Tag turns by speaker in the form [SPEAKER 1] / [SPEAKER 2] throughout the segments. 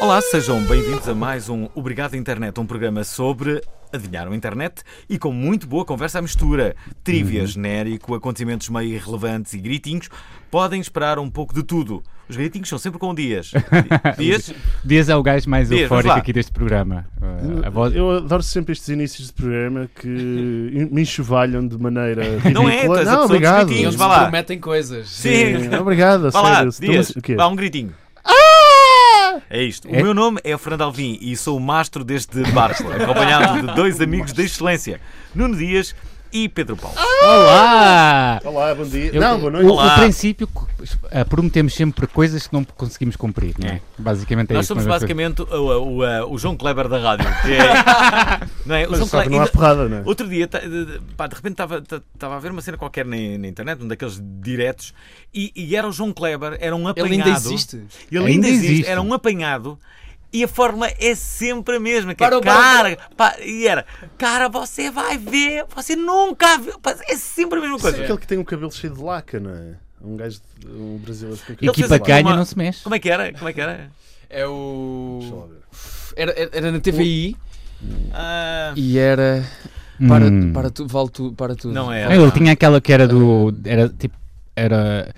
[SPEAKER 1] Olá, sejam bem-vindos a mais um Obrigado Internet, um programa sobre adivinhar o internet e com muito boa conversa à mistura. Trivia genérico, acontecimentos meio irrelevantes e gritinhos. Podem esperar um pouco de tudo. Os gritinhos são sempre com dias. Dias?
[SPEAKER 2] Dias é o gajo mais
[SPEAKER 1] Dias, vamos
[SPEAKER 2] eufórico
[SPEAKER 1] lá.
[SPEAKER 2] aqui deste programa. Uh, a voz-
[SPEAKER 3] Hum. Eu adoro sempre estes inícios de programa que me enxovalham de maneira ridícula.
[SPEAKER 1] Não é, estás a pessoa dos
[SPEAKER 3] obrigado.
[SPEAKER 1] gritinhos,
[SPEAKER 4] Eles
[SPEAKER 1] vá lá.
[SPEAKER 4] prometem coisas.
[SPEAKER 1] Sim.
[SPEAKER 3] Obrigado, a
[SPEAKER 1] Vá lá,
[SPEAKER 3] sério. Estou-me a-
[SPEAKER 1] dias.
[SPEAKER 3] O quê?
[SPEAKER 1] Vá, um gritinho. É isto. O
[SPEAKER 2] É?
[SPEAKER 1] meu nome é Fernando Alvim e sou o mastro deste barco, acompanhado de dois amigos da excelência, Nuno Dias e Pedro Paulo.
[SPEAKER 2] Olá!
[SPEAKER 3] Olá, bom dia.
[SPEAKER 2] Eu-
[SPEAKER 3] não, boa noite.
[SPEAKER 2] O,
[SPEAKER 1] Olá.
[SPEAKER 2] o princípio, uh, prometemos sempre coisas que não conseguimos cumprir, não é? Basicamente é
[SPEAKER 1] Nós
[SPEAKER 2] isso.
[SPEAKER 1] somos
[SPEAKER 2] mas a coisa-
[SPEAKER 1] basicamente o, o- o- o João Kleber da rádio. que é- não é? O João
[SPEAKER 3] Só que
[SPEAKER 1] Kleber-
[SPEAKER 3] não há
[SPEAKER 1] ainda-
[SPEAKER 3] porrada, não é?
[SPEAKER 1] Outro dia, ta- de- de- pá, de repente estava ta- estava a ver uma cena qualquer na, na internet, um daqueles diretos, e, e era o João Kleber, era um apanhado.
[SPEAKER 4] Ele ainda existe.
[SPEAKER 1] Ele ainda,
[SPEAKER 2] Ainda
[SPEAKER 1] existe,
[SPEAKER 2] existe.
[SPEAKER 1] era um apanhado. E a fórmula é sempre a mesma, que
[SPEAKER 4] Para
[SPEAKER 1] é,
[SPEAKER 4] o barco.
[SPEAKER 1] cara, pá, e era, cara, você vai ver, você nunca viu, pá, é sempre a mesma coisa.
[SPEAKER 3] É aquele que tem um cabelo cheio de laca, não é? Um gajo, de- um brasileiro. com
[SPEAKER 1] Ele fez
[SPEAKER 3] cabelo
[SPEAKER 2] Equipa
[SPEAKER 3] cheio
[SPEAKER 1] aqui
[SPEAKER 3] de laca.
[SPEAKER 2] ganha,
[SPEAKER 1] uma-
[SPEAKER 2] não se mexe.
[SPEAKER 1] Como é que era? Como é que era?
[SPEAKER 4] É
[SPEAKER 3] Deixa lá
[SPEAKER 4] o.
[SPEAKER 3] ver.
[SPEAKER 4] Era, era- era na TVI
[SPEAKER 1] Ah,
[SPEAKER 4] e era. Para,
[SPEAKER 2] Hum.
[SPEAKER 4] para tu, vale tu, para tudo.
[SPEAKER 1] não é.
[SPEAKER 2] Ah,
[SPEAKER 1] era.
[SPEAKER 2] Ele tinha aquela que era do. Era tipo. Era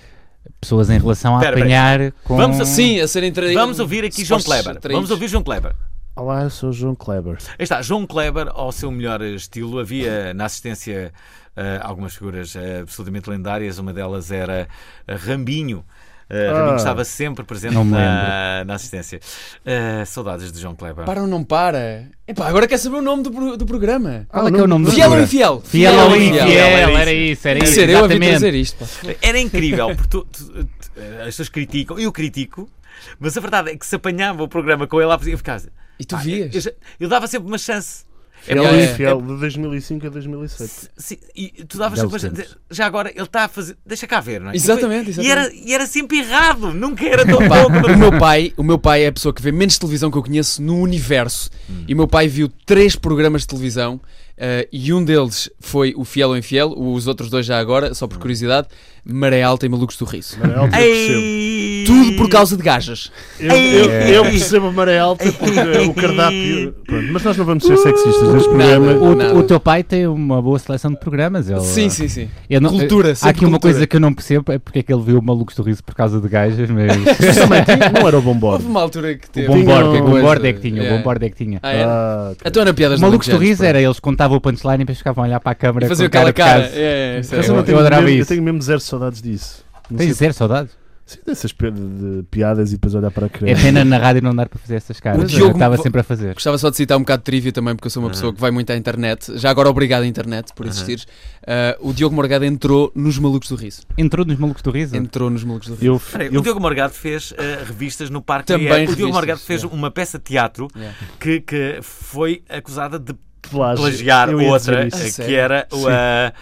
[SPEAKER 2] pessoas em relação a
[SPEAKER 1] Pera, pera.
[SPEAKER 2] apanhar com.
[SPEAKER 1] Vamos assim. a-
[SPEAKER 4] Sim, a ser entre.
[SPEAKER 1] Vamos ouvir aqui João Kleber. Vamos ouvir João Kleber.
[SPEAKER 3] Olá, eu sou o João Kleber.
[SPEAKER 1] Aí está, João Kleber, ao seu melhor estilo, havia na assistência eh, algumas figuras eh, absolutamente lendárias, uma delas era eh, Rambinho. Eh,
[SPEAKER 3] Ah.
[SPEAKER 1] Rambinho estava sempre presente
[SPEAKER 2] Não me
[SPEAKER 1] na, na assistência. Eh, saudades de João Kleber.
[SPEAKER 4] Para ou não para? Epá, agora quer saber o nome do, pro- do programa.
[SPEAKER 2] Qual
[SPEAKER 3] Ah,
[SPEAKER 2] é que é o nome do
[SPEAKER 4] Fiel ou
[SPEAKER 2] programa?
[SPEAKER 4] infiel?
[SPEAKER 2] Fiel ou
[SPEAKER 1] Fiel,
[SPEAKER 2] infiel?
[SPEAKER 1] era
[SPEAKER 2] Era isso, era
[SPEAKER 4] Tem que
[SPEAKER 2] isso.
[SPEAKER 4] ser eu a vir
[SPEAKER 2] exatamente.
[SPEAKER 4] trazer isto. pá.
[SPEAKER 1] Era incrível, porque tu- tu- tu- eh, as pessoas criticam, eu critico, mas a verdade é que se apanhava o programa com ele à presença, eu ficava assim,
[SPEAKER 4] E tu
[SPEAKER 1] "Pá, eu,
[SPEAKER 4] vias.
[SPEAKER 1] já- eu dava sempre uma chance. É
[SPEAKER 3] Fiel
[SPEAKER 1] melhor-
[SPEAKER 3] e
[SPEAKER 4] é-
[SPEAKER 3] infiel, de 2005 a 2007.
[SPEAKER 1] Sim, e tu davas
[SPEAKER 2] Belos
[SPEAKER 1] sempre uma chance.
[SPEAKER 2] tempos.
[SPEAKER 1] Já agora ele está a fazer. Deixa cá ver, não é?
[SPEAKER 4] Exatamente,
[SPEAKER 1] E era,
[SPEAKER 4] exatamente.
[SPEAKER 1] e era sempre errado, nunca era tão
[SPEAKER 4] Pá,
[SPEAKER 1] bom
[SPEAKER 4] o, meu pai, o meu pai é a pessoa que vê menos televisão que eu conheço no universo.
[SPEAKER 2] Hum.
[SPEAKER 4] E o meu pai viu três programas de televisão eh, e um deles foi o Fiel ou Infiel, os outros dois já agora, só por
[SPEAKER 2] Hum.
[SPEAKER 4] curiosidade, Maré Alta e Malucos do Riso.
[SPEAKER 3] Maré alta, eu percebo.
[SPEAKER 1] É. Ei!
[SPEAKER 4] Tudo por causa de gajas.
[SPEAKER 3] Eu, eu- eu percebo a maré alta porque o cardápio. Pronto, mas nós não
[SPEAKER 1] Uh.
[SPEAKER 3] vamos ser sexistas neste programa.
[SPEAKER 4] Nada.
[SPEAKER 2] O, o teu pai tem uma boa seleção de programas. Ele,
[SPEAKER 4] Sim, sim, sim.
[SPEAKER 2] Eu não-
[SPEAKER 4] Cultura,
[SPEAKER 2] Há
[SPEAKER 4] sempre
[SPEAKER 2] aqui uma
[SPEAKER 4] cultura.
[SPEAKER 2] coisa que eu não percebo: é porque é que ele viu o Malucos do Riso por causa de gajas, mas.
[SPEAKER 3] Também tinha- não era o bom
[SPEAKER 4] Houve
[SPEAKER 3] bode.
[SPEAKER 4] uma altura que
[SPEAKER 2] O
[SPEAKER 4] teve.
[SPEAKER 2] bom
[SPEAKER 3] Tinha
[SPEAKER 2] bordo, é que
[SPEAKER 3] um-
[SPEAKER 2] o bordo é que tinha,
[SPEAKER 4] Yeah.
[SPEAKER 2] o bom bordo é que tinha.
[SPEAKER 4] Ah, era.
[SPEAKER 3] Ah, ok.
[SPEAKER 4] Então era piadas
[SPEAKER 2] O
[SPEAKER 4] de
[SPEAKER 2] malucos do
[SPEAKER 4] Lentejano,
[SPEAKER 2] riso
[SPEAKER 4] pronto.
[SPEAKER 2] era, eles contavam o punchline e depois ficavam a olhar para a câmara
[SPEAKER 4] E fazer
[SPEAKER 2] com cara
[SPEAKER 4] aquela
[SPEAKER 2] de
[SPEAKER 4] cara.
[SPEAKER 2] caso.
[SPEAKER 4] É, é, é,
[SPEAKER 3] Mas
[SPEAKER 2] Eu-
[SPEAKER 3] eu, Então não
[SPEAKER 2] eu
[SPEAKER 3] tenho
[SPEAKER 2] adorava
[SPEAKER 3] mesmo,
[SPEAKER 2] isso.
[SPEAKER 3] eu tenho mesmo zero saudades disso. Não
[SPEAKER 2] Tens
[SPEAKER 3] sei-
[SPEAKER 2] zero saudades?
[SPEAKER 4] é.
[SPEAKER 3] sei dessas pi- de piadas e depois olhar para a
[SPEAKER 2] É
[SPEAKER 3] criança.
[SPEAKER 2] pena na rádio não dar para fazer essas caras.
[SPEAKER 4] O
[SPEAKER 2] Eu
[SPEAKER 4] Diogo-
[SPEAKER 2] estava sempre a fazer.
[SPEAKER 4] Gostava só de citar um bocado de trivia também, porque eu sou uma pessoa que vai muito à internet. Já agora, obrigado à internet por existires. Ah, o Diogo Morgado entrou nos Malucos do Riso.
[SPEAKER 2] Entrou nos malucos do riso?
[SPEAKER 4] Entrou nos Malucos do Riso.
[SPEAKER 3] Eu,
[SPEAKER 1] Espera aí,
[SPEAKER 3] eu-
[SPEAKER 1] o Diogo Morgado fez eh, revistas no Parque
[SPEAKER 4] Também
[SPEAKER 1] Lier. O Diogo
[SPEAKER 4] revistas,
[SPEAKER 1] Morgado fez
[SPEAKER 4] yeah.
[SPEAKER 1] uma peça de teatro
[SPEAKER 4] Yeah.
[SPEAKER 1] que, que foi acusada de
[SPEAKER 3] plágio.
[SPEAKER 1] plagiar
[SPEAKER 3] Eu ia
[SPEAKER 1] outra,
[SPEAKER 3] dizer
[SPEAKER 1] eh,
[SPEAKER 4] isso.
[SPEAKER 1] que era o
[SPEAKER 3] Sim.
[SPEAKER 1] eh,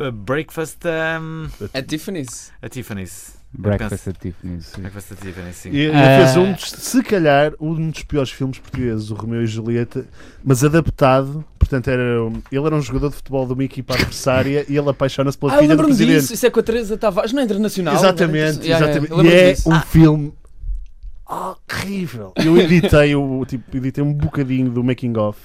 [SPEAKER 1] eh, Breakfast um,
[SPEAKER 4] É Tiffany's.
[SPEAKER 1] a Tiffany's.
[SPEAKER 2] Breakfast at Tiffany's.
[SPEAKER 1] Breakfast a Tiffany's, sim.
[SPEAKER 3] E- e
[SPEAKER 2] Ah.
[SPEAKER 3] fez um dos, se calhar, um dos piores filmes portugueses, o Romeu e Julieta, mas adaptado. Portanto, era, um- ele era um jogador de futebol de uma equipa adversária e ele apaixona-se pela
[SPEAKER 4] Ah, eu
[SPEAKER 3] filha do
[SPEAKER 4] lembro-me
[SPEAKER 3] presidente.
[SPEAKER 4] disso. Isso é com a Teresa Tavares. Não é internacional?
[SPEAKER 3] Exatamente,
[SPEAKER 4] Yeah, yeah,
[SPEAKER 3] exatamente.
[SPEAKER 4] eu lembro-me
[SPEAKER 3] E é
[SPEAKER 4] disso.
[SPEAKER 3] um filme horrível. Eu editei, o, tipo, editei um bocadinho do making of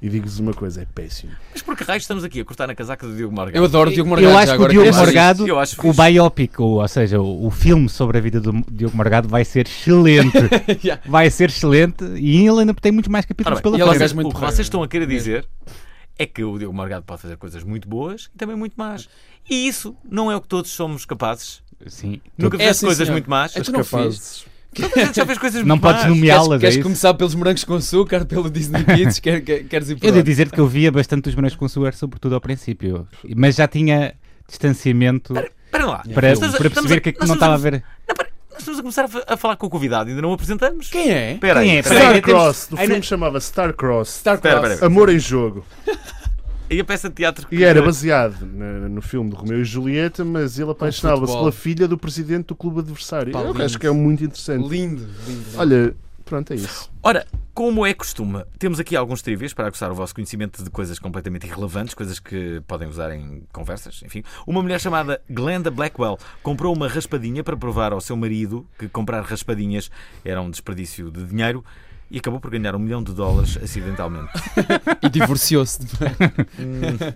[SPEAKER 3] e digo-vos uma coisa, é péssimo.
[SPEAKER 1] Mas por que raios estamos aqui a cortar na casaca do Diogo Morgado?
[SPEAKER 4] Eu adoro o Diogo Morgado.
[SPEAKER 2] Eu
[SPEAKER 4] já
[SPEAKER 2] acho que o
[SPEAKER 4] agora
[SPEAKER 2] Diogo
[SPEAKER 4] eu faço
[SPEAKER 2] Morgado,
[SPEAKER 1] Eu acho
[SPEAKER 2] o
[SPEAKER 1] fixe.
[SPEAKER 2] biopic, ou, ou seja, o, o filme sobre a vida do Diogo Morgado vai ser excelente.
[SPEAKER 4] isso. Yeah.
[SPEAKER 2] vai ser excelente e ele ainda tem muitos mais
[SPEAKER 1] Ora
[SPEAKER 2] capítulos
[SPEAKER 1] bem,
[SPEAKER 2] pela
[SPEAKER 4] e ele é um
[SPEAKER 1] vocês-
[SPEAKER 2] frente.
[SPEAKER 4] gajo muito
[SPEAKER 1] o que
[SPEAKER 4] porreiro.
[SPEAKER 1] vocês estão a querer dizer é que o Diogo Morgado pode fazer coisas muito boas e também muito más. E isso não é o que todos somos capazes.
[SPEAKER 2] Sim.
[SPEAKER 1] Nunca
[SPEAKER 4] É,
[SPEAKER 1] fizeste
[SPEAKER 4] sim,
[SPEAKER 1] coisas
[SPEAKER 4] senhor.
[SPEAKER 1] muito más.
[SPEAKER 4] É tu não fiz.
[SPEAKER 1] A gente já fez coisas
[SPEAKER 2] Não
[SPEAKER 1] muito
[SPEAKER 2] podes
[SPEAKER 1] más.
[SPEAKER 4] Queres,
[SPEAKER 2] nomeá-las. é
[SPEAKER 4] queres
[SPEAKER 2] isso?
[SPEAKER 4] começar pelos morangos com açúcar, pelo Disney Kids? quer, quer, queres ir por
[SPEAKER 2] Eu devo
[SPEAKER 4] onde?
[SPEAKER 2] dizer-te que eu via bastante os Morangos com Açúcar, sobretudo ao princípio. Mas já tinha distanciamento
[SPEAKER 1] Espera lá.
[SPEAKER 2] Para,
[SPEAKER 1] Estamos a-
[SPEAKER 2] para
[SPEAKER 1] estamos
[SPEAKER 2] perceber que é que
[SPEAKER 1] nós
[SPEAKER 2] não
[SPEAKER 1] estamos
[SPEAKER 2] estava a ver.
[SPEAKER 1] Nós estamos a começar a fa- a falar com o convidado, ainda não o apresentamos.
[SPEAKER 4] Quem é?
[SPEAKER 1] Espera
[SPEAKER 2] Quem
[SPEAKER 1] aí,
[SPEAKER 2] é?
[SPEAKER 1] espera aí.
[SPEAKER 2] Espera
[SPEAKER 3] Star
[SPEAKER 2] aí, temos-
[SPEAKER 3] Cross, do
[SPEAKER 2] ainda-
[SPEAKER 3] filme chamava Star Cross.
[SPEAKER 4] Star
[SPEAKER 1] Espera,
[SPEAKER 4] Cross.
[SPEAKER 1] espera.
[SPEAKER 3] Amor em Jogo.
[SPEAKER 1] E a peça de teatro que
[SPEAKER 3] E era baseado na- no filme de Romeu e Julieta, mas ele apaixonava-se
[SPEAKER 4] futebol.
[SPEAKER 3] pela filha do presidente do clube adversário.
[SPEAKER 4] Pá,
[SPEAKER 3] Eu
[SPEAKER 4] lindo.
[SPEAKER 3] acho que é muito interessante.
[SPEAKER 4] Lindo, lindo.
[SPEAKER 3] Olha, pronto, é isso.
[SPEAKER 1] Ora, como é costume, temos aqui alguns trivias para aguçar o vosso conhecimento de coisas completamente irrelevantes, coisas que podem usar em conversas, enfim. Uma mulher chamada Glenda Blackwell comprou uma raspadinha para provar ao seu marido que comprar raspadinhas era um desperdício de dinheiro e acabou por ganhar um milhão de dólares acidentalmente.
[SPEAKER 4] E divorciou-se. de-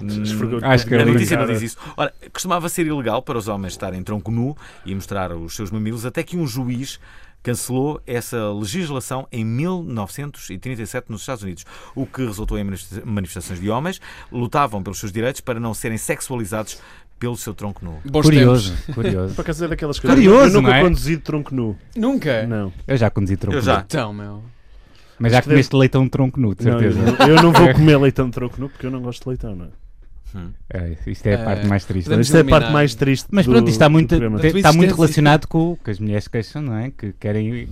[SPEAKER 1] Hum.
[SPEAKER 3] Esfregou
[SPEAKER 2] Hum, acho que é.
[SPEAKER 1] A
[SPEAKER 2] era
[SPEAKER 1] notícia não
[SPEAKER 3] Cara.
[SPEAKER 1] diz isso. Ora, costumava ser ilegal para os homens estarem em tronco nu e mostrar os seus mamilos, até que um juiz cancelou essa legislação em 1937 nos Estados Unidos, o que resultou em manifesta- manifestações de homens lutavam pelos seus direitos para não serem sexualizados pelo seu tronco nu.
[SPEAKER 4] Bons
[SPEAKER 2] Curioso, curioso.
[SPEAKER 3] Para acaso é daquelas coisas.
[SPEAKER 2] Curioso,
[SPEAKER 3] eu nunca
[SPEAKER 2] não é?
[SPEAKER 3] conduzi de tronco nu.
[SPEAKER 4] tempos. Nunca.
[SPEAKER 3] Não.
[SPEAKER 2] Eu já conduzi tronco
[SPEAKER 1] Eu já.
[SPEAKER 2] nu.
[SPEAKER 4] Então, meu.
[SPEAKER 2] Mas já
[SPEAKER 3] Isto deve-
[SPEAKER 2] comeste leitão de tronco nu, de
[SPEAKER 3] Não, eu,
[SPEAKER 2] certeza.
[SPEAKER 3] não- eu não vou comer leitão de tronco nu porque eu não gosto de leitão, não é?
[SPEAKER 2] É, isto é a parte
[SPEAKER 4] Eh,
[SPEAKER 2] mais triste.
[SPEAKER 4] podemos-
[SPEAKER 3] Isto é a parte
[SPEAKER 4] eliminar.
[SPEAKER 3] mais triste.
[SPEAKER 2] Mas
[SPEAKER 3] do-
[SPEAKER 2] pronto, isto está
[SPEAKER 3] do
[SPEAKER 2] muito,
[SPEAKER 3] programa.
[SPEAKER 2] te-
[SPEAKER 4] tua
[SPEAKER 2] está muito
[SPEAKER 4] existência.
[SPEAKER 2] relacionado com o que as mulheres queixam, não é? Que querem.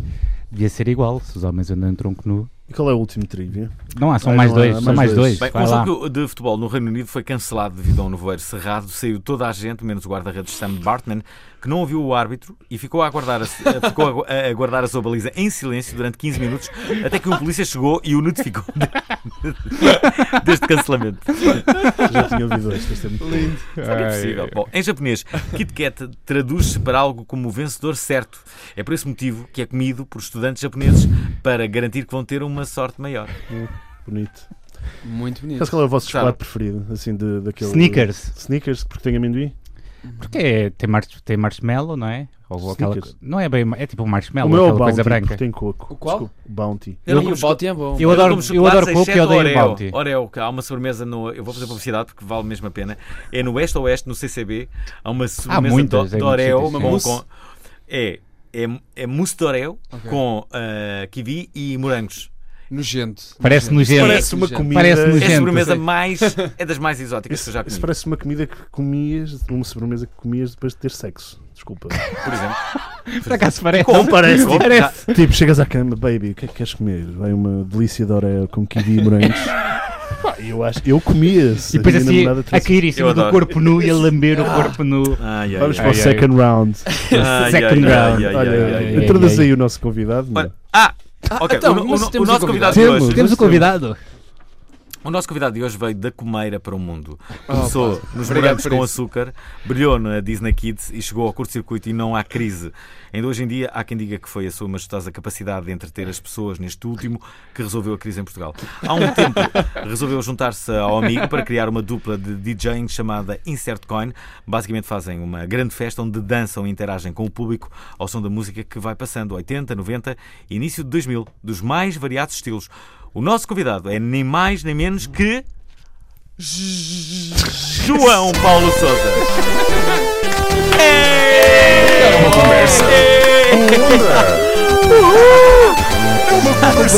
[SPEAKER 2] Devia ser igual. Se os homens andam em tronco nu.
[SPEAKER 3] E qual é o último trivia?
[SPEAKER 2] Não há, são
[SPEAKER 3] Ah,
[SPEAKER 2] mais
[SPEAKER 3] não há,
[SPEAKER 2] dois.
[SPEAKER 3] há
[SPEAKER 2] São
[SPEAKER 3] mais
[SPEAKER 2] mais dois.
[SPEAKER 3] dois.
[SPEAKER 1] Bem,
[SPEAKER 2] Vai
[SPEAKER 1] um
[SPEAKER 2] lá.
[SPEAKER 1] jogo de futebol no Reino Unido foi cancelado devido a um nevoeiro cerrado. Saiu toda a gente, menos o guarda-redes Sam Bartman, que não ouviu o árbitro e ficou a aguardar a, ficou a agu- a aguardar a sua baliza em silêncio durante 15 minutos, até que um polícia chegou e o notificou de- deste cancelamento.
[SPEAKER 3] Já tinha ouvido este, este é muito bom.
[SPEAKER 1] Não é
[SPEAKER 2] Ai,
[SPEAKER 1] possível. Bom, em japonês, Kit Kat traduz-se para algo como o vencedor certo. É por esse motivo que é comido por estudantes japoneses para garantir que vão ter uma sorte maior.
[SPEAKER 3] bonito.
[SPEAKER 4] Muito bonito.
[SPEAKER 3] Mas qual é o vosso
[SPEAKER 1] Claro.
[SPEAKER 3] chocolate preferido? Assim, de, daquele...
[SPEAKER 2] é. Sneakers.
[SPEAKER 3] Sneakers, porque tem amendoim?
[SPEAKER 2] Porque é- tem, mar tem marshmallow, não é? Ou aquela,
[SPEAKER 3] Snickers.
[SPEAKER 2] não é bem. É tipo um marshmallow,
[SPEAKER 3] o meu é o
[SPEAKER 2] aquela
[SPEAKER 3] Bounty,
[SPEAKER 2] coisa branca.
[SPEAKER 3] porque tem coco.
[SPEAKER 4] O qual?
[SPEAKER 3] Desculpa, Bounty.
[SPEAKER 4] Eu não
[SPEAKER 1] Eu-
[SPEAKER 4] o Bounty é bom.
[SPEAKER 2] Eu adoro, eu adoro coco e odeio
[SPEAKER 1] Oreo.
[SPEAKER 2] bounty.
[SPEAKER 1] Oreo, que há uma sobremesa no. Eu vou fazer publicidade porque vale mesmo a pena. É no Oeste Oeste, no CCB, há uma sobremesa
[SPEAKER 2] muitas, é
[SPEAKER 1] de,
[SPEAKER 2] em
[SPEAKER 1] de
[SPEAKER 2] muitos
[SPEAKER 1] Oreo
[SPEAKER 2] sítios,
[SPEAKER 1] com-
[SPEAKER 4] sim.
[SPEAKER 1] com- é, é, é mousse de Oreo
[SPEAKER 4] Ok.
[SPEAKER 1] com ah, kiwi e morangos.
[SPEAKER 4] Nojento.
[SPEAKER 2] Parece nojento.
[SPEAKER 3] Parece uma
[SPEAKER 4] Gente.
[SPEAKER 3] comida...
[SPEAKER 2] Parece
[SPEAKER 1] É a
[SPEAKER 2] nojento. Gente,
[SPEAKER 1] sobremesa
[SPEAKER 2] sim.
[SPEAKER 1] mais. É das mais exóticas que eu já comi,
[SPEAKER 3] Isso parece uma comida que comias, uma sobremesa que comias depois de ter sexo. Desculpa.
[SPEAKER 1] por exemplo.
[SPEAKER 2] Por acaso parece.
[SPEAKER 3] Não parece.
[SPEAKER 1] Como?
[SPEAKER 2] Parece.
[SPEAKER 3] tipo, chegas à cama, baby, o que é que queres comer? Vai uma delícia de oreo com kiwi e morangos. Pá, eu acho, eu comia se
[SPEAKER 2] E depois
[SPEAKER 3] a minha
[SPEAKER 2] assim,
[SPEAKER 3] namorada
[SPEAKER 2] a
[SPEAKER 3] trouxe.
[SPEAKER 2] cair em
[SPEAKER 1] Eu
[SPEAKER 2] cima do
[SPEAKER 1] adoro. Ah.
[SPEAKER 2] corpo nu e a lamber o corpo nu.
[SPEAKER 1] Ai, ai,
[SPEAKER 3] Vamos
[SPEAKER 1] ai.
[SPEAKER 3] para o
[SPEAKER 2] ai, ai.
[SPEAKER 3] second round.
[SPEAKER 1] Ai, ai,
[SPEAKER 2] second
[SPEAKER 1] ai, ai,
[SPEAKER 2] round.
[SPEAKER 1] ai,
[SPEAKER 3] Olha,
[SPEAKER 1] ai, ai, ai.
[SPEAKER 2] ai,
[SPEAKER 3] introduz
[SPEAKER 2] ai.
[SPEAKER 3] aí o nosso convidado. é? meu.
[SPEAKER 1] Olha, Ah! ok,
[SPEAKER 4] então,
[SPEAKER 1] o, o-
[SPEAKER 4] mas
[SPEAKER 1] o
[SPEAKER 4] temos
[SPEAKER 1] nosso
[SPEAKER 4] um
[SPEAKER 1] convidado
[SPEAKER 4] convidado.
[SPEAKER 1] de hoje.
[SPEAKER 3] Temos.
[SPEAKER 2] Temos o convidado.
[SPEAKER 1] O nosso convidado de hoje veio da Comeira para o Mundo.
[SPEAKER 4] Oh,
[SPEAKER 1] Começou
[SPEAKER 4] pá.
[SPEAKER 1] nos
[SPEAKER 4] Obrigado
[SPEAKER 1] morangos
[SPEAKER 4] por
[SPEAKER 1] com
[SPEAKER 4] isso.
[SPEAKER 1] açúcar, brilhou na Disney Kids e chegou ao curto-circuito e não à crise. Ainda hoje em dia há quem diga que foi a sua majestosa capacidade de entreter as pessoas neste último que resolveu a crise em Portugal. Há um tempo resolveu juntar-se ao amigo para criar uma dupla de DJing chamada Insert Coin. Basicamente fazem uma grande festa onde dançam e interagem com o público ao som da música que vai passando 80, 90, início de 2000, dos mais variados estilos. O nosso convidado é nem mais nem menos que João Paulo Souza.
[SPEAKER 5] É uma conversa
[SPEAKER 1] É!
[SPEAKER 5] onda.
[SPEAKER 1] Vai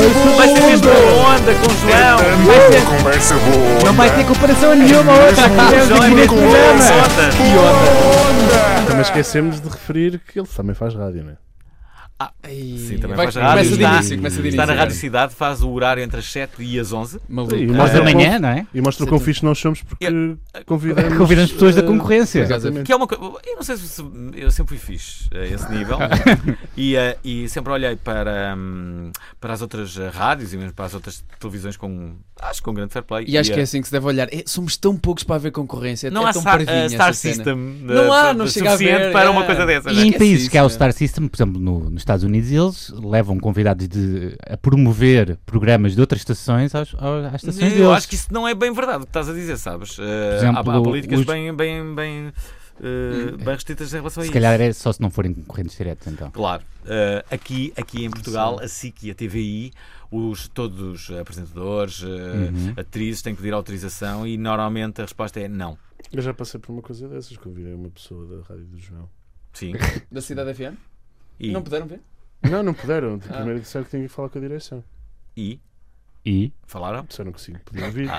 [SPEAKER 1] ser mesmo uma onda com o João.
[SPEAKER 5] É uma conversa boa.
[SPEAKER 2] Não vai ter comparação nenhuma outra.
[SPEAKER 1] O
[SPEAKER 2] tipo
[SPEAKER 1] João é mesmo uma onda.
[SPEAKER 3] Também esquecemos de referir que ele também faz rádio, não é?
[SPEAKER 1] Sim, também
[SPEAKER 4] Vai-
[SPEAKER 1] faz rádio.
[SPEAKER 4] Começa de
[SPEAKER 1] Está-
[SPEAKER 4] início, começa de início.
[SPEAKER 1] Está na Rádio
[SPEAKER 4] cara.
[SPEAKER 1] Cidade, faz o horário entre as 7 e as 11.
[SPEAKER 3] E
[SPEAKER 4] Maluco.
[SPEAKER 2] Nós da
[SPEAKER 3] mostra o
[SPEAKER 2] manhã,
[SPEAKER 3] quão-
[SPEAKER 2] não é?
[SPEAKER 3] E mostra o quão fixe nós somos porque convidamos.
[SPEAKER 2] Convidamos pessoas da
[SPEAKER 3] eh,
[SPEAKER 2] concorrência.
[SPEAKER 1] Que é uma coisa. Eu não sei se. Eu sempre fui fixe a esse nível. e, eh, e sempre olhei para, hum, para as outras eh, rádios e mesmo para as outras televisões com. Acho que com grande fair play.
[SPEAKER 4] E acho que é
[SPEAKER 1] eh,
[SPEAKER 4] assim que se deve olhar. É, somos tão poucos para haver concorrência.
[SPEAKER 1] Não
[SPEAKER 4] é
[SPEAKER 1] há
[SPEAKER 4] tão
[SPEAKER 1] Star,
[SPEAKER 4] parvinha
[SPEAKER 1] eh, Star
[SPEAKER 4] essa cena.
[SPEAKER 1] System eh,
[SPEAKER 4] Não há,
[SPEAKER 1] su-
[SPEAKER 4] não chega a
[SPEAKER 1] suficiente
[SPEAKER 4] ver,
[SPEAKER 1] para
[SPEAKER 4] é.
[SPEAKER 1] uma coisa dessas.
[SPEAKER 2] E
[SPEAKER 4] Esquece
[SPEAKER 1] né?
[SPEAKER 2] em países
[SPEAKER 4] isso,
[SPEAKER 2] que há o
[SPEAKER 4] né?
[SPEAKER 2] Star System, por exemplo, no- nos Estados Unidos, eles levam convidados de- a promover programas de outras estações aos- ao- às estações
[SPEAKER 1] Eu
[SPEAKER 2] deles.
[SPEAKER 1] acho que isso não é bem verdade o que estás a dizer, sabes? Eh, há,
[SPEAKER 2] exemplo,
[SPEAKER 1] há políticas
[SPEAKER 2] os-
[SPEAKER 1] bem, bem, bem, eh,
[SPEAKER 4] Hum.
[SPEAKER 1] bem restritas em relação a
[SPEAKER 2] Se
[SPEAKER 1] isso.
[SPEAKER 2] calhar é só se não forem concorrentes diretos, então.
[SPEAKER 1] Claro. Eh, aqui, aqui em Portugal, a SIC e a TVI, os, todos os apresentadores, eh, atrizes, têm que pedir autorização e normalmente a resposta é não.
[SPEAKER 3] Eu já passei por uma coisa dessas, convidei uma pessoa da rádio do João.
[SPEAKER 1] Sim.
[SPEAKER 4] Da cidade FM?
[SPEAKER 1] E,
[SPEAKER 4] Não puderam ver?
[SPEAKER 3] Não, não puderam.
[SPEAKER 4] Ah.
[SPEAKER 3] Primeiro disseram que tinha que falar com a direção.
[SPEAKER 1] e?
[SPEAKER 2] E
[SPEAKER 1] Falaram?
[SPEAKER 3] Só não consigo, podia ouvir.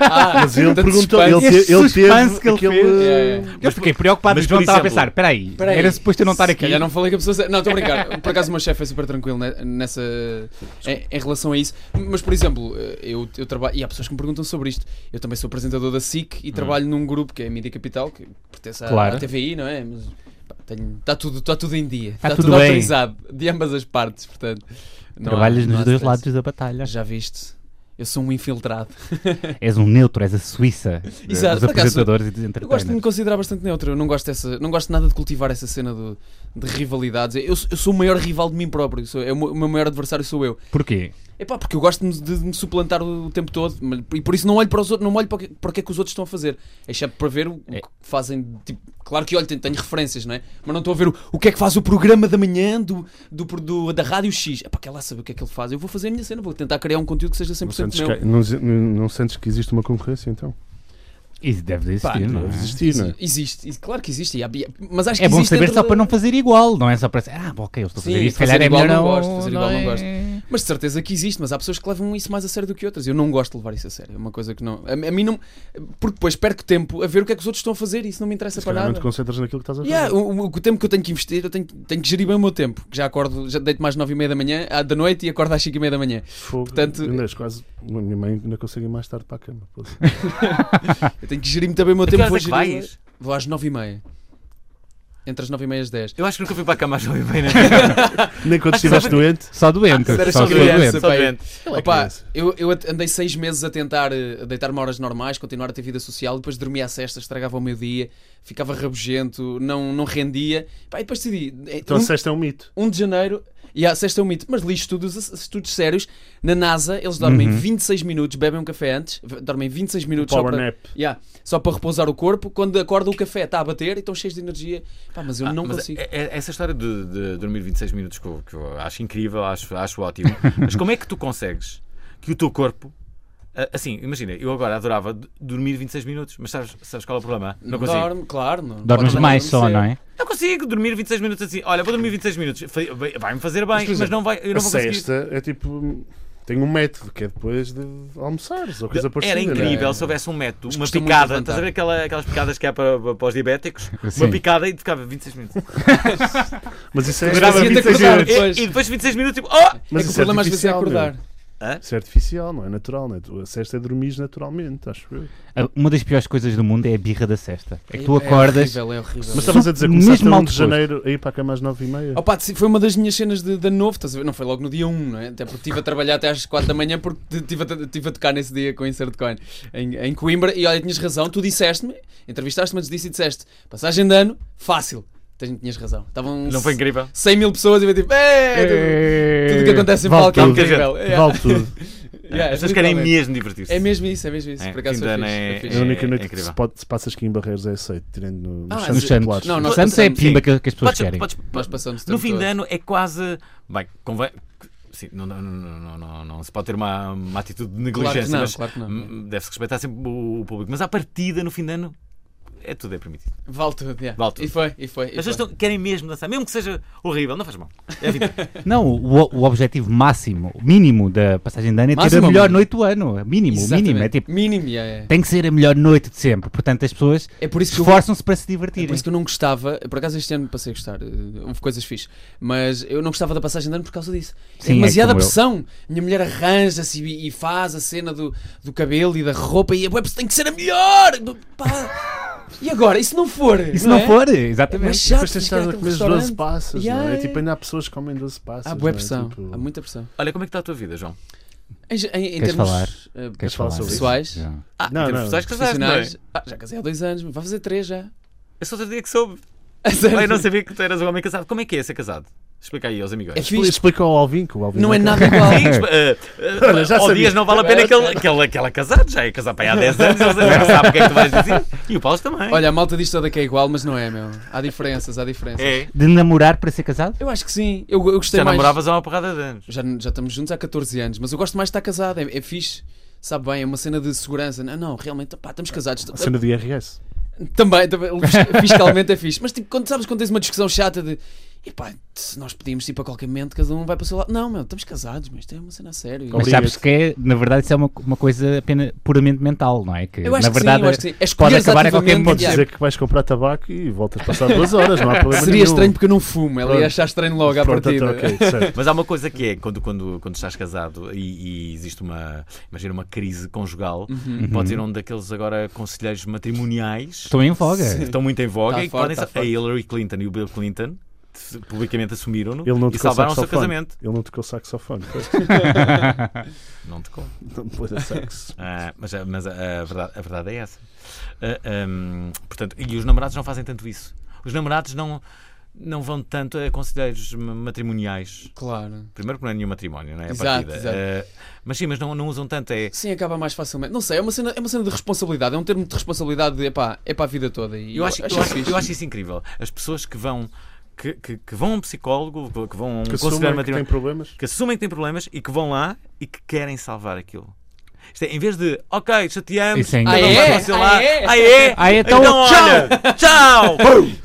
[SPEAKER 4] Ah,
[SPEAKER 3] Mas ele
[SPEAKER 4] tanto
[SPEAKER 3] perguntou,
[SPEAKER 4] suspense.
[SPEAKER 3] ele,
[SPEAKER 2] Esse
[SPEAKER 3] te- ele
[SPEAKER 2] suspense
[SPEAKER 3] teve
[SPEAKER 2] que ele
[SPEAKER 3] aquele...
[SPEAKER 2] fez.
[SPEAKER 4] Yeah, yeah.
[SPEAKER 2] eu fiquei preocupado,
[SPEAKER 1] mas
[SPEAKER 2] mas João
[SPEAKER 1] por
[SPEAKER 2] estava a
[SPEAKER 1] exemplo-
[SPEAKER 2] pensar: peraí,
[SPEAKER 4] Peraí.
[SPEAKER 2] era suposto eu não estar
[SPEAKER 4] Se
[SPEAKER 2] aqui.
[SPEAKER 4] calhar não falei com a pessoa certa. Não, estou a brincar. Por acaso o meu chefe é super tranquilo ne- nessa, em, em relação a isso. Mas, por exemplo, eh, eu, eu trabalho. E há pessoas que me perguntam sobre isto. Eu também sou apresentador da SIC e trabalho num grupo que é a Mídia Capital, que pertence
[SPEAKER 2] Hum.
[SPEAKER 4] à,
[SPEAKER 2] Claro.
[SPEAKER 4] à TVI, não é? Mas pá, tenho- está, tudo, está tudo em dia.
[SPEAKER 2] Está
[SPEAKER 4] Está,
[SPEAKER 2] Tá tudo
[SPEAKER 4] tudo,
[SPEAKER 2] bem.
[SPEAKER 4] autorizado de ambas as partes. Portanto, não há-
[SPEAKER 2] Trabalhas
[SPEAKER 4] não há
[SPEAKER 2] nos dois
[SPEAKER 4] stress.
[SPEAKER 2] lados da batalha.
[SPEAKER 4] Já viste? Eu sou um infiltrado.
[SPEAKER 2] És um neutro, és a Suíça eh,
[SPEAKER 4] Exato.
[SPEAKER 2] dos
[SPEAKER 4] Por acaso,
[SPEAKER 2] apresentadores e dos
[SPEAKER 4] Eu gosto de me
[SPEAKER 2] entertainers.
[SPEAKER 4] considerar bastante neutro. Eu não gosto, dessa, não gosto nada de cultivar essa cena do- de rivalidades. Eu, eu sou o maior rival de mim próprio. Sou, é o, meu- o meu maior adversário sou eu.
[SPEAKER 2] Porquê?
[SPEAKER 4] É pá, porque eu gosto de, me- de me suplantar o, tempo todo mas- e por isso não olho para os outros, não olho para, o que- para o que é que os outros estão a fazer, exceto para ver o, o
[SPEAKER 2] É.
[SPEAKER 4] que fazem. Tipo, claro que olho, tenho, tenho referências, não é? Mas não estou a ver o, o que é que faz o programa da manhã do, do, do- da Rádio X. É pá, quer lá saber o que é que ele faz. Eu vou fazer a minha cena, vou tentar criar um conteúdo que seja
[SPEAKER 3] Não
[SPEAKER 4] 100%
[SPEAKER 3] sentes,
[SPEAKER 4] meu.
[SPEAKER 3] que, é- não, não- não sentes que existe uma concorrência, então?
[SPEAKER 2] Isso deve existir,
[SPEAKER 4] Pá,
[SPEAKER 2] não é?
[SPEAKER 3] Deve existir, não é?
[SPEAKER 4] Existe, e- claro que existe, e há- e há- mas acho que
[SPEAKER 2] É bom
[SPEAKER 4] existe
[SPEAKER 2] saber
[SPEAKER 4] dentro
[SPEAKER 2] só
[SPEAKER 4] da-
[SPEAKER 2] para não fazer igual, não é só para dizer, ah, bom, ok, eu estou a fazer
[SPEAKER 4] Sim,
[SPEAKER 2] isto, se calhar
[SPEAKER 4] fazer
[SPEAKER 2] é
[SPEAKER 4] igual
[SPEAKER 2] melhor
[SPEAKER 4] não
[SPEAKER 2] não.
[SPEAKER 4] gosto, fazer igual não gosto.
[SPEAKER 2] é-
[SPEAKER 4] Mas de certeza que existe, mas há pessoas que levam isso mais a sério do que outras. Eu não gosto de levar isso a sério. É uma coisa que não. A, a mim não. Porque depois perco tempo a ver o que é que os outros estão a fazer e isso não me interessa
[SPEAKER 3] Se
[SPEAKER 4] para
[SPEAKER 3] calhar não
[SPEAKER 4] nada.
[SPEAKER 3] te concentras naquilo que estás a fazer.
[SPEAKER 4] Yeah, o, o- o tempo que eu tenho que investir, eu tenho, tenho que gerir bem o meu tempo. Que já acordo, já deito mais 9 e meia da manhã, ah, da noite e acordo às 5 e meia da manhã.
[SPEAKER 3] Fogo.
[SPEAKER 4] Portanto-
[SPEAKER 3] Inês, quase. A minha mãe ainda consegue ir mais tarde para a cama. pô.
[SPEAKER 4] Eu tenho que gerir muito bem o meu
[SPEAKER 1] A que
[SPEAKER 4] tempo. Vou,
[SPEAKER 1] horas é que
[SPEAKER 4] gerir,
[SPEAKER 1] vais?
[SPEAKER 4] vou às 9 e meia. Entre as 9 e meia e as 10.
[SPEAKER 1] Eu acho que nunca fui para a cama às 9 bem, né?
[SPEAKER 3] Nem quando estiveste doente.
[SPEAKER 2] Só doente,
[SPEAKER 4] Era
[SPEAKER 2] só,
[SPEAKER 4] só
[SPEAKER 2] sou
[SPEAKER 4] criança.
[SPEAKER 2] doente.
[SPEAKER 1] Só
[SPEAKER 4] pai.
[SPEAKER 1] doente.
[SPEAKER 3] Ela é
[SPEAKER 4] Opa,
[SPEAKER 3] criança.
[SPEAKER 4] eu, eu at- andei seis meses a tentar eh, a deitar-me a horas normais, continuar a ter vida social, depois dormia à sexta, estragava o meu dia, ficava rabugento, não, não rendia. Pá, e depois decidi, eh,
[SPEAKER 3] Então
[SPEAKER 4] um-
[SPEAKER 3] a sexta é um mito.
[SPEAKER 4] 1 de janeiro, e a sexta é um mito, mas li estudos, estudos sérios. Na NASA, eles dormem 26 minutos, bebem um café antes, v- dormem 26 minutos só
[SPEAKER 3] Um Power
[SPEAKER 4] para,
[SPEAKER 3] nap.
[SPEAKER 4] Yeah, só para repousar o corpo. Quando acordam, o café está a bater e estão cheios de energia. Pá, mas eu
[SPEAKER 1] Ah,
[SPEAKER 4] não
[SPEAKER 1] mas
[SPEAKER 4] consigo.
[SPEAKER 1] é- é- Essa história de, de dormir 26 minutos que eu, que eu acho incrível, acho, acho ótimo. Mas como é que tu consegues que o teu corpo. ah, Assim, imagina, eu agora adorava d- dormir 26 minutos, mas sabes, sabes qual é o problema? Não consigo.
[SPEAKER 4] Dorme, claro. Não,
[SPEAKER 2] Dormes
[SPEAKER 4] Pode-
[SPEAKER 2] mais
[SPEAKER 4] dorme
[SPEAKER 2] só,
[SPEAKER 4] cedo.
[SPEAKER 2] não é?
[SPEAKER 1] Não consigo dormir 26 minutos assim. Olha, vou dormir 26 minutos. Fa- vai- Vai-me fazer bem,
[SPEAKER 3] Mas, por
[SPEAKER 1] mas,
[SPEAKER 3] exemplo,
[SPEAKER 1] não vai, eu
[SPEAKER 3] A
[SPEAKER 1] não vou conseguir.
[SPEAKER 3] sexta é tipo. Tem um método que é depois de almoçares ou coisa parecida.
[SPEAKER 1] Era
[SPEAKER 3] não é?
[SPEAKER 1] incrível se houvesse um método,
[SPEAKER 4] Mas
[SPEAKER 1] uma
[SPEAKER 4] custa muito
[SPEAKER 1] picada.
[SPEAKER 4] levantar.
[SPEAKER 1] Estás a ver aquela- aquelas picadas que há para, para os diabéticos?
[SPEAKER 2] Sim.
[SPEAKER 1] Uma picada e ficava 26 minutos. Então,
[SPEAKER 3] Mas isso é,
[SPEAKER 4] Durava
[SPEAKER 3] isso é
[SPEAKER 4] 20
[SPEAKER 3] artificial.
[SPEAKER 4] segundos.
[SPEAKER 1] E, e depois de 26 minutos, tipo, oh!
[SPEAKER 3] Mas
[SPEAKER 4] é que o
[SPEAKER 3] isso é
[SPEAKER 4] problema às vezes é
[SPEAKER 3] artificial, meu.
[SPEAKER 4] acordar.
[SPEAKER 3] Isso é artificial, não é natural. Não é? Tu- A sexta é dormir naturalmente, acho eu.
[SPEAKER 2] Ah, Uma das piores coisas do mundo é a birra da sexta. É que tu
[SPEAKER 4] É
[SPEAKER 2] acordas.
[SPEAKER 4] horrível, é horrível.
[SPEAKER 3] Mas estavas a dizer que começaste
[SPEAKER 2] Mesmo
[SPEAKER 3] a
[SPEAKER 2] mal
[SPEAKER 3] 1 de
[SPEAKER 2] disposto.
[SPEAKER 3] janeiro a ir para a cama às 9h30.
[SPEAKER 4] Opa, se- foi uma das minhas cenas de, de ano novo, estás a ver? Não foi logo no dia 1, não é? Até porque estive a trabalhar até às 4 da manhã porque estive a, tive a tocar nesse dia com o Insert Coin em, em Coimbra. E olha, tinhas razão, tu disseste-me, entrevistaste-me antes disso e disseste: passagem de ano, fácil. Tens- Tinhas razão. Estavam
[SPEAKER 1] Não foi incrível?
[SPEAKER 4] 100 mil pessoas e eu tipo: "É, tudo tudo que acontece em
[SPEAKER 3] Vale
[SPEAKER 4] palco é
[SPEAKER 3] tudo.
[SPEAKER 4] incrível. É,
[SPEAKER 3] Vale tudo.
[SPEAKER 4] é, é,
[SPEAKER 1] As pessoas querem
[SPEAKER 4] literalmente.
[SPEAKER 1] mesmo divertir-se.
[SPEAKER 4] É mesmo isso, é mesmo isso.
[SPEAKER 1] É,
[SPEAKER 4] Por acaso
[SPEAKER 1] fim
[SPEAKER 4] foi
[SPEAKER 1] de ano
[SPEAKER 4] fixe,
[SPEAKER 1] é-
[SPEAKER 4] foi
[SPEAKER 3] É
[SPEAKER 4] fixe.
[SPEAKER 3] a única
[SPEAKER 1] É
[SPEAKER 3] noite que
[SPEAKER 1] incrível.
[SPEAKER 3] se, pode, se passas aqui em Barreiros é aceito, tirando no,
[SPEAKER 4] Ah,
[SPEAKER 3] nos
[SPEAKER 4] mas-
[SPEAKER 2] Nos
[SPEAKER 3] Santos
[SPEAKER 2] Santos.
[SPEAKER 3] Populares.
[SPEAKER 4] Não,
[SPEAKER 2] Nos
[SPEAKER 4] nós
[SPEAKER 2] Santos é a
[SPEAKER 4] passamos-
[SPEAKER 2] pimba que, que as pessoas
[SPEAKER 1] Podes-
[SPEAKER 2] querem.
[SPEAKER 1] podes-
[SPEAKER 4] Nós passamos o tempo
[SPEAKER 1] No fim
[SPEAKER 4] todo.
[SPEAKER 1] de ano é quase. Bem, convém. Sim, não, não, não, não, não, não se pode ter uma, uma atitude de
[SPEAKER 4] Claro
[SPEAKER 1] negligência,
[SPEAKER 4] que não,
[SPEAKER 1] mas
[SPEAKER 4] claro que não.
[SPEAKER 1] hum, deve-se respeitar sempre o, o público. Mas à partida, no fim de ano, é tudo é permitido.
[SPEAKER 4] Vale tudo, yeah.
[SPEAKER 1] Vale tudo.
[SPEAKER 4] E foi, e foi. e
[SPEAKER 1] As pessoas
[SPEAKER 4] foi.
[SPEAKER 1] estão- querem mesmo dançar, mesmo que seja horrível, não faz mal. É a vida.
[SPEAKER 2] Não, o, o objetivo máximo, o mínimo da passagem de ano é ter
[SPEAKER 4] Máximo
[SPEAKER 2] a
[SPEAKER 4] ou
[SPEAKER 2] melhor
[SPEAKER 4] mínimo?
[SPEAKER 2] noite do ano. Mínimo, mínimo. É
[SPEAKER 4] Exatamente.
[SPEAKER 2] tipo,
[SPEAKER 4] Mínimo, yeah, yeah.
[SPEAKER 2] tem que ser a melhor noite de sempre. Portanto, as pessoas
[SPEAKER 4] É por isso que eu
[SPEAKER 2] esforçam-se para se
[SPEAKER 4] É por
[SPEAKER 2] divertirem.
[SPEAKER 4] isso que eu não gostava, por acaso este ano passei a gostar, eh, houve coisas fixas, mas eu não gostava da passagem de ano por causa disso.
[SPEAKER 2] Sim,
[SPEAKER 4] é
[SPEAKER 2] é
[SPEAKER 4] demasiada
[SPEAKER 2] como eu.
[SPEAKER 4] pressão. Minha mulher arranja-se e, e faz a cena do, do cabelo e da roupa e a web tem que ser a melhor! Pá. E agora? E se não for?
[SPEAKER 2] E se não
[SPEAKER 4] é?
[SPEAKER 2] for,
[SPEAKER 4] Mas
[SPEAKER 2] exatamente.
[SPEAKER 4] chato,
[SPEAKER 3] Depois tens de estar a comer 12 passas, não é? Tipo, ainda há pessoas que comem 12 passas.
[SPEAKER 4] Há
[SPEAKER 3] não é?
[SPEAKER 4] boa pressão,
[SPEAKER 3] Tipo,
[SPEAKER 4] há muita pressão.
[SPEAKER 1] Olha, como é que está a tua vida, João?
[SPEAKER 4] Em, em- em
[SPEAKER 2] Queres
[SPEAKER 4] termos
[SPEAKER 2] falar?
[SPEAKER 4] eh,
[SPEAKER 2] Queres
[SPEAKER 3] falar
[SPEAKER 2] falar
[SPEAKER 3] sobre
[SPEAKER 2] sobre
[SPEAKER 4] isso?
[SPEAKER 2] isso?
[SPEAKER 1] Ah,
[SPEAKER 3] Não,
[SPEAKER 1] temos
[SPEAKER 4] Tipo,
[SPEAKER 3] não.
[SPEAKER 1] pessoas casadas, não é?
[SPEAKER 4] profissionais, ah, já casei há dois anos, vai fazer três já. É
[SPEAKER 1] Eu só outro dia que soube.
[SPEAKER 4] A sério?
[SPEAKER 1] Eu não sabia que tu eras um homem casado. Como é que é ser casado? Explica aí aos amigos.
[SPEAKER 4] É
[SPEAKER 3] Expli-
[SPEAKER 4] fixe,
[SPEAKER 3] Explica ao Alvin que o Alvin
[SPEAKER 4] não é
[SPEAKER 3] quer.
[SPEAKER 4] nada igual.
[SPEAKER 1] Sim, uh,
[SPEAKER 3] Olha, já
[SPEAKER 1] ao
[SPEAKER 3] sabia.
[SPEAKER 1] Dias não vale a pena que ele, que, ele, que ele é casado, já é casado para aí há 10 anos, ele já sabe o que é que tu vais dizer. E o Paulo também.
[SPEAKER 4] Olha, a malta diz toda que é igual, mas não é, meu. Há diferenças, há diferenças.
[SPEAKER 1] é.
[SPEAKER 2] De namorar para ser casado?
[SPEAKER 4] Eu acho que sim. Eu, eu gostei
[SPEAKER 1] Já
[SPEAKER 4] mais.
[SPEAKER 1] namoravas há uma porrada de anos.
[SPEAKER 4] Já, já estamos juntos há 14 anos, mas eu gosto mais de estar casado. É, é fixe. Sabe bem, é uma cena de segurança. Não, não, realmente, pá, estamos casados.
[SPEAKER 3] A cena do IRS.
[SPEAKER 4] Também, também, fiscalmente é fixe. Mas tipo, quando sabes quando tens uma discussão chata de E pá, se nós pedimos tipo a qualquer momento, cada um vai para o seu lado. Não, meu, estamos casados, mas isto é uma cena séria.
[SPEAKER 2] Mas sabes que, é, na verdade, isso é uma, uma coisa apenas puramente mental, não é? Que,
[SPEAKER 4] Eu acho
[SPEAKER 2] na
[SPEAKER 4] que sim,
[SPEAKER 2] verdade,
[SPEAKER 4] eu acho que sim. É
[SPEAKER 2] pode
[SPEAKER 4] escolheres
[SPEAKER 2] acabar a qualquer
[SPEAKER 4] ativamente,
[SPEAKER 2] momento.
[SPEAKER 4] yeah.
[SPEAKER 3] Dizer que vais comprar tabaco e voltas passar duas horas, não há problema
[SPEAKER 4] Seria
[SPEAKER 3] nenhum.
[SPEAKER 4] estranho porque eu não fumo. Ela ia
[SPEAKER 3] Pronto.
[SPEAKER 4] achar estranho logo à
[SPEAKER 3] Pronto, então,
[SPEAKER 4] partida.
[SPEAKER 3] ok, certo.
[SPEAKER 1] Mas há uma coisa que é, quando, quando, quando estás casado e, e existe uma, imagina, uma crise conjugal,
[SPEAKER 3] Uhum.
[SPEAKER 1] pode ir um daqueles agora conselheiros matrimoniais
[SPEAKER 2] Estão em voga.
[SPEAKER 1] que estão muito em voga
[SPEAKER 4] Tá
[SPEAKER 1] e que
[SPEAKER 4] forte,
[SPEAKER 1] podem
[SPEAKER 4] tá
[SPEAKER 1] sa- A
[SPEAKER 4] forte.
[SPEAKER 1] Hillary Clinton e o Bill Clinton se- publicamente assumiram-no
[SPEAKER 3] Ele não
[SPEAKER 1] e
[SPEAKER 3] tocou
[SPEAKER 1] salvaram o seu
[SPEAKER 3] saxofone.
[SPEAKER 1] casamento.
[SPEAKER 3] Ele não tocou saxofone. pois.
[SPEAKER 1] Não tocou.
[SPEAKER 3] Não pôs a sax.
[SPEAKER 1] Ah, mas a- mas a, a verdade, a verdade é essa. Ah, hum, portanto, e os namorados não fazem tanto isso. Os namorados não, não vão tanto a conselheiros ma- matrimoniais.
[SPEAKER 4] Claro.
[SPEAKER 1] Primeiro porque não é nenhum matrimónio, não é? A
[SPEAKER 4] Exato,
[SPEAKER 1] partida.
[SPEAKER 4] exato.
[SPEAKER 1] Ah, mas sim, mas não, não usam tanto. É,
[SPEAKER 4] Sim, acaba mais facilmente. Não sei, é uma cena, é uma cena de responsabilidade. É um termo de responsabilidade de, epá, é para a vida toda. E
[SPEAKER 1] eu, acho, eu,
[SPEAKER 4] isso
[SPEAKER 1] acho,
[SPEAKER 4] fixe.
[SPEAKER 1] eu acho isso incrível. As pessoas que vão, que, que, que vão a um psicólogo, que vão a um
[SPEAKER 3] Que
[SPEAKER 1] conselheiro
[SPEAKER 3] assumem que tem
[SPEAKER 1] matrimonial,
[SPEAKER 3] problemas.
[SPEAKER 1] que assumem que têm problemas e que vão lá e que querem salvar aquilo. Isto é, em vez de, ok, chateamos,
[SPEAKER 2] Isso é
[SPEAKER 1] cada um
[SPEAKER 4] incrível.
[SPEAKER 1] vai
[SPEAKER 4] Ah, é?
[SPEAKER 1] para o seu lado,
[SPEAKER 4] Ah, é?
[SPEAKER 1] ah, é?
[SPEAKER 2] Ah, então,
[SPEAKER 1] olha, tchau!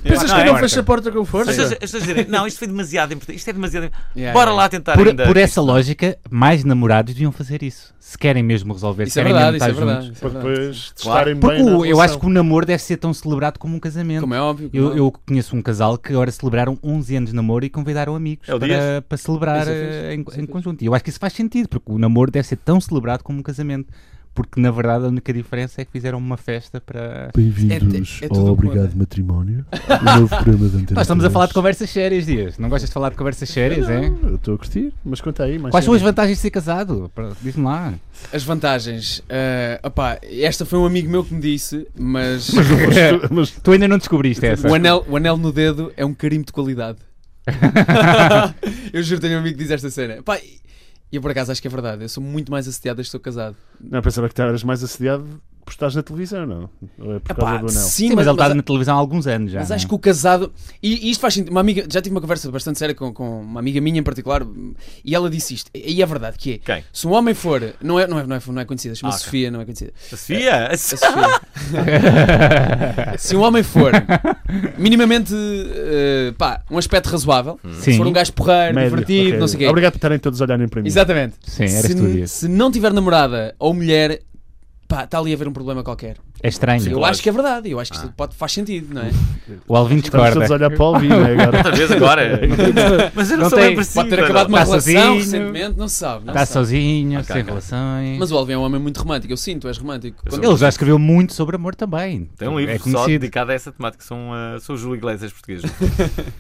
[SPEAKER 3] Pensas
[SPEAKER 1] Não,
[SPEAKER 3] que
[SPEAKER 1] é
[SPEAKER 3] eu não
[SPEAKER 2] porta.
[SPEAKER 3] fecho a porta com
[SPEAKER 1] As
[SPEAKER 3] força?
[SPEAKER 1] pessoas- as pessoas dizem, não, isto foi demasiado importante, isto é demasiado importante.
[SPEAKER 4] Yeah,
[SPEAKER 1] Bora
[SPEAKER 4] yeah.
[SPEAKER 1] lá tentar
[SPEAKER 2] por,
[SPEAKER 1] ainda.
[SPEAKER 2] por essa lógica, mais namorados deviam fazer isso. Se querem mesmo resolver,
[SPEAKER 4] Isso
[SPEAKER 2] se
[SPEAKER 4] é
[SPEAKER 2] querem
[SPEAKER 4] verdade, isso
[SPEAKER 2] mesmo
[SPEAKER 4] é
[SPEAKER 2] estar
[SPEAKER 4] verdade.
[SPEAKER 2] juntos.
[SPEAKER 4] isso é
[SPEAKER 3] Para
[SPEAKER 4] verdade.
[SPEAKER 3] depois
[SPEAKER 1] Claro.
[SPEAKER 3] estarem
[SPEAKER 2] Porque
[SPEAKER 3] bem na
[SPEAKER 2] o- eu acho
[SPEAKER 3] relação.
[SPEAKER 2] que o namoro deve ser tão celebrado como um casamento.
[SPEAKER 4] Como é óbvio. como é
[SPEAKER 2] Eu,
[SPEAKER 4] óbvio.
[SPEAKER 2] eu conheço um casal que agora celebraram 11 anos de namoro e convidaram amigos
[SPEAKER 1] É o
[SPEAKER 2] para,
[SPEAKER 1] Dias?
[SPEAKER 2] para celebrar
[SPEAKER 4] Isso é fixe,
[SPEAKER 2] eh, em,
[SPEAKER 4] isso é
[SPEAKER 2] em
[SPEAKER 4] fixe.
[SPEAKER 2] conjunto. E eu acho que isso faz sentido, porque o namoro deve ser tão celebrado como um casamento. Porque na verdade a única diferença é que fizeram uma festa para.
[SPEAKER 4] Bem-vindos É- é ao tudo Obrigado bom.
[SPEAKER 3] Matrimónio, o novo programa da Antena
[SPEAKER 2] Nós estamos a falar de conversas sérias, Dias. Não gostas de falar de conversas sérias, é?
[SPEAKER 3] Eu estou a curtir, mas conta aí. Mais
[SPEAKER 2] Quais são as
[SPEAKER 3] cedo.
[SPEAKER 2] vantagens de ser casado? Pra- Diz-me lá.
[SPEAKER 4] As vantagens. eh, opá, esta foi um amigo meu que me disse, mas
[SPEAKER 2] É.
[SPEAKER 3] Mas
[SPEAKER 2] Tu ainda não descobriste essa.
[SPEAKER 4] o anel, o anel no dedo é um carimbo de qualidade. eu juro, tenho um amigo que diz esta cena. Pá, e eu por acaso acho que é verdade. Eu sou muito mais assediado desde que estou casado.
[SPEAKER 3] não pensava que estavas mais assediado por estás na televisão, não? Ou é por causa
[SPEAKER 4] Epá,
[SPEAKER 3] do anel?
[SPEAKER 4] sim,
[SPEAKER 2] Sim, mas ele está
[SPEAKER 4] mas-
[SPEAKER 2] na televisão há alguns anos já.
[SPEAKER 4] Mas
[SPEAKER 2] não é?
[SPEAKER 4] acho que o casado. E, e isto faz sentido. Uma amiga, já tive uma conversa bastante séria com, com uma amiga minha em particular e ela disse isto. E é verdade que é.
[SPEAKER 1] Quem?
[SPEAKER 4] Se um homem for. Não é, não é, não é, não é conhecida, chama
[SPEAKER 1] Ah, ok.
[SPEAKER 4] Sofia, não é conhecida.
[SPEAKER 1] A Sofia? A
[SPEAKER 4] A
[SPEAKER 1] Sofia.
[SPEAKER 4] Sofia. se um homem for minimamente. eh, pá, um aspecto razoável. Se
[SPEAKER 2] Sim.
[SPEAKER 4] for um gajo porreiro,
[SPEAKER 3] Médio,
[SPEAKER 4] divertido,
[SPEAKER 3] ok.
[SPEAKER 4] não sei o quê.
[SPEAKER 3] Obrigado por estarem todos a olharem para mim.
[SPEAKER 4] Exatamente.
[SPEAKER 2] Sim, era
[SPEAKER 4] se,
[SPEAKER 2] tu, Dias.
[SPEAKER 4] se não tiver namorada ou mulher. Pá, está ali a haver um problema qualquer.
[SPEAKER 2] É estranho.
[SPEAKER 4] eu
[SPEAKER 1] lógico.
[SPEAKER 4] acho que é verdade. Eu acho que isto pode, faz sentido, não é?
[SPEAKER 2] O Alvin
[SPEAKER 3] Estamos
[SPEAKER 2] discorda.
[SPEAKER 3] todos a olhar para o Alvin né, agora.
[SPEAKER 1] Outra vez agora. Mas eu não,
[SPEAKER 2] Não
[SPEAKER 1] sou
[SPEAKER 2] tem-
[SPEAKER 1] bem parecido.
[SPEAKER 4] Pode ter acabado uma
[SPEAKER 2] Tá
[SPEAKER 4] relação
[SPEAKER 2] sozinho.
[SPEAKER 4] recentemente, não se sabe. Não
[SPEAKER 2] Está
[SPEAKER 4] se sabe.
[SPEAKER 2] sozinho,
[SPEAKER 1] Ok,
[SPEAKER 2] sem
[SPEAKER 1] ok.
[SPEAKER 2] relações.
[SPEAKER 4] Mas o Alvin é um homem muito romântico, eu sinto, és romântico.
[SPEAKER 1] Eu sou.
[SPEAKER 2] Ele já escreveu muito sobre amor também.
[SPEAKER 1] Tem um livro
[SPEAKER 2] é
[SPEAKER 1] só
[SPEAKER 2] conhecido.
[SPEAKER 1] dedicado a essa temática, são, ah, são os Júlio Iglesias portugueses.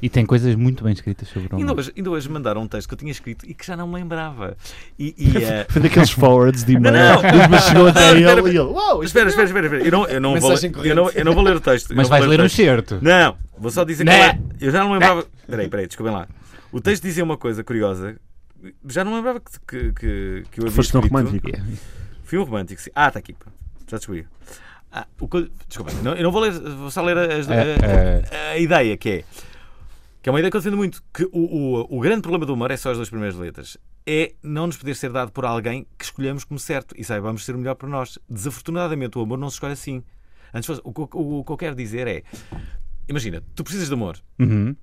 [SPEAKER 2] E tem coisas muito bem escritas sobre o
[SPEAKER 1] Ainda
[SPEAKER 2] amor.
[SPEAKER 1] hoje, ainda hoje mandaram um texto que eu tinha escrito e que já não me lembrava. E, e, ah,
[SPEAKER 3] Foi daqueles forwards de e-mail.
[SPEAKER 1] Não,
[SPEAKER 3] Mas chegou
[SPEAKER 1] Não,
[SPEAKER 3] até ele
[SPEAKER 1] espera,
[SPEAKER 3] e ele. Uau, isto
[SPEAKER 1] espera, espera, espera, espera. Eu não, eu não vou,
[SPEAKER 4] Mensagem
[SPEAKER 1] ler- eu não,
[SPEAKER 4] corrente.
[SPEAKER 1] eu não vou ler o texto. eu não vou
[SPEAKER 2] Mas vais ler Né?
[SPEAKER 1] o
[SPEAKER 2] um
[SPEAKER 1] texto.
[SPEAKER 2] certo.
[SPEAKER 1] Não, vou só dizer
[SPEAKER 2] Não.
[SPEAKER 1] qual é. Eu já não lembrava. Peraí, peraí, desculpem lá. O texto dizia uma coisa curiosa. Já não lembrava que, que, que, que eu havia
[SPEAKER 3] Foste tão
[SPEAKER 1] escrito.
[SPEAKER 3] romântico.
[SPEAKER 1] Fui um romântico, sim. Ah, está aqui. pá. Já descobri. Ah, o que eu- Desculpa, não, eu não vou ler, vou só ler as- a, a- a ideia que é. Que é uma ideia que eu defendo muito. Que o, o, o grande problema do humor é só as duas primeiras letras. É não nos poder ser dado por alguém que escolhemos como certo e saibamos ser o melhor para nós. Desafortunadamente, o amor não se escolhe assim. Antes fosse- o, que eu- o que eu quero dizer é: imagina, tu precisas de amor
[SPEAKER 2] Uhum.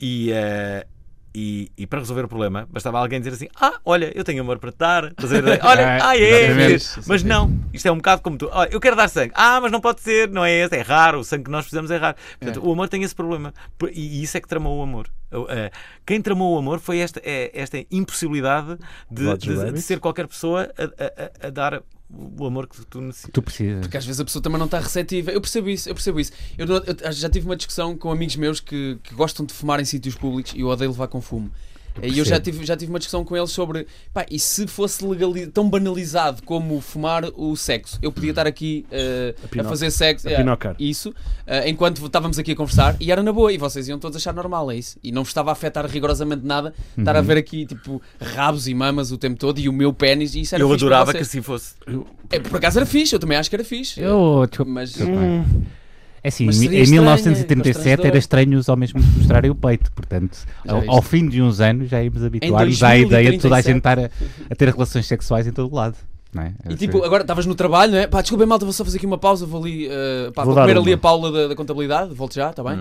[SPEAKER 1] e. eh, e, e para resolver o problema, bastava alguém dizer assim: Ah, olha, eu tenho amor para te dar. Estás a ver? Olha,
[SPEAKER 2] Ah,
[SPEAKER 1] ah, é.
[SPEAKER 2] exatamente.
[SPEAKER 1] fixe. Mas não, isto é um bocado como tu: "Ah, Eu quero dar sangue. Ah, mas não pode ser, não é esse, é raro. O sangue que nós precisamos é raro. Portanto, o amor tem esse problema. Por- E e isso é que tramou o amor. Eu, eh, Quem tramou o amor foi esta, eh, esta impossibilidade de,
[SPEAKER 3] Roger
[SPEAKER 1] de, de
[SPEAKER 3] Rabbit?
[SPEAKER 1] ser qualquer pessoa a, a- a- a dar o amor que tu necessitas.
[SPEAKER 2] Tu precisas.
[SPEAKER 4] Porque às vezes a pessoa também não está receptiva. Eu percebo isso, eu percebo isso. Eu, não- eu já tive uma discussão com amigos meus que, que gostam de fumar em sítios públicos e eu odeio levar com fumo. E eu já
[SPEAKER 2] percebo.
[SPEAKER 4] tive, já tive uma discussão com eles sobre pá, e se fosse legaliz- tão banalizado como fumar o sexo, eu podia estar aqui eh,
[SPEAKER 3] A
[SPEAKER 4] a,
[SPEAKER 3] pinoc-
[SPEAKER 4] fazer sexo,
[SPEAKER 3] a
[SPEAKER 4] eh,
[SPEAKER 3] pinocar.
[SPEAKER 4] isso, eh, enquanto estávamos aqui a conversar e era na boa, e vocês iam todos achar normal, é isso. E não vos estava a afetar rigorosamente nada estar a ver aqui tipo rabos e mamas o tempo todo e o meu pênis, e isso era
[SPEAKER 1] Eu
[SPEAKER 4] fixe para
[SPEAKER 1] adorava que
[SPEAKER 4] vocês.
[SPEAKER 1] assim fosse.
[SPEAKER 4] É, por acaso era fixe, eu também acho que era fixe.
[SPEAKER 2] Eu, desculpa.
[SPEAKER 4] Mas
[SPEAKER 2] É assim,
[SPEAKER 4] tipo, Mas seria
[SPEAKER 2] em
[SPEAKER 4] estranho,
[SPEAKER 2] 1937
[SPEAKER 4] constrangedor. é
[SPEAKER 2] era estranho os homens mostrarem o peito, portanto,
[SPEAKER 4] Já
[SPEAKER 2] ao,
[SPEAKER 4] viste.
[SPEAKER 2] ao fim de uns anos já íamos habituar-nos à
[SPEAKER 4] 2037.
[SPEAKER 2] ideia de toda a gente estar a, a ter relações sexuais em todo lado. Não é?
[SPEAKER 4] E tipo, agora estavas no trabalho, não é? Pá, desculpa, malta, vou só fazer aqui uma pausa, vou ali, eh, pá,
[SPEAKER 3] Vou
[SPEAKER 4] vou comer
[SPEAKER 3] dar
[SPEAKER 4] ali
[SPEAKER 3] uma.
[SPEAKER 4] tá Uhum. a Paula da, da contabilidade, volto já, está bem?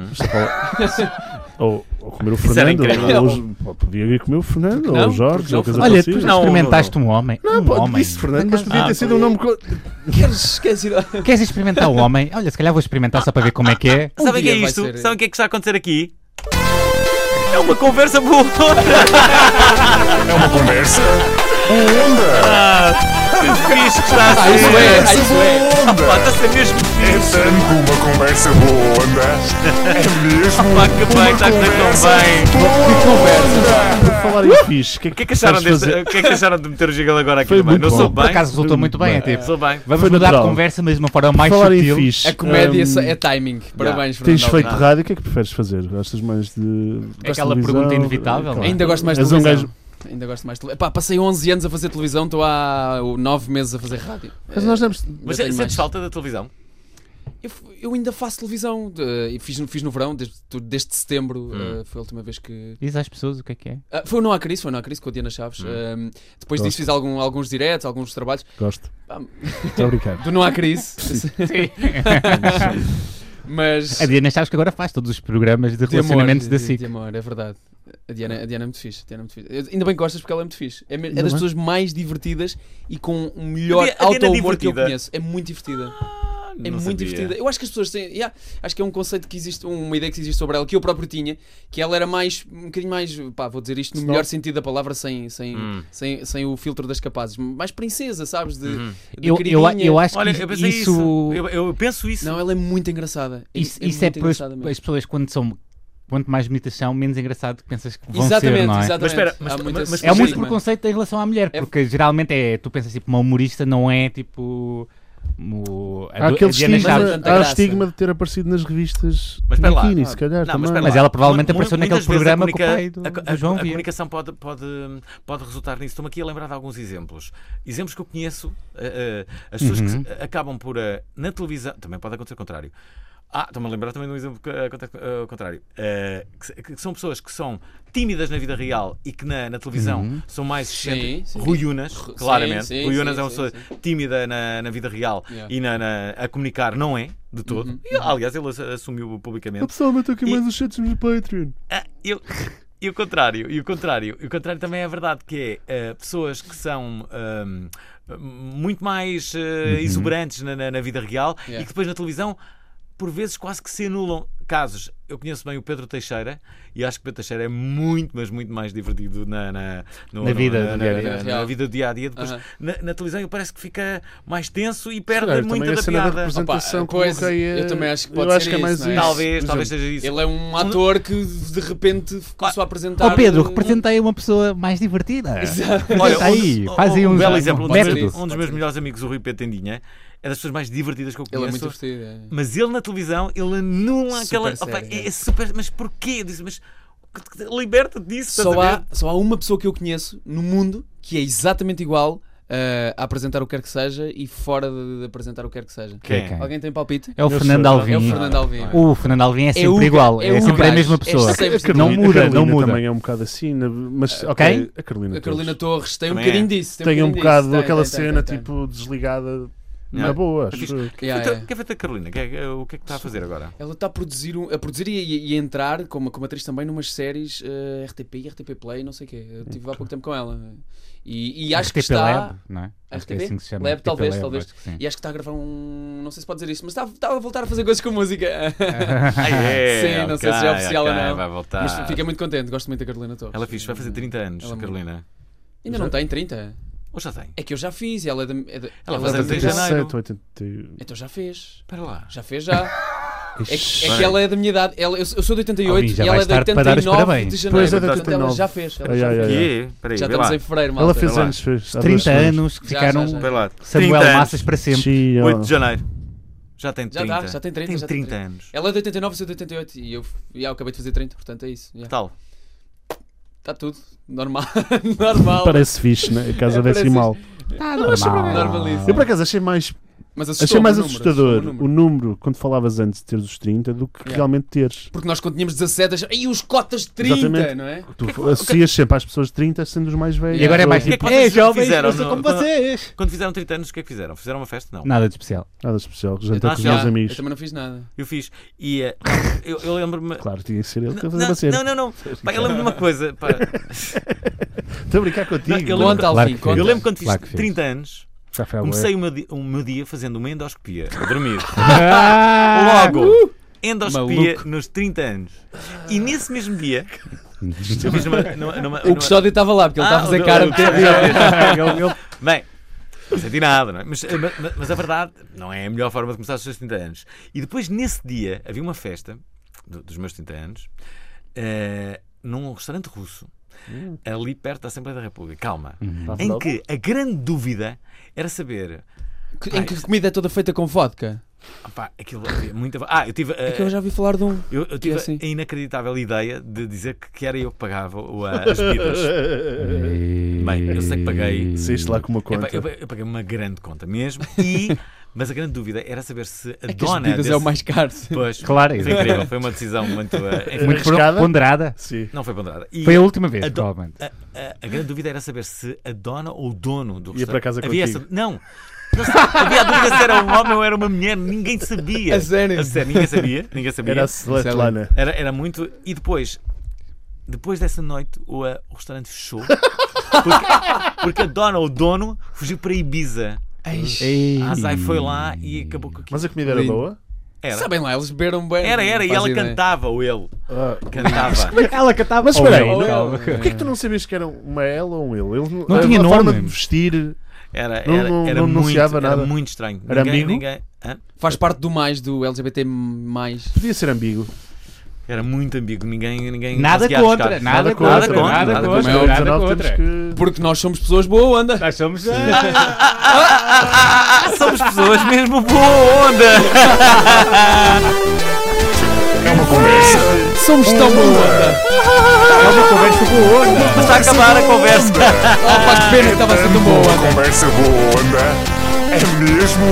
[SPEAKER 3] Ou, ou comer o
[SPEAKER 1] Isso era
[SPEAKER 3] Fernando.
[SPEAKER 1] incrível.
[SPEAKER 3] ou os- pô, podia ir comer o Fernando,
[SPEAKER 4] Não,
[SPEAKER 3] ou o Jorge,
[SPEAKER 4] não,
[SPEAKER 3] ou coisa
[SPEAKER 1] Fernando.
[SPEAKER 2] Olha, tu
[SPEAKER 3] parecida.
[SPEAKER 1] Não,
[SPEAKER 2] experimentaste um homem.
[SPEAKER 3] Não,
[SPEAKER 2] um
[SPEAKER 3] pô,
[SPEAKER 2] homem.
[SPEAKER 3] disse Fernando, mas
[SPEAKER 2] Por
[SPEAKER 3] podia ter
[SPEAKER 1] Ah,
[SPEAKER 3] sido um nome. co-
[SPEAKER 4] Queres esquecer?
[SPEAKER 2] Queres experimentar o homem? Olha, se calhar vou experimentar só para ver como é que é.
[SPEAKER 4] Um
[SPEAKER 1] Sabem o que é
[SPEAKER 4] dia vai
[SPEAKER 1] isto?
[SPEAKER 4] ser-
[SPEAKER 1] Sabem o que é que está a acontecer aqui? É uma conversa boa!
[SPEAKER 5] É uma conversa boa onda.
[SPEAKER 1] Tanto fixe que está a
[SPEAKER 4] Ah, isso
[SPEAKER 1] ser!
[SPEAKER 4] é,
[SPEAKER 5] Conversa
[SPEAKER 4] isso é.
[SPEAKER 5] boa
[SPEAKER 1] Pá,
[SPEAKER 5] onda.
[SPEAKER 1] Está-se a mesmo
[SPEAKER 5] É
[SPEAKER 1] fixe!
[SPEAKER 5] tanto uma conversa boa onda. É mesmo
[SPEAKER 1] Pá, que bem,
[SPEAKER 5] uma
[SPEAKER 1] está a correr
[SPEAKER 3] Então
[SPEAKER 1] tão
[SPEAKER 5] conversa
[SPEAKER 1] bem.
[SPEAKER 5] boa onda.
[SPEAKER 3] Falar em fixe. O que é
[SPEAKER 1] O que é que acharam,
[SPEAKER 3] sabes
[SPEAKER 1] deste, o que é que acharam de meter o Gigal agora aqui
[SPEAKER 3] Foi
[SPEAKER 1] no meio?
[SPEAKER 3] muito
[SPEAKER 1] Não sou
[SPEAKER 3] bom.
[SPEAKER 1] bem?
[SPEAKER 2] Por acaso resultou muito bem, é tipo.
[SPEAKER 1] Sou bem.
[SPEAKER 2] Vamos
[SPEAKER 3] Foi
[SPEAKER 2] mudar
[SPEAKER 3] natural.
[SPEAKER 2] de conversa, mas de uma forma mais
[SPEAKER 3] Falar em
[SPEAKER 2] sutil.
[SPEAKER 3] fixe.
[SPEAKER 4] A comédia
[SPEAKER 3] hum,
[SPEAKER 4] é timing. Parabéns,
[SPEAKER 3] Tens
[SPEAKER 4] Fernando.
[SPEAKER 3] feito
[SPEAKER 1] Alves.
[SPEAKER 3] rádio, o que é que preferes fazer? Gostas mais de.
[SPEAKER 2] É aquela pergunta inevitável, não é?
[SPEAKER 4] Ainda gosto mais de
[SPEAKER 3] És um
[SPEAKER 4] televisão. Ainda gosto mais de televisão. Pá, passei 11 anos a fazer televisão, estou há 9 meses a fazer rádio.
[SPEAKER 3] Mas
[SPEAKER 4] Eh,
[SPEAKER 3] nós damos.
[SPEAKER 1] Mas
[SPEAKER 4] eu tenho
[SPEAKER 1] sentes
[SPEAKER 4] mais.
[SPEAKER 1] falta da televisão?
[SPEAKER 4] Eu, f- eu ainda faço televisão. de- e fiz, no- fiz no verão, desde, tu- desde setembro. eh, foi a última vez que.
[SPEAKER 2] Diz às pessoas o que é que é.
[SPEAKER 4] Ah, foi o Não Há Crise, foi o Não Há Crise com a Diana Chaves. Eh, depois disso
[SPEAKER 3] Gosto.
[SPEAKER 4] fiz algum- alguns diretos, alguns trabalhos.
[SPEAKER 3] Gosto.
[SPEAKER 4] Pá,
[SPEAKER 3] Estou a brincar.
[SPEAKER 4] do Não Há Crise. Mas.
[SPEAKER 2] A Diana Chaves que agora faz todos os programas de
[SPEAKER 4] de amor,
[SPEAKER 2] relacionamentos da
[SPEAKER 4] de- de
[SPEAKER 2] SIC.
[SPEAKER 4] amor, é verdade. A Diana, a Diana é muito fixe. a Diana é muito fixe. Eu- ainda bem que gostas porque ela é muito fixe. É, me- é
[SPEAKER 3] Ainda
[SPEAKER 4] das
[SPEAKER 3] bem.
[SPEAKER 4] pessoas mais divertidas e com o melhor
[SPEAKER 1] A Di- a Diana é
[SPEAKER 4] auto-humor que eu
[SPEAKER 1] divertida?
[SPEAKER 4] conheço. É muito divertida.
[SPEAKER 1] Ah,
[SPEAKER 4] É
[SPEAKER 1] não
[SPEAKER 4] muito
[SPEAKER 1] sabia.
[SPEAKER 4] divertida. Eu acho que as pessoas têm. yeah, acho que é um conceito que existe, uma ideia que existe sobre ela, que eu próprio tinha, que ela era mais. um bocadinho mais. pá, vou dizer isto no
[SPEAKER 3] Snob.
[SPEAKER 4] melhor sentido da palavra, sem, sem,
[SPEAKER 1] Hum.
[SPEAKER 4] sem, sem o filtro das capazes. Mais princesa, sabes? De,
[SPEAKER 1] Uhum.
[SPEAKER 4] de
[SPEAKER 2] Eu, eu,
[SPEAKER 4] queridinha.
[SPEAKER 2] eu acho que
[SPEAKER 1] Olha, eu pensei isso.
[SPEAKER 2] isso,
[SPEAKER 1] Eu, eu penso isso.
[SPEAKER 4] Não, ela é muito engraçada. É,
[SPEAKER 2] isso,
[SPEAKER 4] é
[SPEAKER 2] isso é,
[SPEAKER 4] muito
[SPEAKER 2] para as,
[SPEAKER 4] engraçada mesmo.
[SPEAKER 2] as pessoas quando são quanto mais bonitas são, menos engraçado que pensas que vão
[SPEAKER 4] Exatamente,
[SPEAKER 2] ser, não é?
[SPEAKER 4] exatamente.
[SPEAKER 1] Mas espera, mas-
[SPEAKER 4] Há muito
[SPEAKER 1] mas-
[SPEAKER 4] esse
[SPEAKER 1] mas-
[SPEAKER 2] É muito
[SPEAKER 4] estigma.
[SPEAKER 2] preconceito em relação à mulher,
[SPEAKER 4] É-
[SPEAKER 2] porque geralmente é, tu pensas tipo, uma humorista não é tipo. mo- a
[SPEAKER 3] Há
[SPEAKER 2] do- a
[SPEAKER 3] aquele
[SPEAKER 2] Diana
[SPEAKER 3] estigma,
[SPEAKER 2] Chaves.
[SPEAKER 4] tanta
[SPEAKER 3] há o
[SPEAKER 4] graça.
[SPEAKER 3] estigma de ter aparecido nas revistas
[SPEAKER 1] Mas espera lá.
[SPEAKER 3] Bikini, se
[SPEAKER 1] Não,
[SPEAKER 3] calhar.
[SPEAKER 1] mas
[SPEAKER 3] também.
[SPEAKER 1] espera
[SPEAKER 2] Mas
[SPEAKER 1] lá.
[SPEAKER 2] ela provavelmente
[SPEAKER 1] Mu-
[SPEAKER 2] apareceu
[SPEAKER 1] muitas
[SPEAKER 2] naquele
[SPEAKER 1] vezes a
[SPEAKER 2] programa com o
[SPEAKER 1] comunica-
[SPEAKER 2] pai do,
[SPEAKER 1] a co-
[SPEAKER 2] do
[SPEAKER 1] a-
[SPEAKER 2] João
[SPEAKER 1] A
[SPEAKER 2] Vieira.
[SPEAKER 1] comunicação pode, pode, pode resultar nisso. Estou-me aqui a lembrar de alguns exemplos. Exemplos que eu conheço. eh, eh, as pessoas
[SPEAKER 2] Uhum.
[SPEAKER 1] que se- acabam por, eh, na televisão... Também pode acontecer o contrário. Ah, estou-me a lembrar também de um exemplo que, eh, acontece, eh, ao contrário. Eh, que, se- que são pessoas que são tímidas na vida real e que na, na televisão
[SPEAKER 2] Uhum.
[SPEAKER 1] são mais...
[SPEAKER 4] Sim, sim.
[SPEAKER 1] Ruiunas,
[SPEAKER 4] Ru-
[SPEAKER 1] claramente.
[SPEAKER 4] sim, sim,
[SPEAKER 1] Ruiunas
[SPEAKER 4] sim,
[SPEAKER 1] é uma
[SPEAKER 4] sim,
[SPEAKER 1] pessoa tímida na, na vida real
[SPEAKER 4] Yeah.
[SPEAKER 1] e na, na- a comunicar não é, de todo.
[SPEAKER 2] Uhum.
[SPEAKER 1] E, aliás, ele ass- assumiu publicamente.
[SPEAKER 3] Ah, pessoal, aumentou aqui
[SPEAKER 1] E-
[SPEAKER 3] mais os chats no Patreon.
[SPEAKER 1] Ah, eu- e o contrário, e o contrário, e o contrário também é verdade, que é ah, pessoas que são ahm, muito mais ah, exuberantes na, na- na vida real
[SPEAKER 4] Yeah.
[SPEAKER 1] e que depois na televisão por vezes quase que se anulam casos. Eu conheço bem o Pedro Teixeira e acho que o Pedro Teixeira é muito, mas muito mais divertido na, na, no-
[SPEAKER 2] Na
[SPEAKER 1] no-
[SPEAKER 2] vida
[SPEAKER 1] na,
[SPEAKER 2] do
[SPEAKER 1] na-
[SPEAKER 2] dia a dia.
[SPEAKER 1] na- na
[SPEAKER 4] Real.
[SPEAKER 1] vida do dia a dia. Depois
[SPEAKER 4] Aham.
[SPEAKER 1] na, na televisão ele parece que fica mais tenso e perde
[SPEAKER 3] Claro, também
[SPEAKER 1] muita
[SPEAKER 3] a
[SPEAKER 1] da
[SPEAKER 3] cena da
[SPEAKER 1] piada.
[SPEAKER 3] representação. Apresentação
[SPEAKER 4] Opa, pois,
[SPEAKER 3] que coloquei, eh,
[SPEAKER 4] eu também acho que
[SPEAKER 3] eu
[SPEAKER 4] pode
[SPEAKER 3] acho
[SPEAKER 4] ser
[SPEAKER 3] que é mais
[SPEAKER 4] isso, não é?
[SPEAKER 3] isso.
[SPEAKER 1] Talvez,
[SPEAKER 3] Por
[SPEAKER 1] talvez
[SPEAKER 3] exemplo,
[SPEAKER 1] seja isso.
[SPEAKER 4] Ele é um ator que de repente começou a apresentar.
[SPEAKER 2] Ó Pedro,
[SPEAKER 4] um-
[SPEAKER 2] representei uma pessoa mais divertida.
[SPEAKER 4] Exato.
[SPEAKER 1] Olha,
[SPEAKER 2] Representa Tá aí,
[SPEAKER 1] um,
[SPEAKER 2] faz aí
[SPEAKER 1] um,
[SPEAKER 2] uns
[SPEAKER 1] belo exemplo. Um dos,
[SPEAKER 4] método.
[SPEAKER 1] meus, um dos
[SPEAKER 4] Pode
[SPEAKER 1] meus
[SPEAKER 4] ser.
[SPEAKER 1] melhores amigos, o Rui Petendinha, é das pessoas mais divertidas que eu
[SPEAKER 4] Ele é
[SPEAKER 1] conheço.
[SPEAKER 4] muito divertido. é.
[SPEAKER 1] mas ele na televisão, ele anula
[SPEAKER 4] Super
[SPEAKER 1] aquela.
[SPEAKER 4] sério,
[SPEAKER 1] Opa, é,
[SPEAKER 4] é.
[SPEAKER 1] é super. Mas porquê? Eu disse, mas liberta-te disso.
[SPEAKER 4] Só
[SPEAKER 1] estás a
[SPEAKER 4] há,
[SPEAKER 1] ver?
[SPEAKER 4] só há uma pessoa que eu conheço no mundo que é exatamente igual eh, a apresentar o que quer que seja e fora de, de apresentar o que quer que seja.
[SPEAKER 1] Quem?
[SPEAKER 2] Quem?
[SPEAKER 4] Alguém tem palpite?
[SPEAKER 2] É o
[SPEAKER 3] Eu
[SPEAKER 2] Fernando
[SPEAKER 3] sou-
[SPEAKER 2] Alvim.
[SPEAKER 4] É o Fernando Alvim.
[SPEAKER 2] O Fernando Alvim é sempre
[SPEAKER 4] o-
[SPEAKER 2] igual, é,
[SPEAKER 4] é o
[SPEAKER 2] sempre a
[SPEAKER 4] gajo.
[SPEAKER 2] mesma
[SPEAKER 4] É
[SPEAKER 2] pessoa. Tipo
[SPEAKER 4] sempre-
[SPEAKER 3] A Carolina-
[SPEAKER 2] Não muda,
[SPEAKER 3] a Carolina
[SPEAKER 2] não muda.
[SPEAKER 3] também é um bocado assim, na- mas
[SPEAKER 2] Ah,
[SPEAKER 3] ok.
[SPEAKER 2] quem?
[SPEAKER 3] A Carolina.
[SPEAKER 4] A Carolina
[SPEAKER 3] Torres.
[SPEAKER 4] Torres tem um
[SPEAKER 1] Também é.
[SPEAKER 4] bocadinho disso. Tem,
[SPEAKER 3] tem um
[SPEAKER 4] bocadinho disso,
[SPEAKER 3] bocado
[SPEAKER 4] tem,
[SPEAKER 3] aquela
[SPEAKER 4] tem, tem,
[SPEAKER 3] cena
[SPEAKER 4] tem, tem.
[SPEAKER 3] tipo desligada
[SPEAKER 1] Não.
[SPEAKER 3] na boa.
[SPEAKER 1] Mas
[SPEAKER 3] acho
[SPEAKER 1] fiz-
[SPEAKER 3] eu.
[SPEAKER 1] O que é
[SPEAKER 4] Yeah,
[SPEAKER 1] feito a-
[SPEAKER 4] yeah.
[SPEAKER 1] o que é feito a Carolina? O que é- O que é que está a fazer agora?
[SPEAKER 4] Ela está a produzir, um- a produzir e, e- e a entrar como, como atriz também numas séries eh, RTP e RTP Play, não sei o quê. Eu estive há pouco tempo com ela. E, e acho que
[SPEAKER 2] RTP
[SPEAKER 4] está.
[SPEAKER 2] Lab, não é? Acho que é
[SPEAKER 4] RTP?
[SPEAKER 2] assim que se chama.
[SPEAKER 4] Lab,
[SPEAKER 2] RTP
[SPEAKER 4] talvez,
[SPEAKER 2] Lab,
[SPEAKER 4] talvez.
[SPEAKER 2] acho que sim.
[SPEAKER 4] E acho que está a gravar um. Não sei se pode dizer isso, mas está, está a voltar a fazer coisas com música.
[SPEAKER 1] Ah, é,
[SPEAKER 4] Sim, não sei se já é
[SPEAKER 1] ok,
[SPEAKER 4] oficial
[SPEAKER 1] ok,
[SPEAKER 4] ou não.
[SPEAKER 1] Vai voltar.
[SPEAKER 4] mas fiquei muito contente, gosto muito da Carolina Torres.
[SPEAKER 1] Ela é fixe, vai fazer 30 anos,
[SPEAKER 4] Ela
[SPEAKER 1] a
[SPEAKER 4] é
[SPEAKER 1] Carolina.
[SPEAKER 4] Ainda não tem 30.
[SPEAKER 1] Ou já tem?
[SPEAKER 4] É que eu já fiz, ela é da. É da
[SPEAKER 1] Ela
[SPEAKER 4] é
[SPEAKER 1] faz
[SPEAKER 4] da
[SPEAKER 1] anos em
[SPEAKER 4] minha idade.
[SPEAKER 1] janeiro.
[SPEAKER 3] 17, 80 e-
[SPEAKER 4] Então já fez.
[SPEAKER 1] Espera lá.
[SPEAKER 4] Já fez já. É, que- é que
[SPEAKER 1] Bem.
[SPEAKER 4] ela é da minha idade. Ela, eu, eu sou de 88
[SPEAKER 2] Alvin, já
[SPEAKER 4] e ela
[SPEAKER 2] vais
[SPEAKER 4] é de
[SPEAKER 2] tarde para dar os
[SPEAKER 4] 89
[SPEAKER 2] parabéns.
[SPEAKER 4] de janeiro.
[SPEAKER 1] Pois é, de
[SPEAKER 4] Portanto, ela
[SPEAKER 3] 89.
[SPEAKER 4] já fez. Ela
[SPEAKER 3] Ai,
[SPEAKER 4] já,
[SPEAKER 3] ai,
[SPEAKER 4] fez.
[SPEAKER 3] ai.
[SPEAKER 1] E é? Espera aí,
[SPEAKER 4] já
[SPEAKER 1] vê
[SPEAKER 4] estamos
[SPEAKER 1] lá.
[SPEAKER 4] em fevereiro, malta.
[SPEAKER 3] Ela fez
[SPEAKER 1] Vê lá.
[SPEAKER 3] anos, fez. há dois
[SPEAKER 2] 30
[SPEAKER 3] meses.
[SPEAKER 2] anos que
[SPEAKER 4] Já,
[SPEAKER 2] ficaram
[SPEAKER 4] já, já.
[SPEAKER 1] Espera lá.
[SPEAKER 2] Samuel
[SPEAKER 1] 30 anos.
[SPEAKER 2] Massas para sempre.
[SPEAKER 3] Sim, ó.
[SPEAKER 1] 8 de janeiro. Já tem 30.
[SPEAKER 4] Já dá, já tem 30,
[SPEAKER 1] Tem
[SPEAKER 4] já tem
[SPEAKER 1] 30 anos.
[SPEAKER 4] Ela é de 89, eu sou de 88 e eu, e eu acabei de fazer 30, portanto é isso. Está
[SPEAKER 1] Tal.
[SPEAKER 4] tudo normal. normal.
[SPEAKER 3] Parece fixe, né? A casa
[SPEAKER 4] Parece
[SPEAKER 3] decimal.
[SPEAKER 2] Tá
[SPEAKER 4] Não acho
[SPEAKER 2] normal.
[SPEAKER 4] problema. Normalíssimo.
[SPEAKER 3] Eu por acaso achei mais
[SPEAKER 4] Mas assustou-me
[SPEAKER 3] Achei mais
[SPEAKER 4] o número,
[SPEAKER 3] assustador
[SPEAKER 4] assustou-me o
[SPEAKER 3] o
[SPEAKER 4] número.
[SPEAKER 3] número quando falavas antes de teres os 30 do que
[SPEAKER 4] Yeah.
[SPEAKER 3] realmente teres.
[SPEAKER 4] Porque nós quando tínhamos 17, achava, e os cotas de 30,
[SPEAKER 3] Exatamente.
[SPEAKER 4] não é?
[SPEAKER 3] Tu associas sempre às pessoas de 30 sendo os mais velhos.
[SPEAKER 2] E agora é mais
[SPEAKER 1] O que é
[SPEAKER 2] tipo,
[SPEAKER 1] que vocês
[SPEAKER 2] é jovens,
[SPEAKER 1] fizeram
[SPEAKER 2] eu sou
[SPEAKER 1] no-
[SPEAKER 2] como vocês.
[SPEAKER 1] Quando fizeram 30 anos, o que é que fizeram? Fizeram uma festa? Não.
[SPEAKER 2] Nada de especial.
[SPEAKER 3] Nada especial. Jantar
[SPEAKER 1] Ah,
[SPEAKER 3] é com os
[SPEAKER 1] já.
[SPEAKER 3] meus
[SPEAKER 4] Então, Eu
[SPEAKER 3] amigos.
[SPEAKER 4] também não fiz nada.
[SPEAKER 1] Eu fiz. E eh, eu, eu lembro-me.
[SPEAKER 3] Claro, tinha que ser ele que ia fazer uma cena.
[SPEAKER 1] Não, não, não. Pá, eu lembro-me de uma coisa. pá.
[SPEAKER 3] Estou a brincar
[SPEAKER 1] Não,
[SPEAKER 3] contigo.
[SPEAKER 1] eu lembro-
[SPEAKER 4] Conta,
[SPEAKER 2] Claro
[SPEAKER 4] Alfim,
[SPEAKER 2] que
[SPEAKER 4] conta.
[SPEAKER 1] Eu lembro quando fiz
[SPEAKER 2] Claro que fiz. Tá
[SPEAKER 1] 30 anos,
[SPEAKER 2] Já foi
[SPEAKER 1] comecei o meu, di- o meu dia fazendo uma endoscopia, a dormir.
[SPEAKER 2] Ah!
[SPEAKER 1] Logo, endoscopia
[SPEAKER 4] Maluco.
[SPEAKER 1] nos 30 anos. E nesse mesmo dia, eu fiz numa. numa- numa-
[SPEAKER 4] O
[SPEAKER 1] numa-
[SPEAKER 4] Custódio estava lá, porque ele
[SPEAKER 1] Ah,
[SPEAKER 4] está a fazer
[SPEAKER 1] o-
[SPEAKER 4] cara
[SPEAKER 1] o-
[SPEAKER 4] de
[SPEAKER 2] Ele- ele-
[SPEAKER 1] Bem, não senti nada, não é? Mas, mas, mas a verdade não é a melhor forma de começar os seus 30 anos. E depois, nesse dia, havia uma festa do- dos meus 30 anos eh, num restaurante russo.
[SPEAKER 4] Hum.
[SPEAKER 1] Ali perto da Assembleia da República, calma, em que a grande dúvida era saber
[SPEAKER 4] Em que a comida é toda feita com vodka.
[SPEAKER 1] Opá, aquilo havia muita. Ah, eu tive,
[SPEAKER 4] É que eu
[SPEAKER 1] eh,
[SPEAKER 4] já ouvi falar de um.
[SPEAKER 1] eu, eu tive
[SPEAKER 4] é assim.
[SPEAKER 1] a inacreditável ideia de dizer que, que era eu que pagava o- a- as bebidas. Bem, eu sei que paguei.
[SPEAKER 3] Saíste lá com uma
[SPEAKER 1] Epá,
[SPEAKER 3] conta.
[SPEAKER 1] eu, eu paguei uma grande conta mesmo, e, mas a grande dúvida era saber se a
[SPEAKER 4] É que as
[SPEAKER 1] dona.
[SPEAKER 4] bebidas
[SPEAKER 1] desse-
[SPEAKER 4] é o mais caro.
[SPEAKER 1] Pois,
[SPEAKER 3] é
[SPEAKER 2] Claro,
[SPEAKER 1] foi incrível, foi uma decisão muito. eh, enfim,
[SPEAKER 2] muito um-
[SPEAKER 3] Arriscada?
[SPEAKER 2] ponderada.
[SPEAKER 3] Sim.
[SPEAKER 1] não foi ponderada. E
[SPEAKER 3] um
[SPEAKER 2] Foi a última vez,
[SPEAKER 1] Ado-
[SPEAKER 2] provavelmente.
[SPEAKER 1] a, a- a grande dúvida era saber se a dona ou o dono do
[SPEAKER 3] Ia para casa
[SPEAKER 1] havia
[SPEAKER 3] contigo.
[SPEAKER 1] Não! Não se- havia a dúvida se era um homem ou era uma mulher, ninguém sabia.
[SPEAKER 4] A sério?
[SPEAKER 1] A sério, ninguém sabia. Ninguém sabia.
[SPEAKER 3] Era a Svetlana.
[SPEAKER 1] Era, era muito. E depois, depois dessa noite, o, eh, o restaurante fechou. Porque, porque a dona ou o dono fugiu para Ibiza. A Azai foi lá e acabou com aquilo.
[SPEAKER 3] Mas a comida era
[SPEAKER 4] Lindo.
[SPEAKER 3] boa?
[SPEAKER 1] Era,
[SPEAKER 4] Sabem lá, eles beberam bem.
[SPEAKER 1] era, era. E
[SPEAKER 4] Não faz
[SPEAKER 1] ela
[SPEAKER 4] ideia.
[SPEAKER 1] cantava, ou ele
[SPEAKER 3] Ah,
[SPEAKER 1] cantava.
[SPEAKER 2] Ela cantava.
[SPEAKER 3] Mas
[SPEAKER 2] Oh,
[SPEAKER 3] espera aí,
[SPEAKER 2] bem,
[SPEAKER 3] não-
[SPEAKER 2] calma.
[SPEAKER 3] Porquê é que tu não sabias que era uma ela ou um ele? Eles
[SPEAKER 2] Não
[SPEAKER 3] a,
[SPEAKER 2] tinha
[SPEAKER 3] a forma
[SPEAKER 2] nome.
[SPEAKER 3] de vestir.
[SPEAKER 1] Era,
[SPEAKER 3] Não-
[SPEAKER 1] era,
[SPEAKER 3] não-
[SPEAKER 1] era,
[SPEAKER 3] não
[SPEAKER 1] muito,
[SPEAKER 3] anunciava
[SPEAKER 1] era
[SPEAKER 3] nada.
[SPEAKER 1] muito estranho.
[SPEAKER 3] Era
[SPEAKER 1] ninguém,
[SPEAKER 3] amigo?
[SPEAKER 1] ninguém- Hã?
[SPEAKER 4] Faz parte do mais do LGBT. Mais.
[SPEAKER 3] Podia ser ambíguo.
[SPEAKER 1] Era muito ambíguo. Ninguém, ninguém
[SPEAKER 2] Nada
[SPEAKER 1] conseguia
[SPEAKER 2] contra,
[SPEAKER 1] arriscar.
[SPEAKER 2] nada
[SPEAKER 3] Nada
[SPEAKER 2] contra, nada
[SPEAKER 1] contra,
[SPEAKER 2] contra,
[SPEAKER 1] nada
[SPEAKER 2] nada
[SPEAKER 1] contra.
[SPEAKER 2] contra.
[SPEAKER 4] Mas,
[SPEAKER 2] nada
[SPEAKER 3] 19 é temos
[SPEAKER 2] contra.
[SPEAKER 3] que.
[SPEAKER 4] Porque nós somos pessoas boa onda.
[SPEAKER 2] Nós somos.
[SPEAKER 1] Ah, somos pessoas mesmo boa onda!
[SPEAKER 5] É uma conversa.
[SPEAKER 4] Somos tão boa onda.
[SPEAKER 2] É uma conversa boa onda.
[SPEAKER 1] Está a acabar Tá a conversa.
[SPEAKER 4] Oh, pá, que pena que estava sendo boa né?
[SPEAKER 5] Uma
[SPEAKER 4] onda.
[SPEAKER 5] conversa boa onda. É mesmo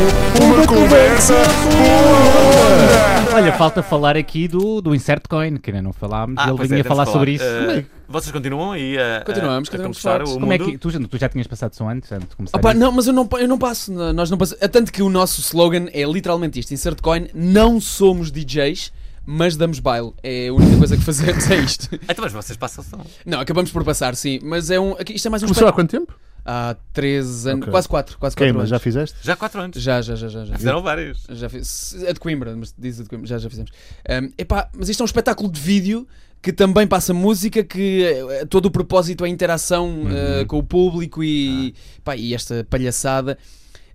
[SPEAKER 5] uma conversa boa onda.
[SPEAKER 2] Olha, falta falar aqui do, do Insert Coin, que ainda não falámos.
[SPEAKER 1] Ah,
[SPEAKER 2] Ele
[SPEAKER 1] pois
[SPEAKER 2] vinha
[SPEAKER 1] é, temos
[SPEAKER 2] falar
[SPEAKER 1] de
[SPEAKER 2] sobre isso.
[SPEAKER 1] Eh, vocês continuam aí a, a-
[SPEAKER 4] Continuamos,
[SPEAKER 1] a
[SPEAKER 4] continuamos
[SPEAKER 1] conquistar
[SPEAKER 4] fortes.
[SPEAKER 1] o
[SPEAKER 2] Como é
[SPEAKER 1] mundo?
[SPEAKER 2] que. Tu, já- tu já tinhas passado som antes, antes de começar.
[SPEAKER 4] Opa,
[SPEAKER 2] isso?
[SPEAKER 4] não, mas eu não, eu não passo, na- nós não passamos. Tanto que o nosso slogan é literalmente isto: insert coin, não somos DJs, mas damos baile. É a única coisa que fazemos, é isto.
[SPEAKER 1] Ah, Então, mas vocês passam só.
[SPEAKER 4] Não, acabamos por passar, sim, mas é um. aqui- Isto é mais um
[SPEAKER 3] Começou há
[SPEAKER 4] espetáculo.
[SPEAKER 3] quanto tempo?
[SPEAKER 4] Há 3 anos,
[SPEAKER 3] Ok.
[SPEAKER 4] quase 4, quase 4
[SPEAKER 3] Queima,
[SPEAKER 4] anos.
[SPEAKER 3] já fizeste?
[SPEAKER 1] Já há 4 anos.
[SPEAKER 4] Já, já, já, já. já.
[SPEAKER 1] Fizeram vários.
[SPEAKER 4] Já fiz. A de Coimbra, mas diz a de Coimbra, já, já fizemos. Ahm, epá, mas isto é um espetáculo de vídeo que também passa música, que eh, todo o propósito é a interação
[SPEAKER 2] Uhum.
[SPEAKER 4] eh, com o público e,
[SPEAKER 2] Ah.
[SPEAKER 4] pá, e esta palhaçada.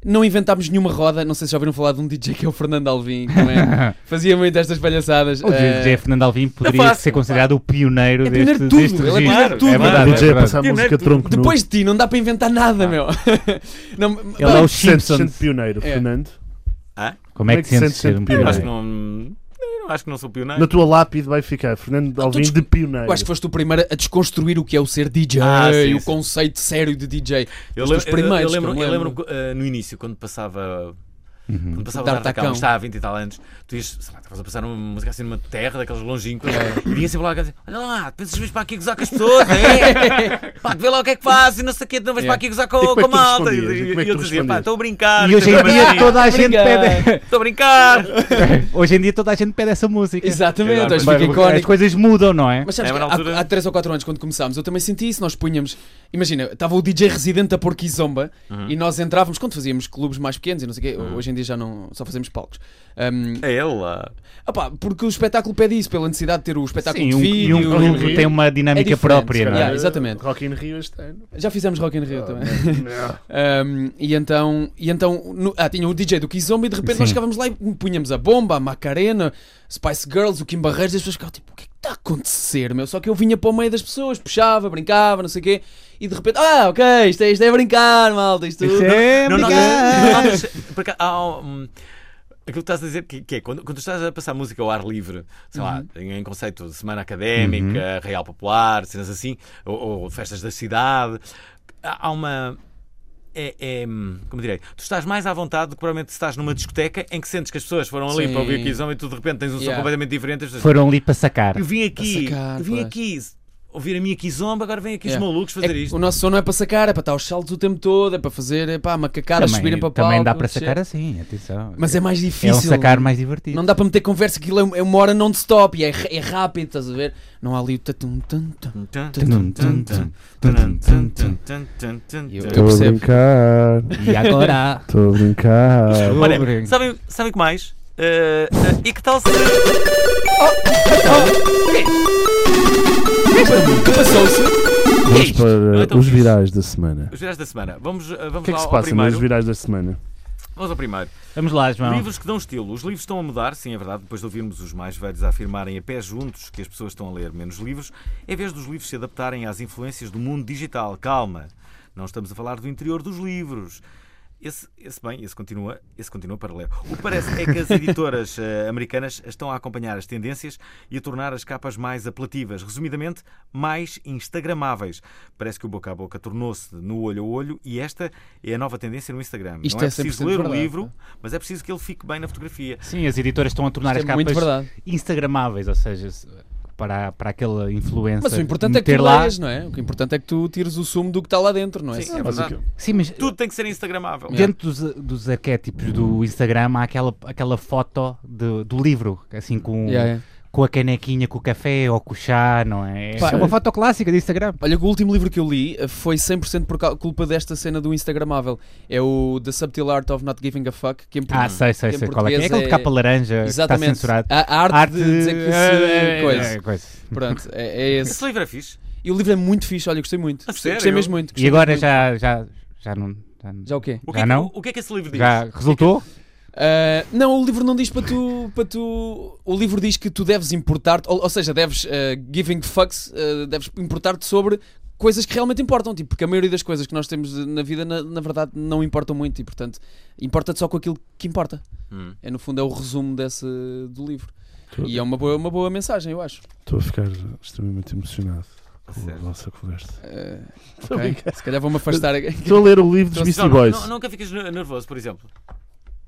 [SPEAKER 4] Não inventámos nenhuma roda, não sei se já ouviram falar de um DJ que é o Fernando Alvim, que também fazia muito estas palhaçadas.
[SPEAKER 2] O é
[SPEAKER 4] Eh,
[SPEAKER 2] DJ Fernando Alvim
[SPEAKER 1] eu
[SPEAKER 2] poderia
[SPEAKER 1] faço.
[SPEAKER 2] ser considerado o pioneiro,
[SPEAKER 4] É pioneiro
[SPEAKER 2] deste,
[SPEAKER 4] de tudo,
[SPEAKER 2] deste
[SPEAKER 4] ele é
[SPEAKER 2] registro.
[SPEAKER 1] pioneiro de tudo.
[SPEAKER 2] é verdade,
[SPEAKER 3] Ah, DJ
[SPEAKER 2] é
[SPEAKER 3] a
[SPEAKER 2] verdade.
[SPEAKER 3] passar
[SPEAKER 1] Primeiro
[SPEAKER 3] música
[SPEAKER 1] tu-
[SPEAKER 3] tronco nu.
[SPEAKER 4] Depois de ti, não dá para inventar nada, meu. Não,
[SPEAKER 2] Ah. Ele é o
[SPEAKER 3] Sente-
[SPEAKER 2] Simpson.
[SPEAKER 3] sente pioneiro,
[SPEAKER 4] É.
[SPEAKER 3] Fernando.
[SPEAKER 2] Como é que
[SPEAKER 3] Como é que sentes
[SPEAKER 2] sentes ser
[SPEAKER 3] ser
[SPEAKER 2] um
[SPEAKER 1] Eu
[SPEAKER 3] pioneiro?
[SPEAKER 1] acho que
[SPEAKER 2] pioneiro?
[SPEAKER 1] não. eu não acho que não sou pioneiro.
[SPEAKER 3] Na tua lápide vai ficar Fernando Alvim
[SPEAKER 4] des-
[SPEAKER 3] de pioneiro.
[SPEAKER 4] eu acho que foste o primeiro a desconstruir o que é o ser DJ,
[SPEAKER 1] Ah, sim,
[SPEAKER 4] o
[SPEAKER 1] sim.
[SPEAKER 4] conceito sério de DJ.
[SPEAKER 1] Eu,
[SPEAKER 4] Os
[SPEAKER 1] lem-
[SPEAKER 4] teus
[SPEAKER 1] eu-
[SPEAKER 4] primeiros,
[SPEAKER 1] eu
[SPEAKER 4] que eu
[SPEAKER 1] lembro,
[SPEAKER 4] me
[SPEAKER 1] eu
[SPEAKER 4] lembro.
[SPEAKER 1] lembro eh, no iinício, quando passava. Quando passava
[SPEAKER 4] Dar
[SPEAKER 1] o Tartacão,
[SPEAKER 4] Tacão.
[SPEAKER 1] está há 20 e tal anos, tu ias, sei lá, estavas a passar uma música assim numa terra daquelas longínquas, e vinha sempre lá a dizer: Olha lá, pensas vês para aqui gozar com as pessoas, é? pá, vê lá o que é que fazes, e não sei o quê, não vês
[SPEAKER 4] É.
[SPEAKER 1] para aqui gozar
[SPEAKER 3] E
[SPEAKER 1] com,
[SPEAKER 3] como
[SPEAKER 1] com a
[SPEAKER 3] é que tu
[SPEAKER 1] malta. E,
[SPEAKER 3] respondias? E como é
[SPEAKER 1] e
[SPEAKER 3] que
[SPEAKER 1] eu
[SPEAKER 3] tu
[SPEAKER 1] dizia: Pá,
[SPEAKER 3] respondias?
[SPEAKER 1] estou a brincar,
[SPEAKER 2] E hoje em
[SPEAKER 1] estou a
[SPEAKER 2] dia
[SPEAKER 1] brincar,
[SPEAKER 2] toda a gente
[SPEAKER 4] Obrigado.
[SPEAKER 2] pede.
[SPEAKER 1] estou a brincar.
[SPEAKER 2] Hoje em dia toda a gente pede essa música.
[SPEAKER 4] Exatamente,
[SPEAKER 1] Exato.
[SPEAKER 4] hoje
[SPEAKER 2] Vai,
[SPEAKER 4] fica
[SPEAKER 2] As
[SPEAKER 4] icónico.
[SPEAKER 2] coisas mudam, não é?
[SPEAKER 4] Mas sabes,
[SPEAKER 1] É,
[SPEAKER 4] que
[SPEAKER 1] mas na altura-
[SPEAKER 4] há, há 3 ou 4 anos, quando começámos, eu também senti isso. Nós punhamos, imagina, estava o DJ residente da Porquizomba
[SPEAKER 1] Uhum.
[SPEAKER 4] e nós entrávamos quando fazíamos clubes mais pequenos e não sei o quê. Hoje em dia já não, só fazemos palcos. Ahm,
[SPEAKER 1] É ela.
[SPEAKER 4] opá, porque o espetáculo pede isso, pela necessidade de ter o espetáculo
[SPEAKER 2] Sim,
[SPEAKER 4] de
[SPEAKER 2] um, e
[SPEAKER 4] vídeo.
[SPEAKER 2] um clube
[SPEAKER 4] e-
[SPEAKER 2] tem uma dinâmica
[SPEAKER 4] diferente, se
[SPEAKER 2] própria, não
[SPEAKER 4] calhar.
[SPEAKER 2] é?
[SPEAKER 4] Yeah, exatamente.
[SPEAKER 3] Rock in Rio este ano.
[SPEAKER 4] Já fizemos Rock in Rio também.
[SPEAKER 3] Não.
[SPEAKER 4] Ahm, e então, e então no- ah, tinha o DJ do Kizomba e de repente
[SPEAKER 2] Sim.
[SPEAKER 4] nós chegávamos lá e punhamos a bomba, a Macarena, Spice Girls, o Kim Barreiros, e as pessoas ficavam tipo, o que é que está a acontecer, meu? Só que eu vinha para o meio das pessoas, puxava, brincava, não sei o quê, e de repente, ah, ok, isto é, isto é brincar, malta, isto.
[SPEAKER 2] Isso é
[SPEAKER 1] Não, não,
[SPEAKER 2] obrigado.
[SPEAKER 1] não, não, mas, porque há, hum, aquilo que estás a dizer, que, que é quando, quando estás a passar música ao ar livre, sei lá,
[SPEAKER 4] Uhum.
[SPEAKER 1] em, em conceito de semana académica, real popular, cenas assim, ou, ou festas da cidade, há há uma. é, é, hum, como direi, tu estás mais à vontade do que provavelmente se estás numa discoteca em que sentes que as pessoas foram ali
[SPEAKER 4] Sim.
[SPEAKER 1] para ouvir aqui som e tu de repente tens um som
[SPEAKER 4] Yeah.
[SPEAKER 1] completamente diferente. As pessoas,
[SPEAKER 2] Foram ali para sacar.
[SPEAKER 1] eu vim aqui,
[SPEAKER 4] Para sacar,
[SPEAKER 1] eu vim
[SPEAKER 4] pois.
[SPEAKER 1] aqui ouvir a minha Kizomba, agora vem aqui
[SPEAKER 4] Yeah.
[SPEAKER 1] os malucos fazer
[SPEAKER 4] É que
[SPEAKER 1] isto.
[SPEAKER 4] O nosso som não é para sacar, é para estar os saltos o tempo todo, é para fazer é, pá, macacadas,
[SPEAKER 2] Também,
[SPEAKER 4] subirem para palco.
[SPEAKER 2] também dá para
[SPEAKER 4] descer.
[SPEAKER 2] sacar assim, atenção.
[SPEAKER 4] Mas é mais difícil.
[SPEAKER 2] É um sacar mais divertido.
[SPEAKER 4] Não dá para meter conversa, aquilo é- é uma hora non-stop e é, ra- é rápido, estás a ver? Não há ali o tatum, tum, tum.
[SPEAKER 2] Tum, tum, tum, tum, tum, tum.
[SPEAKER 4] Eu-
[SPEAKER 3] Estou a
[SPEAKER 4] percebo.
[SPEAKER 3] brincar,
[SPEAKER 2] E agora?
[SPEAKER 3] estou a brincar.
[SPEAKER 1] Olha, sabem, sabem o que mais? Eh, eh, e que tal se.
[SPEAKER 4] Que passou-se?
[SPEAKER 3] Vamos
[SPEAKER 1] Não é
[SPEAKER 3] para
[SPEAKER 1] tão
[SPEAKER 3] os
[SPEAKER 1] fixe.
[SPEAKER 3] virais da semana.
[SPEAKER 1] Os virais da semana. Vamos, eh, vamos
[SPEAKER 3] O que é
[SPEAKER 1] lá
[SPEAKER 3] que se
[SPEAKER 1] ao
[SPEAKER 3] passa nos
[SPEAKER 1] primeiro.
[SPEAKER 3] virais da semana?
[SPEAKER 1] Vamos ao primeiro.
[SPEAKER 2] Vamos lá, João.
[SPEAKER 1] Livros que dão estilo. Os livros estão a mudar, sim, é verdade. Depois de ouvirmos os mais velhos a afirmarem a pé juntos que as pessoas estão a ler menos livros, em vez dos livros se adaptarem às influências do mundo digital. Calma, não estamos a falar do interior dos livros. Esse, esse bem, esse continua, esse continua para ler. O que parece é que as editoras eh, americanas estão a acompanhar as tendências e a tornar as capas mais apelativas, resumidamente, mais instagramáveis. Parece que o boca a boca tornou-se no olho a olho e esta é a nova tendência no Instagram.
[SPEAKER 4] Isto
[SPEAKER 1] não é
[SPEAKER 4] é 100%
[SPEAKER 1] preciso ler o
[SPEAKER 4] verdade,
[SPEAKER 1] livro,
[SPEAKER 4] pá.
[SPEAKER 1] mas é preciso que ele fique bem na fotografia.
[SPEAKER 2] Sim, as editoras estão a tornar as
[SPEAKER 4] Isto é
[SPEAKER 2] capas
[SPEAKER 4] muito verdade.
[SPEAKER 2] instagramáveis, ou seja, se- para, para aquela influência.
[SPEAKER 4] Mas o importante é que
[SPEAKER 2] meter
[SPEAKER 4] tu
[SPEAKER 2] lá.
[SPEAKER 4] leias, não é? O que importante é que tu tires o sumo do que está lá dentro, não é?
[SPEAKER 1] Sim, é
[SPEAKER 3] Mas o que-
[SPEAKER 1] verdade.
[SPEAKER 2] Sim, mas
[SPEAKER 1] Tudo tem que ser instagramável.
[SPEAKER 2] dentro dos, dos arquétipos do Instagram há aquela, aquela foto de- do livro, assim com,
[SPEAKER 4] Yeah, yeah.
[SPEAKER 2] com a canequinha, com o café ou com o chá, não é?
[SPEAKER 4] Pá,
[SPEAKER 2] é uma foto clássica de Instagram.
[SPEAKER 4] Olha, o último livro que eu li eh, foi 100% por cau- culpa desta cena do Instagramável. É o The Subtle Art of Not Giving a Fuck. Que em por-
[SPEAKER 2] Ah, sei, sei,
[SPEAKER 4] Em
[SPEAKER 2] sei qual é que é. É aquele de
[SPEAKER 4] português
[SPEAKER 2] capa laranja que está
[SPEAKER 4] Exatamente.
[SPEAKER 2] censurado.
[SPEAKER 4] A, a arte, de dizer que se...
[SPEAKER 2] é, é,
[SPEAKER 4] coisa.
[SPEAKER 2] é, coisa.
[SPEAKER 4] Pronto, é, é esse.
[SPEAKER 1] Esse livro é fixe.
[SPEAKER 4] E o livro é muito fixe, olha, eu gostei muito.
[SPEAKER 1] A
[SPEAKER 4] Gostei-
[SPEAKER 1] sério?
[SPEAKER 4] Gostei mesmo muito.
[SPEAKER 2] E
[SPEAKER 4] gostei
[SPEAKER 2] agora
[SPEAKER 4] muito.
[SPEAKER 2] já, já, já não. Já,
[SPEAKER 4] Já o quê?
[SPEAKER 1] O que, é
[SPEAKER 2] Já
[SPEAKER 1] que-
[SPEAKER 2] não?
[SPEAKER 1] o que é que esse livro diz?
[SPEAKER 2] já resultou?
[SPEAKER 4] Ah, não, o livro não diz para tu, para tu. O livro diz que tu deves importar-te, ou, ou seja, deves ah, giving fucks, ah, deves importar-te sobre coisas que realmente importam, tipo, porque a maioria das coisas que nós temos na vida, na, na verdade, não importam muito e, portanto, importa-te só com aquilo que importa.
[SPEAKER 1] Hum.
[SPEAKER 4] É, no fundo, é o resumo desse, do livro.
[SPEAKER 3] Tudo.
[SPEAKER 4] E é uma boa, uma boa mensagem, eu acho.
[SPEAKER 3] Estou a ficar extremamente emocionado com a
[SPEAKER 1] Sério.
[SPEAKER 3] nossa conversa.
[SPEAKER 4] Ah,
[SPEAKER 3] Estou a
[SPEAKER 4] ok.
[SPEAKER 3] brincar.
[SPEAKER 4] Se calhar vou-me afastar.
[SPEAKER 3] Estou a ler o livro dos
[SPEAKER 1] Então,
[SPEAKER 3] Beastie
[SPEAKER 1] não,
[SPEAKER 3] Boys.
[SPEAKER 1] não- nunca ficas ne- nervoso, por exemplo.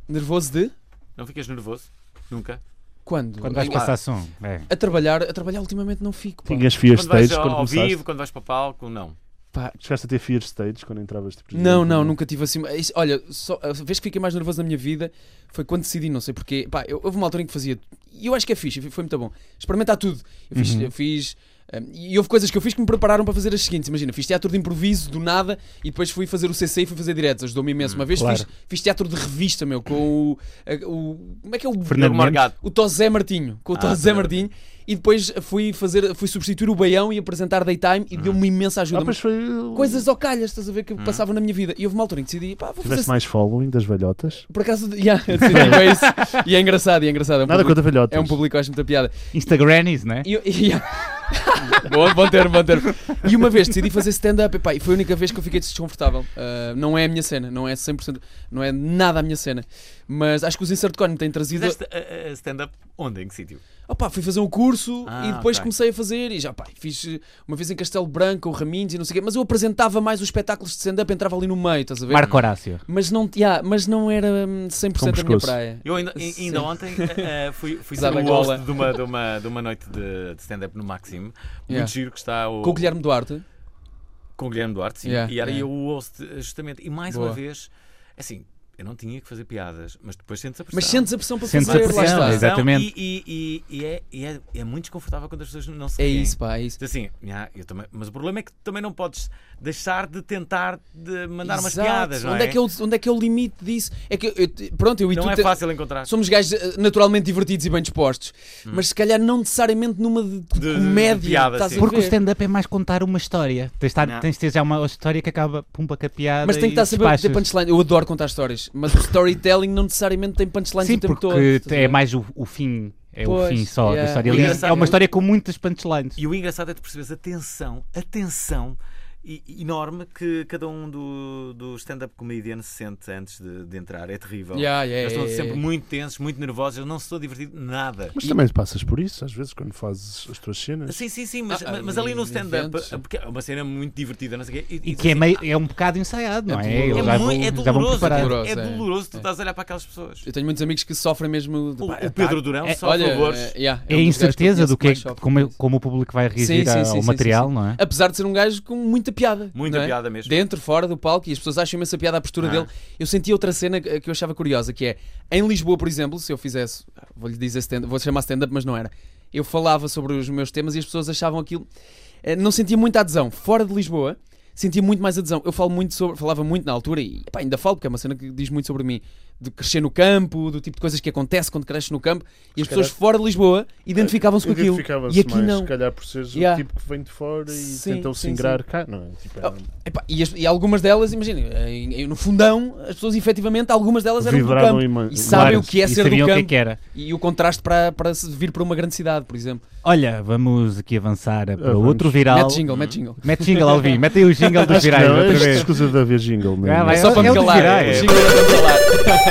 [SPEAKER 4] Nervoso de?
[SPEAKER 1] Não ficas nervoso? Nunca.
[SPEAKER 4] Quando?
[SPEAKER 2] Quando vais
[SPEAKER 1] Ah.
[SPEAKER 2] passar som. É.
[SPEAKER 4] A trabalhar, a trabalhar ultimamente não fico. pá.
[SPEAKER 3] Tinhas fear
[SPEAKER 1] quando vais
[SPEAKER 3] stage
[SPEAKER 1] ao,
[SPEAKER 3] quando
[SPEAKER 1] ao
[SPEAKER 3] começaste?
[SPEAKER 1] vivo, quando vais para palco, não.
[SPEAKER 3] Chegaste a ter fear stage quando entravas tipo...
[SPEAKER 4] Não, não, nunca tive assim. Isso- Olha, só, a vez que fiquei mais nervoso na minha vida foi quando decidi, não sei porquê. Pá, eu, houve uma altura em que fazia. E eu acho que é fixe, foi muito bom. Experimentar tudo. Eu fiz. Eu fiz hum, e houve coisas que eu fiz que me prepararam para fazer as seguintes. Imagina, fiz teatro de improviso do nada e depois fui fazer o CC e fui fazer diretos. Ajudou-me imenso. Uma vez
[SPEAKER 2] Claro.
[SPEAKER 4] fiz, fiz teatro de revista, meu, com o. a- o- como é que é o.
[SPEAKER 2] Fernando
[SPEAKER 1] Diogo Morgado.
[SPEAKER 4] O Tosé Martinho, com o
[SPEAKER 1] Ah,
[SPEAKER 4] Tosé
[SPEAKER 1] Fernando.
[SPEAKER 4] Martinho, e depois fui fazer, fui substituir o Baião e apresentar Daytime e deu-me uma imensa ajuda.
[SPEAKER 3] Ah, pois foi...
[SPEAKER 4] coisas ao calhas, estás a ver, que passavam na minha vida. E houve uma altura em que É um decidi, pá, vou fazer.
[SPEAKER 3] Hum.
[SPEAKER 4] assim.
[SPEAKER 3] Tiveste mais following das velhotas?
[SPEAKER 4] Por acaso, yeah, eu decidi, é isso. E é engraçado, e é engraçado. É um
[SPEAKER 3] Nada
[SPEAKER 4] público,
[SPEAKER 3] contra velhotas.
[SPEAKER 4] é um público que eu acho muita piada.
[SPEAKER 2] Instagramies, né?
[SPEAKER 4] E, eu- e- yeah. bom, bom termo, bom termo. E uma vez decidi fazer stand-up, epá, e foi a única vez que eu fiquei desconfortável. Ah, não é a minha cena, não é 100%, não é nada a minha cena. Mas acho que os Insert Coin me têm trazido.
[SPEAKER 1] Fizeste uh, uh, stand-up onde? Em que sítio?
[SPEAKER 4] Opa, fui fazer um curso
[SPEAKER 1] Ah,
[SPEAKER 4] e depois
[SPEAKER 1] ok.
[SPEAKER 4] comecei a fazer e já pá, fiz eh, uma vez em Castelo Branco, o Raminhos e não sei o quê, mas eu apresentava mais os espetáculos de stand-up, entrava ali no meio, estás a ver?
[SPEAKER 2] Marco Horácio.
[SPEAKER 4] Mas não, yeah, mas não era hum, 100% a minha
[SPEAKER 3] pescoço.
[SPEAKER 4] praia.
[SPEAKER 1] Eu ainda, ai- ainda
[SPEAKER 4] Sim.
[SPEAKER 1] ontem eh, eh, fui, fui ser
[SPEAKER 4] Usava
[SPEAKER 1] o
[SPEAKER 4] a gola.
[SPEAKER 1] host de uma, de uma, de uma noite de, de stand-up no Maxim.
[SPEAKER 4] Yeah.
[SPEAKER 1] Muito giro que está o,
[SPEAKER 4] Com o Guilherme Duarte.
[SPEAKER 1] com o Guilherme Duarte, sim.
[SPEAKER 4] Yeah,
[SPEAKER 1] e era
[SPEAKER 4] yeah.
[SPEAKER 1] eu o host, eh, justamente. E mais
[SPEAKER 4] Boa.
[SPEAKER 1] uma vez, assim, eu não tinha que fazer piadas, mas depois sentes a pressão.
[SPEAKER 4] Mas sentes a pressão para
[SPEAKER 2] Sentes a
[SPEAKER 4] fazer, lá
[SPEAKER 2] pressão,
[SPEAKER 4] está.
[SPEAKER 2] exato. exatamente.
[SPEAKER 1] E, e- e- e é, e é- é muito desconfortável quando as pessoas não se
[SPEAKER 4] É
[SPEAKER 1] riem.
[SPEAKER 4] isso, pá, é isso.
[SPEAKER 1] Diz Assim, "Ah, eu também, mas o problema é que tu também não podes deixar de tentar de mandar umas
[SPEAKER 4] Exato.
[SPEAKER 1] piadas, não
[SPEAKER 4] onde é?
[SPEAKER 1] é?
[SPEAKER 4] que é o, onde é que é o limite disso? É que eu- eu- pronto, eu e
[SPEAKER 1] Não
[SPEAKER 4] tu
[SPEAKER 1] é
[SPEAKER 4] te-
[SPEAKER 1] fácil encontrar.
[SPEAKER 4] somos gajos eh, naturalmente divertidos e bem dispostos, mas se calhar não necessariamente numa de, de
[SPEAKER 1] Hum. de
[SPEAKER 4] comédia.
[SPEAKER 1] piada,
[SPEAKER 4] estás a
[SPEAKER 1] sim.
[SPEAKER 2] Porque o
[SPEAKER 4] ver?
[SPEAKER 2] stand-up é mais contar uma história. Tens de,
[SPEAKER 1] Não.
[SPEAKER 2] estar, tens de ter já uma história que acaba pumba com a piada.
[SPEAKER 4] Mas tem
[SPEAKER 2] e
[SPEAKER 4] que estar sempre a
[SPEAKER 2] despachas.
[SPEAKER 4] ter punchline. Eu adoro contar histórias, mas o storytelling não necessariamente tem punchlines
[SPEAKER 2] Sim,
[SPEAKER 4] o tempo
[SPEAKER 2] porque
[SPEAKER 4] todo. estás a
[SPEAKER 2] é
[SPEAKER 4] ver?
[SPEAKER 2] mais o, o fim. É
[SPEAKER 4] Pois,
[SPEAKER 2] o fim só
[SPEAKER 4] yeah.
[SPEAKER 2] da história.
[SPEAKER 1] O
[SPEAKER 2] Aliás,
[SPEAKER 1] engraçado-
[SPEAKER 4] um
[SPEAKER 2] é uma história com muitas punchlines.
[SPEAKER 1] E o engraçado é tu percebes a tensão, a tensão e- e enorme que cada um do, do stand-up comedian se sente antes de, de entrar. É terrível.
[SPEAKER 4] Yeah, yeah,
[SPEAKER 1] Eles estão
[SPEAKER 4] yeah,
[SPEAKER 1] sempre
[SPEAKER 4] yeah.
[SPEAKER 1] muito tensos, muito nervosos. Eu não estou divertido nada.
[SPEAKER 3] Mas também passas por isso, às vezes, quando fazes as tuas cenas.
[SPEAKER 1] Sim, sim, sim, mas,
[SPEAKER 4] Ah, ah,
[SPEAKER 1] mas ali no stand-up,
[SPEAKER 4] eventos.
[SPEAKER 1] porque é uma cena muito divertida, não sei o quê.
[SPEAKER 2] E que é, meio, é um bocado ensaiado, não é?
[SPEAKER 4] É
[SPEAKER 2] Eles
[SPEAKER 1] É,
[SPEAKER 4] doloroso.
[SPEAKER 2] já vão-
[SPEAKER 1] muito, é
[SPEAKER 2] já vão
[SPEAKER 1] doloroso,
[SPEAKER 2] preparar.
[SPEAKER 1] é,
[SPEAKER 4] Doloroso, é.
[SPEAKER 1] doloroso tu
[SPEAKER 4] É.
[SPEAKER 1] estás a olhar para aquelas pessoas.
[SPEAKER 4] Eu tenho muitos amigos que sofrem mesmo. de-
[SPEAKER 1] O,
[SPEAKER 4] pá,
[SPEAKER 1] o Pedro Durão, só
[SPEAKER 4] olha,
[SPEAKER 1] favores.
[SPEAKER 4] eh, yeah,
[SPEAKER 2] É
[SPEAKER 4] um
[SPEAKER 2] a
[SPEAKER 4] dos gajos que eu
[SPEAKER 2] incerteza do que é,
[SPEAKER 4] conheço mais sofre com
[SPEAKER 2] como,
[SPEAKER 4] isso.
[SPEAKER 2] como o público vai reagir
[SPEAKER 4] Sim, sim,
[SPEAKER 2] ao
[SPEAKER 4] sim, sim, sim,
[SPEAKER 2] material, não é?
[SPEAKER 4] Apesar de ser um gajo com muita piada.
[SPEAKER 1] Muita
[SPEAKER 4] não é?
[SPEAKER 1] piada mesmo.
[SPEAKER 4] Dentro, fora do palco, e as pessoas acham imensa piada à postura
[SPEAKER 1] Ah.
[SPEAKER 4] dele. Eu senti outra cena que que eu achava curiosa, que é em Lisboa, por exemplo, se eu fizesse, ah, vou-lhe dizer stand vou chamar stand-up, mas não era. Eu falava sobre os meus temas e as pessoas achavam aquilo. eh, Não sentia muita adesão. Fora de Lisboa, sentia muito mais adesão. Eu falo muito sobre, falava muito na altura e epá, ainda falo, porque é uma cena que diz muito sobre mim, de crescer no campo, do tipo de coisas que acontece quando cresces no campo, e as
[SPEAKER 3] calhar-
[SPEAKER 4] pessoas fora de Lisboa identificavam-se com aquilo.
[SPEAKER 3] Identificava-se
[SPEAKER 4] E aqui
[SPEAKER 3] é mais,
[SPEAKER 4] não.
[SPEAKER 3] se calhar por seres
[SPEAKER 4] Yeah.
[SPEAKER 3] o tipo que vem de fora e
[SPEAKER 4] Sim,
[SPEAKER 3] tentam-se
[SPEAKER 4] sim,
[SPEAKER 3] ingrar cá, não é? Tipo, é-
[SPEAKER 4] Oh, Epá, e, as- e algumas delas, imagina, em- em- no fundão, as pessoas efetivamente, algumas delas eram do
[SPEAKER 3] Vibraram
[SPEAKER 4] campo.
[SPEAKER 3] imen-
[SPEAKER 4] E sabem
[SPEAKER 2] Claro,
[SPEAKER 4] o que é
[SPEAKER 2] e
[SPEAKER 4] ser do
[SPEAKER 2] sabiam o que é
[SPEAKER 4] campo.
[SPEAKER 2] que era.
[SPEAKER 4] E o contraste para, para se vir para uma grande cidade, por exemplo.
[SPEAKER 2] Olha, vamos aqui avançar para
[SPEAKER 3] Vamos.
[SPEAKER 2] outro viral.
[SPEAKER 4] Mete jingle, mete jingle.
[SPEAKER 2] Mete jingle, Alvin. Mete aí o jingle dos
[SPEAKER 3] Acho que
[SPEAKER 2] virais
[SPEAKER 3] não,
[SPEAKER 2] outra
[SPEAKER 3] esta
[SPEAKER 2] vez.
[SPEAKER 3] escusa de haver jingle mesmo.
[SPEAKER 2] Ah, vai,
[SPEAKER 4] É
[SPEAKER 2] é
[SPEAKER 4] só para
[SPEAKER 2] o
[SPEAKER 4] me
[SPEAKER 2] dos
[SPEAKER 4] calar.
[SPEAKER 2] virais.
[SPEAKER 4] o Jingle é para me calar.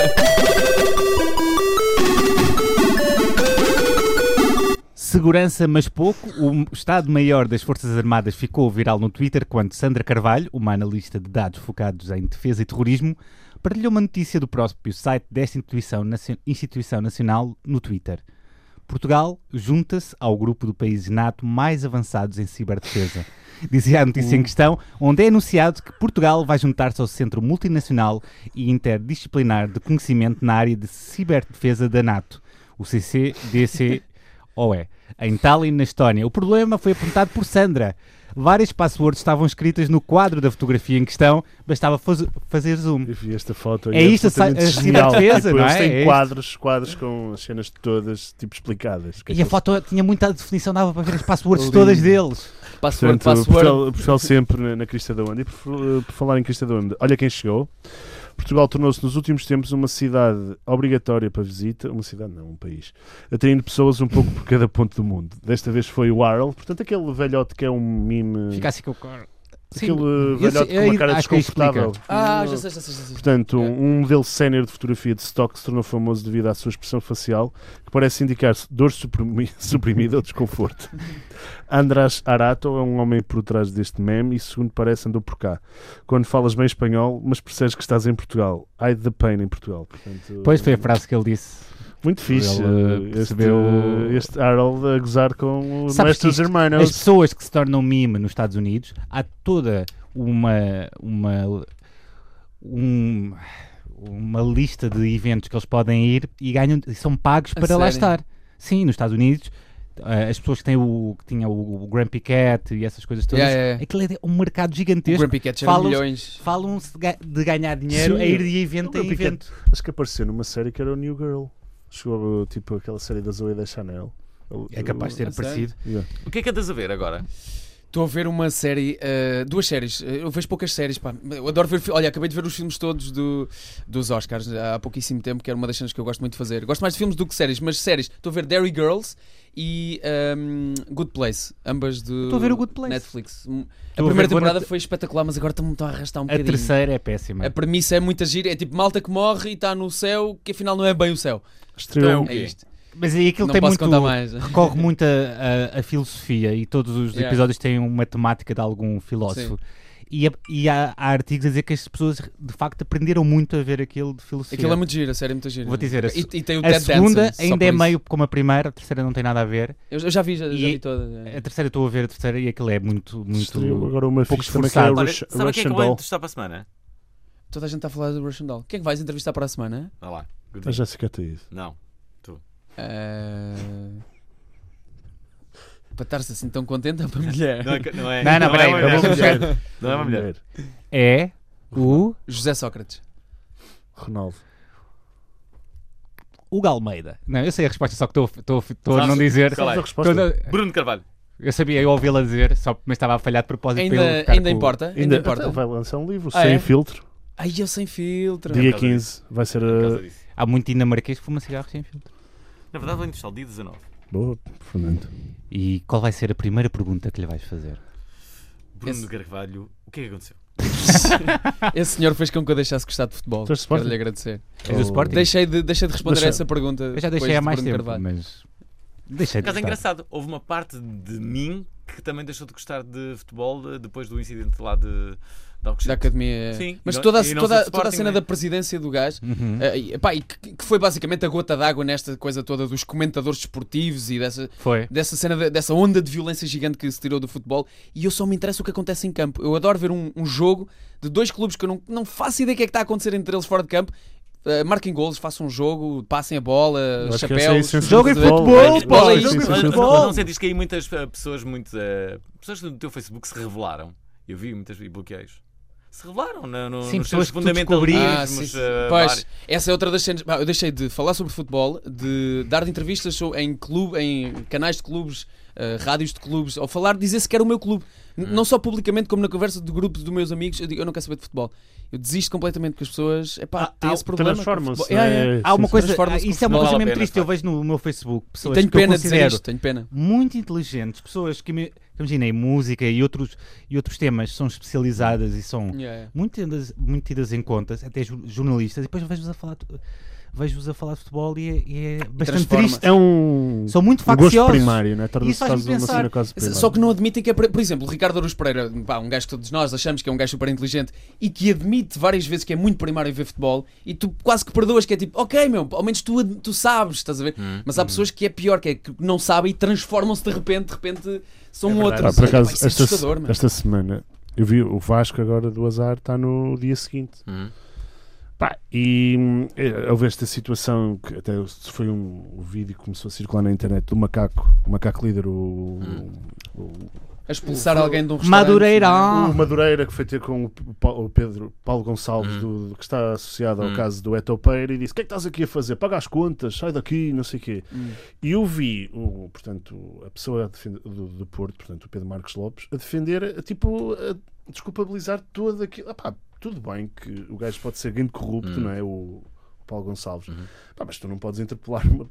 [SPEAKER 2] Segurança, mas pouco. O Estado-Maior das Forças Armadas ficou viral no Twitter quando Sandra Carvalho, uma analista de dados focados em defesa e terrorismo, partilhou uma notícia do próprio site desta instituição, nacio- instituição nacional no Twitter. Portugal junta-se ao grupo do países NATO mais avançados em ciberdefesa. Dizia a notícia em questão, onde é anunciado que Portugal vai juntar-se ao Centro Multinacional e Interdisciplinar de Conhecimento na área de ciberdefesa da NATO, o CCDC ou é, em Tallinn, na Estónia. O problema foi apontado por Sandra. Várias passwords estavam escritas no quadro da fotografia em questão, bastava faz- fazer zoom.
[SPEAKER 3] Eu vi esta foto e
[SPEAKER 2] É isto a sa-
[SPEAKER 3] absolutamente
[SPEAKER 2] a
[SPEAKER 3] genial.
[SPEAKER 2] cidadeza,
[SPEAKER 3] tipo,
[SPEAKER 2] não
[SPEAKER 3] eles
[SPEAKER 2] é?
[SPEAKER 3] têm
[SPEAKER 2] É isto.
[SPEAKER 3] quadros, quadros com as cenas todas tipo explicadas. Que é
[SPEAKER 2] E a
[SPEAKER 3] que-
[SPEAKER 2] foto tinha muita definição, dava para ver as passwords todas deles.
[SPEAKER 4] Password,
[SPEAKER 3] Portanto, Portugal,
[SPEAKER 4] password.
[SPEAKER 3] Portugal sempre na, na crista da onda. E por, f- por falar em crista da onda, olha quem chegou. Portugal tornou-se nos últimos tempos uma cidade obrigatória para visita, uma cidade não, um país, atraindo pessoas um pouco por cada ponto do mundo. Desta vez foi o Arl, portanto aquele velhote que é um mime,
[SPEAKER 2] Fica assim com o cor. Sim,
[SPEAKER 3] aquele
[SPEAKER 2] esse-
[SPEAKER 3] velhote com uma
[SPEAKER 2] é-
[SPEAKER 3] cara
[SPEAKER 2] acho que
[SPEAKER 3] desconfortável.
[SPEAKER 4] Ah, já sei, já sei, já sei.
[SPEAKER 3] Portanto,
[SPEAKER 4] É.
[SPEAKER 3] um um modelo sénior de fotografia de stock se tornou famoso devido à sua expressão facial, que parece indicar dor suprimi- suprimida ou desconforto. András Arato é um homem por trás deste meme e, segundo parece, andou por cá. Quando falas bem espanhol, mas percebes que estás em Portugal. Ai de pain em Portugal. Portanto,
[SPEAKER 2] Pois foi a frase que ele disse.
[SPEAKER 3] Muito fixe.
[SPEAKER 2] Ele, eh, percebeu-
[SPEAKER 3] Este, este Harold a gozar com o
[SPEAKER 2] Sabes
[SPEAKER 3] Maestro
[SPEAKER 2] que isto- As
[SPEAKER 3] Germanos.
[SPEAKER 2] pessoas que se tornam mime nos Estados Unidos, há toda uma uma um- uma lista de eventos que eles podem ir e ganham e são pagos
[SPEAKER 4] A
[SPEAKER 2] para lá
[SPEAKER 4] sério?
[SPEAKER 2] estar. Sim, nos Estados Unidos, ah, as pessoas que têm o que tinham o, o Grand Piquet e essas coisas todas,
[SPEAKER 4] Yeah, yeah, yeah.
[SPEAKER 2] aquilo é um mercado
[SPEAKER 4] O
[SPEAKER 2] gigantesco.
[SPEAKER 4] Grumpy Cat gera
[SPEAKER 2] Falam-se-
[SPEAKER 4] milhões.
[SPEAKER 2] Falam-se de, ga- de ganhar dinheiro
[SPEAKER 3] Sim.
[SPEAKER 2] a ir de evento
[SPEAKER 3] O
[SPEAKER 2] em
[SPEAKER 3] Grand Piquet.
[SPEAKER 2] evento.
[SPEAKER 3] Acho que apareceu numa série que era o New Girl. Chegou tipo aquela série da Zoe da Chanel.
[SPEAKER 2] É capaz de
[SPEAKER 4] A
[SPEAKER 2] ter
[SPEAKER 4] sério?
[SPEAKER 2] aparecido.
[SPEAKER 3] Yeah.
[SPEAKER 1] O que é que andas a ver agora?
[SPEAKER 4] Estou a ver uma série, eh, duas séries. Eh, Eu vejo poucas séries, pá. Eu adoro ver. fi- Olha, acabei de ver os filmes todos do, dos Oscars há pouquíssimo tempo, que era uma das cenas que eu gosto muito de fazer. Gosto mais de filmes do que séries, mas séries. Estou a ver Dairy Girls e ehm, Good Place, ambas de
[SPEAKER 2] Estou a ver o Good Place.
[SPEAKER 4] Netflix. A
[SPEAKER 2] Estou a ver, vou
[SPEAKER 4] primeira
[SPEAKER 2] na-
[SPEAKER 4] temporada foi espetacular, mas agora estão-me estão a arrastar um
[SPEAKER 2] A
[SPEAKER 4] bocadinho.
[SPEAKER 2] terceira é péssima.
[SPEAKER 4] A premissa é muita gira, é tipo malta que morre e está no céu, que afinal não é bem o céu.
[SPEAKER 3] Estreou um
[SPEAKER 1] Então,
[SPEAKER 4] É isto.
[SPEAKER 2] Mas aí aquilo
[SPEAKER 4] não
[SPEAKER 2] tem
[SPEAKER 4] posso
[SPEAKER 2] muito.
[SPEAKER 4] contar mais.
[SPEAKER 2] recorre muito a, a- a filosofia e todos os
[SPEAKER 4] Yeah.
[SPEAKER 2] episódios têm uma temática de algum filósofo. E, a- e há, há artigos a dizer que as pessoas de facto aprenderam muito a ver aquilo de filosofia.
[SPEAKER 4] Aquilo é muito giro, a série é muito gira.
[SPEAKER 2] Vou dizer, a
[SPEAKER 4] e,
[SPEAKER 2] se-
[SPEAKER 4] e tem o
[SPEAKER 2] a
[SPEAKER 4] Ted
[SPEAKER 2] segunda
[SPEAKER 4] Danson, só por
[SPEAKER 2] ainda é
[SPEAKER 4] isso.
[SPEAKER 2] meio como a primeira, a terceira não tem nada a ver.
[SPEAKER 4] Eu, eu já vi, já, já
[SPEAKER 2] E-
[SPEAKER 4] vi toda.
[SPEAKER 1] é.
[SPEAKER 2] A terceira estou a ver, a terceira e aquilo é muito.
[SPEAKER 3] Estreou
[SPEAKER 2] muito...
[SPEAKER 3] agora uma
[SPEAKER 2] pouco
[SPEAKER 3] fixe também que é
[SPEAKER 2] esforçado.
[SPEAKER 1] Olha,
[SPEAKER 3] Rush,
[SPEAKER 1] sabe o que é que eu
[SPEAKER 3] Doll.
[SPEAKER 1] vou entrevistar para a semana?
[SPEAKER 4] Toda a gente está a falar do Russian Doll. Quem é que vais entrevistar para a semana?
[SPEAKER 1] Olha lá.
[SPEAKER 3] A Jéssica Ataíde.
[SPEAKER 1] Não.
[SPEAKER 4] Eh, Para estar-se assim tão contente é para mulher.
[SPEAKER 1] Não é. que- Não, é,
[SPEAKER 2] Não, não, peraí,
[SPEAKER 1] uma
[SPEAKER 2] não
[SPEAKER 1] mulher.
[SPEAKER 2] vou
[SPEAKER 3] mulher.
[SPEAKER 1] Não é uma mulher.
[SPEAKER 2] É o
[SPEAKER 4] José Sócrates.
[SPEAKER 3] Ronaldo.
[SPEAKER 2] Hugo Almeida. Não, eu sei a resposta, só que estou- estou estou a não
[SPEAKER 1] Sabes-
[SPEAKER 2] dizer.
[SPEAKER 1] Qual
[SPEAKER 3] Sabes
[SPEAKER 1] é?
[SPEAKER 3] a resposta?
[SPEAKER 2] Estou a-
[SPEAKER 1] Bruno Carvalho.
[SPEAKER 2] Eu sabia, eu ouvi-la dizer, só, mas estava a falhar de propósito. para ele
[SPEAKER 4] Ainda,
[SPEAKER 2] ficar
[SPEAKER 4] ainda
[SPEAKER 2] com-
[SPEAKER 4] importa? Ainda,
[SPEAKER 3] Ainda
[SPEAKER 4] importa?
[SPEAKER 3] vai lançar um livro
[SPEAKER 4] Ah,
[SPEAKER 3] sem
[SPEAKER 4] é?
[SPEAKER 3] filtro.
[SPEAKER 4] Ai, eu sem
[SPEAKER 1] é
[SPEAKER 4] filtro.
[SPEAKER 1] por
[SPEAKER 3] Dia
[SPEAKER 1] causa é
[SPEAKER 3] 15 vai ser uh,
[SPEAKER 1] Por causa
[SPEAKER 3] a.
[SPEAKER 1] disso.
[SPEAKER 2] Há muito dinamarquês que fuma cigarros sem filtro.
[SPEAKER 1] Na verdade, vou entrevistar dia 19.
[SPEAKER 3] Boa, Fernando.
[SPEAKER 2] E qual vai ser a primeira pergunta que lhe vais fazer?
[SPEAKER 1] Bruno
[SPEAKER 4] Esse-
[SPEAKER 1] Carvalho, o que é que aconteceu?
[SPEAKER 4] Esse senhor fez com que eu deixasse gostar de futebol.
[SPEAKER 3] Tu és
[SPEAKER 4] Quero
[SPEAKER 3] Sporting?
[SPEAKER 4] lhe agradecer.
[SPEAKER 2] És do Sporting?
[SPEAKER 4] Deixei de, deixei de responder
[SPEAKER 3] Deixa-
[SPEAKER 4] a essa pergunta.
[SPEAKER 2] Eu já
[SPEAKER 4] depois
[SPEAKER 2] deixei há
[SPEAKER 4] de
[SPEAKER 2] mais
[SPEAKER 4] Bruno
[SPEAKER 2] tempo,
[SPEAKER 4] Carvalho.
[SPEAKER 2] mas. Deixei de
[SPEAKER 1] Mas é
[SPEAKER 2] gostar.
[SPEAKER 1] engraçado, houve uma parte de mim que também deixou de gostar de futebol eh, depois do incidente lá de, de Alcochete.
[SPEAKER 4] da academia.
[SPEAKER 1] Sim,
[SPEAKER 4] mas
[SPEAKER 1] e não-
[SPEAKER 4] toda, a-
[SPEAKER 1] e não
[SPEAKER 4] toda,
[SPEAKER 1] sou de
[SPEAKER 4] toda a
[SPEAKER 1] Sporting,
[SPEAKER 4] cena
[SPEAKER 1] né?
[SPEAKER 4] da presidência do gajo,
[SPEAKER 2] Uhum.
[SPEAKER 4] eh, e, epá, e que, que foi basicamente a gota d'água nesta coisa toda dos comentadores desportivos e dessa,
[SPEAKER 2] Foi.
[SPEAKER 4] dessa cena, de- dessa onda de violência gigante que se tirou do futebol. E eu só me interessa o que acontece em campo. Eu adoro ver um, um jogo de dois clubes que eu não, não faço ideia o que é que está a acontecer entre eles fora de campo. Eh, marquem golos, façam um jogo, passem a bola,
[SPEAKER 3] Acho que essa é a
[SPEAKER 4] chapéus.
[SPEAKER 3] essência do
[SPEAKER 2] Jogo e futebol,
[SPEAKER 3] Acho que essa é a
[SPEAKER 4] pá,
[SPEAKER 3] essência
[SPEAKER 4] jogo
[SPEAKER 3] do
[SPEAKER 4] e
[SPEAKER 1] Olha,
[SPEAKER 4] Sim,
[SPEAKER 1] não,
[SPEAKER 4] sim,
[SPEAKER 3] futebol.
[SPEAKER 4] futebol.
[SPEAKER 1] não sei, diz que aí muitas eh, pessoas, muito, eh, pessoas do teu Facebook se revelaram. Eu vi muitas e bloqueei-os. Se revelaram no, no,
[SPEAKER 2] Sim,
[SPEAKER 1] nos
[SPEAKER 2] pessoas
[SPEAKER 1] seus
[SPEAKER 2] que tu
[SPEAKER 4] Ah,
[SPEAKER 1] fundamentalismos.
[SPEAKER 4] sim, sim.
[SPEAKER 1] eh,
[SPEAKER 4] Pois,
[SPEAKER 1] vários.
[SPEAKER 4] essa é outra das cenas. Bah, Eu deixei de falar sobre futebol, de dar entrevistas so- em, clube, em canais de clubes, eh, rádios de clubes, ou falar, dizer se que era o meu clube. N- Não só publicamente, como na conversa de grupos dos meus amigos, eu digo, eu não quero saber de futebol. Eu desisto completamente que as pessoas. Epá,
[SPEAKER 3] Ah,
[SPEAKER 4] têm
[SPEAKER 3] ah,
[SPEAKER 4] esse problema. com o
[SPEAKER 3] transformam-se,
[SPEAKER 4] futebol. É, é.
[SPEAKER 3] né?
[SPEAKER 2] Há uma
[SPEAKER 3] Sim,
[SPEAKER 2] coisa.
[SPEAKER 4] transforma-se com
[SPEAKER 2] Isso é uma
[SPEAKER 1] futebol.
[SPEAKER 2] coisa
[SPEAKER 1] Vale a
[SPEAKER 2] mesmo
[SPEAKER 1] pena,
[SPEAKER 2] triste.
[SPEAKER 1] pá.
[SPEAKER 2] Eu vejo no meu Facebook
[SPEAKER 4] E
[SPEAKER 2] pessoas
[SPEAKER 4] tenho
[SPEAKER 2] que eu
[SPEAKER 4] pena de dizer
[SPEAKER 2] considero
[SPEAKER 4] isto, tenho pena.
[SPEAKER 2] muito inteligentes, pessoas que, me- que imaginei música e outros, e outros temas são especializadas e são
[SPEAKER 4] Yeah.
[SPEAKER 2] muito tidas, muito tidas em contas, até ju- jornalistas, e depois vejo-vos a falar de- vejo-vos a falar de futebol e é, e é bastante
[SPEAKER 4] transforma.
[SPEAKER 2] triste.
[SPEAKER 3] É um,
[SPEAKER 2] São muito
[SPEAKER 3] um gosto
[SPEAKER 2] facciosos.
[SPEAKER 3] primário, né?
[SPEAKER 2] Isso faz-me
[SPEAKER 3] Torna-se uma
[SPEAKER 2] pensar-
[SPEAKER 3] cena quase primária.
[SPEAKER 4] Só que não admitem que é, por por exemplo, o Ricardo Aruz Pereira, pá, um gajo que todos nós achamos que é um gajo super inteligente e que admite várias vezes que é muito primário ver futebol e tu quase que perdoas que é tipo, ok, meu, ao menos tu, ad- tu sabes, estás a ver?
[SPEAKER 1] Hum,
[SPEAKER 4] Mas há pessoas que é pior, que é que não sabem e transformam-se de repente, de repente são
[SPEAKER 2] verdade.
[SPEAKER 3] Pá,
[SPEAKER 4] outros.
[SPEAKER 3] Ah, por
[SPEAKER 4] Pá,
[SPEAKER 3] acaso,
[SPEAKER 4] isso é
[SPEAKER 3] esta,
[SPEAKER 4] assustador, meu.
[SPEAKER 3] esta semana eu vi o Vasco agora do azar está no dia seguinte.
[SPEAKER 1] Hum.
[SPEAKER 3] Pá, e hum, eh, houve esta situação que até foi um, um vídeo que começou a circular na internet do macaco, o macaco líder, o, o-
[SPEAKER 4] A expulsar alguém de um restaurante.
[SPEAKER 3] o
[SPEAKER 2] Madureirão!
[SPEAKER 3] Madureira que foi ter com o P- Pa- o Pedro Paulo
[SPEAKER 2] Hum.
[SPEAKER 3] Gonçalves, do- do- que está associado ao caso do Etopeira, e disse: O que é que estás aqui a fazer? Paga as contas, sai daqui, não sei o quê.
[SPEAKER 2] Hum.
[SPEAKER 3] E eu vi, o, portanto, a pessoa a defender- do, do Porto, portanto, o Pedro Marcos Lopes, a defender, a, tipo, a desculpabilizar todo aquilo. Ah, pá, tudo bem que o gajo pode ser grande
[SPEAKER 2] Hum.
[SPEAKER 3] corrupto, não é? O, o Paulo Gonçalves.
[SPEAKER 2] Uhum.
[SPEAKER 3] Pá, mas tu não podes interpelar uma.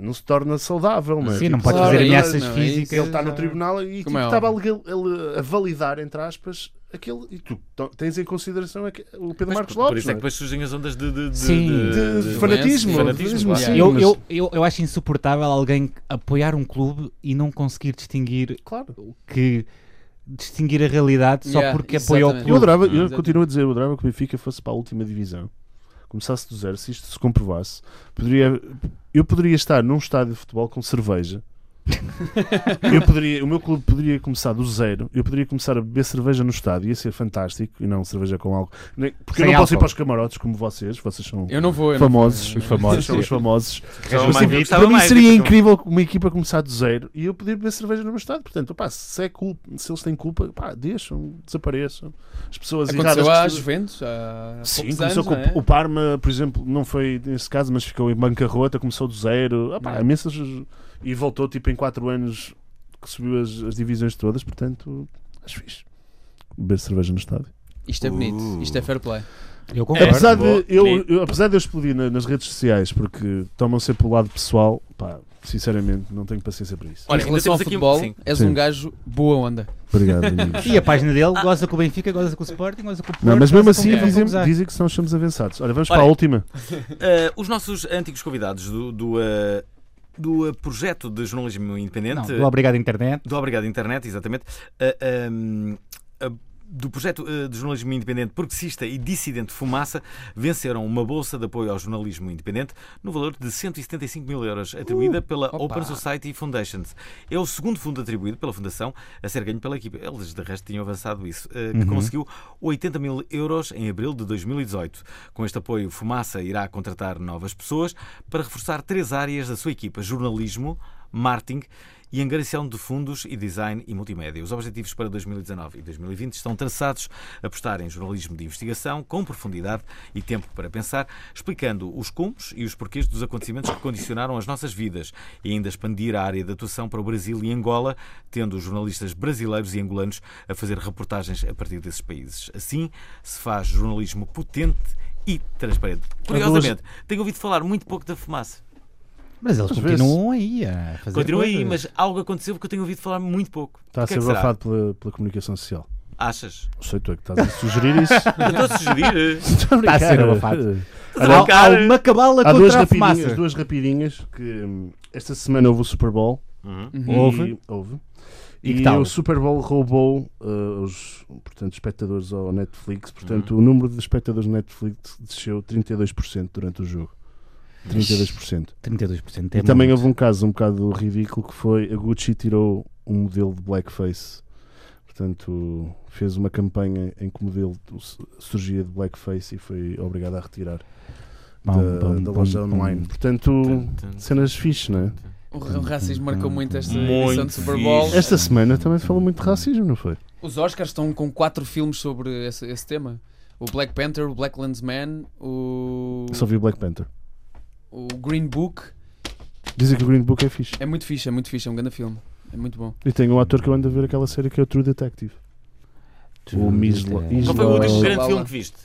[SPEAKER 3] Não se torna saudável, não é?
[SPEAKER 2] Sim, não
[SPEAKER 3] Tipo,
[SPEAKER 2] pode
[SPEAKER 4] Claro,
[SPEAKER 2] fazer
[SPEAKER 4] é
[SPEAKER 2] ameaças
[SPEAKER 4] isso, não, é isso.
[SPEAKER 2] físicas.
[SPEAKER 3] ele está no tribunal e tipo,
[SPEAKER 4] Como é
[SPEAKER 3] estava a, legal- ele a validar, entre aspas, aquele. E tu to- tens em consideração aque- o Pedro
[SPEAKER 1] Mas
[SPEAKER 3] Marcos
[SPEAKER 1] por-
[SPEAKER 3] Lopes.
[SPEAKER 1] Por isso é que
[SPEAKER 3] não é?
[SPEAKER 1] depois surgem as ondas de, de, de,
[SPEAKER 2] Sim.
[SPEAKER 1] de-
[SPEAKER 3] De-
[SPEAKER 1] de-
[SPEAKER 3] de fanatismo,
[SPEAKER 1] de
[SPEAKER 3] fanatismo,
[SPEAKER 1] claro.
[SPEAKER 3] sim.
[SPEAKER 2] Eu,
[SPEAKER 3] mas-
[SPEAKER 2] eu, eu, eu acho insuportável alguém apoiar um clube e não conseguir distinguir
[SPEAKER 3] Claro.
[SPEAKER 2] que distinguir a realidade só
[SPEAKER 4] Yeah,
[SPEAKER 2] porque apoia o
[SPEAKER 4] exatamente.
[SPEAKER 3] Eu
[SPEAKER 2] clube.
[SPEAKER 3] adorava, eu
[SPEAKER 4] Exatamente.
[SPEAKER 3] continuo a dizer, eu adorava que o Benfica fosse para a última divisão, começasse do zero, se isto se comprovasse, poderia, eu poderia estar num estádio de futebol com cerveja. eu poderia, o meu clube poderia começar do zero, eu poderia começar a beber cerveja no estádio, ia ser fantástico, e não cerveja com álcool. Nem- Porque
[SPEAKER 2] Sem
[SPEAKER 3] eu não posso ir
[SPEAKER 2] álcool.
[SPEAKER 3] para os camarotes como vocês, vocês são
[SPEAKER 4] Eu não vou, eu não
[SPEAKER 3] famosos,
[SPEAKER 4] vou.
[SPEAKER 3] vocês são os famosos.
[SPEAKER 4] Então,
[SPEAKER 1] Gostava
[SPEAKER 3] Mas,
[SPEAKER 1] mais,
[SPEAKER 3] tipo,
[SPEAKER 1] eu gostava
[SPEAKER 3] para mim
[SPEAKER 1] mais,
[SPEAKER 3] seria
[SPEAKER 1] tipo,
[SPEAKER 3] incrível uma equipa começar do zero e eu poder beber cerveja no meu estado. Portanto, opá, se, é culpa, se eles têm culpa, pá, deixam, desapareçam. As pessoas
[SPEAKER 4] Aconteceu
[SPEAKER 3] erradas.
[SPEAKER 4] às
[SPEAKER 3] que-
[SPEAKER 4] Juventus, há
[SPEAKER 3] Sim,
[SPEAKER 4] poucos
[SPEAKER 3] começou
[SPEAKER 4] anos,
[SPEAKER 3] com
[SPEAKER 4] não é?
[SPEAKER 3] o Parma, por exemplo, não foi nesse caso, mas ficou em bancarrota, começou do zero. Ah, pá,
[SPEAKER 4] Não.
[SPEAKER 3] imensas- e voltou tipo em 4 anos que subiu as, as divisões todas. Portanto, acho fixe. Beber cerveja no estádio.
[SPEAKER 4] Isto é bonito,
[SPEAKER 1] Uh.
[SPEAKER 4] isto é fair play.
[SPEAKER 2] Eu concordo.
[SPEAKER 3] Apesar
[SPEAKER 1] boa.
[SPEAKER 3] de, eu,
[SPEAKER 1] Sim.
[SPEAKER 3] eu- apesar de eu explodir na- nas redes sociais porque tomam sempre pelo lado pessoal, pá, sinceramente não tenho paciência para isso.
[SPEAKER 1] Olha,
[SPEAKER 4] em
[SPEAKER 1] ainda
[SPEAKER 4] relação ao
[SPEAKER 1] temos aqui um-
[SPEAKER 4] futebol,
[SPEAKER 1] sim.
[SPEAKER 4] és
[SPEAKER 3] Sim.
[SPEAKER 4] um gajo boa onda.
[SPEAKER 3] Obrigado, amigos.
[SPEAKER 2] E a página dele goza com o Benfica, goza com o Sporting, goza com o Porto.
[SPEAKER 3] Não, mas mesmo
[SPEAKER 2] goza com
[SPEAKER 3] assim
[SPEAKER 2] quem for
[SPEAKER 3] dizem,
[SPEAKER 2] gozar.
[SPEAKER 3] dizem que nós somos avançados. Olha, é vamos
[SPEAKER 1] Olha.
[SPEAKER 3] para a última.
[SPEAKER 1] eh, os nossos antigos convidados do, do, eh, do eh, projeto de jornalismo
[SPEAKER 2] Não,
[SPEAKER 1] independente,
[SPEAKER 2] do obrigado internet.
[SPEAKER 1] Do Obrigado Internet, exatamente. Ah, ahm, ah, do projeto ah, de jornalismo independente progressista e dissidente Fumaça venceram uma bolsa de apoio ao jornalismo independente no valor de 175 mil euros, atribuída pela
[SPEAKER 4] opa.
[SPEAKER 1] Open Society Foundation. É o segundo fundo atribuído pela Fundação a ser ganho pela equipa. Eles, de resto, tinham avançado isso, ah, que conseguiu 80 mil euros em abril de 2018. Com este apoio, Fumaça irá contratar novas pessoas para reforçar três áreas da sua equipa: jornalismo, marketing e angariação de fundos e design e multimédia. Os objetivos para 2019 e 2020 estão traçados apostar em jornalismo de investigação com profundidade e tempo para pensar, explicando os comos e os porquês dos acontecimentos que condicionaram as nossas vidas e ainda expandir a área de atuação para o Brasil e Angola, tendo os jornalistas brasileiros e angolanos a fazer reportagens a partir desses países. Assim, se faz jornalismo potente e transparente. Curiosamente, tenho ouvido falar muito pouco da fumaça.
[SPEAKER 2] Mas eles
[SPEAKER 3] Às
[SPEAKER 2] continuam aí a fazer.
[SPEAKER 1] Continua aí,
[SPEAKER 2] coisas.
[SPEAKER 1] mas algo aconteceu porque eu tenho ouvido falar muito pouco.
[SPEAKER 3] Está
[SPEAKER 1] O
[SPEAKER 3] Tá a
[SPEAKER 1] que
[SPEAKER 3] ser
[SPEAKER 1] é que será?
[SPEAKER 3] abafado pela, pela comunicação social.
[SPEAKER 1] Achas?
[SPEAKER 3] Não sei tu é que estás a sugerir isso.
[SPEAKER 1] Eu estou a sugerir.
[SPEAKER 3] Está
[SPEAKER 2] a ser abafado.
[SPEAKER 3] Hum.
[SPEAKER 1] Olha,
[SPEAKER 2] Há, há
[SPEAKER 1] cara.
[SPEAKER 2] uma cabala
[SPEAKER 3] Há duas
[SPEAKER 2] contra a
[SPEAKER 3] rapidinhas,
[SPEAKER 2] fumaça.
[SPEAKER 3] duas rapidinhas que hum, esta semana houve o Super Bowl.
[SPEAKER 2] Uhum. Houve.
[SPEAKER 3] E, houve.
[SPEAKER 2] E que
[SPEAKER 3] E
[SPEAKER 2] tal?
[SPEAKER 3] o Super Bowl roubou uh, os portanto, espectadores ao Netflix. Portanto,
[SPEAKER 2] Uhum.
[SPEAKER 3] o número de espectadores no Netflix desceu 32% durante o jogo. 32%.
[SPEAKER 2] 32% é
[SPEAKER 3] e também
[SPEAKER 2] muito.
[SPEAKER 3] houve um caso um bocado ridículo que foi a Gucci tirou um modelo de blackface. Portanto, fez uma campanha em que o modelo su- surgia de blackface e foi obrigado a retirar da, da loja online. Portanto, cenas fixe,
[SPEAKER 4] Né?
[SPEAKER 3] não é?
[SPEAKER 4] O, ra- o racismo marcou muito esta
[SPEAKER 1] Muito
[SPEAKER 4] edição de Super Bowl.
[SPEAKER 1] fixe.
[SPEAKER 3] Esta semana também se falou muito de racismo, não foi?
[SPEAKER 4] Os Oscars estão com quatro filmes sobre esse, esse tema. O Black Panther, o Black Landsman, o,
[SPEAKER 3] Só vi Black Panther.
[SPEAKER 4] o Green Book.
[SPEAKER 3] Dizem que o Green Book é fixe.
[SPEAKER 4] É muito fixe, é muito fixe, é um grande filme. É muito bom.
[SPEAKER 3] E tem um ator que eu ando a ver aquela série que é o True Detective. O Misla.
[SPEAKER 1] Qual foi o último
[SPEAKER 4] Isla-
[SPEAKER 1] grande
[SPEAKER 4] Isla-
[SPEAKER 1] filme que viste?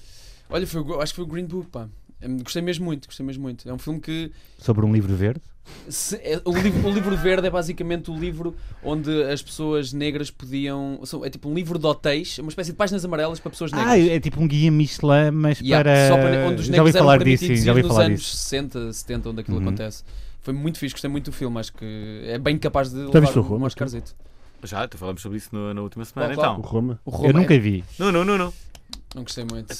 [SPEAKER 4] Olha, foi, o Gr- acho que foi o Green Book, pá. É, Gostei mesmo muito, gostei mesmo muito. É um filme que.
[SPEAKER 2] Sobre um livro verde.
[SPEAKER 4] se- é- o, livro, o livro verde é basicamente o livro onde as pessoas negras podiam. são- É tipo um livro de hotéis, uma espécie de páginas amarelas para pessoas negras.
[SPEAKER 2] Ah, é tipo um guia Michelin, mas
[SPEAKER 4] Yeah,
[SPEAKER 2] para.
[SPEAKER 4] só para- onde os
[SPEAKER 2] já ouvi
[SPEAKER 4] negros eram
[SPEAKER 2] falar disso, sim,
[SPEAKER 4] permitidos
[SPEAKER 2] já
[SPEAKER 4] ir
[SPEAKER 2] ouvi
[SPEAKER 4] nos
[SPEAKER 2] falar
[SPEAKER 4] anos
[SPEAKER 2] disso.
[SPEAKER 4] 60, 70, onde aquilo
[SPEAKER 2] Uhum.
[SPEAKER 4] acontece. Foi muito fixe, gostei muito do filme, acho que é bem capaz de
[SPEAKER 3] Já
[SPEAKER 4] levar
[SPEAKER 3] viste o
[SPEAKER 4] um
[SPEAKER 3] Roma,
[SPEAKER 4] Oscarzito.
[SPEAKER 1] Já, tu falamos sobre isso no- na última semana,
[SPEAKER 4] Qual, qual?
[SPEAKER 3] O
[SPEAKER 1] então.
[SPEAKER 3] Roma.
[SPEAKER 4] O
[SPEAKER 2] Eu
[SPEAKER 4] Roma,
[SPEAKER 2] nunca vi.
[SPEAKER 1] Não, não, não, não.
[SPEAKER 4] é- não gostei muito.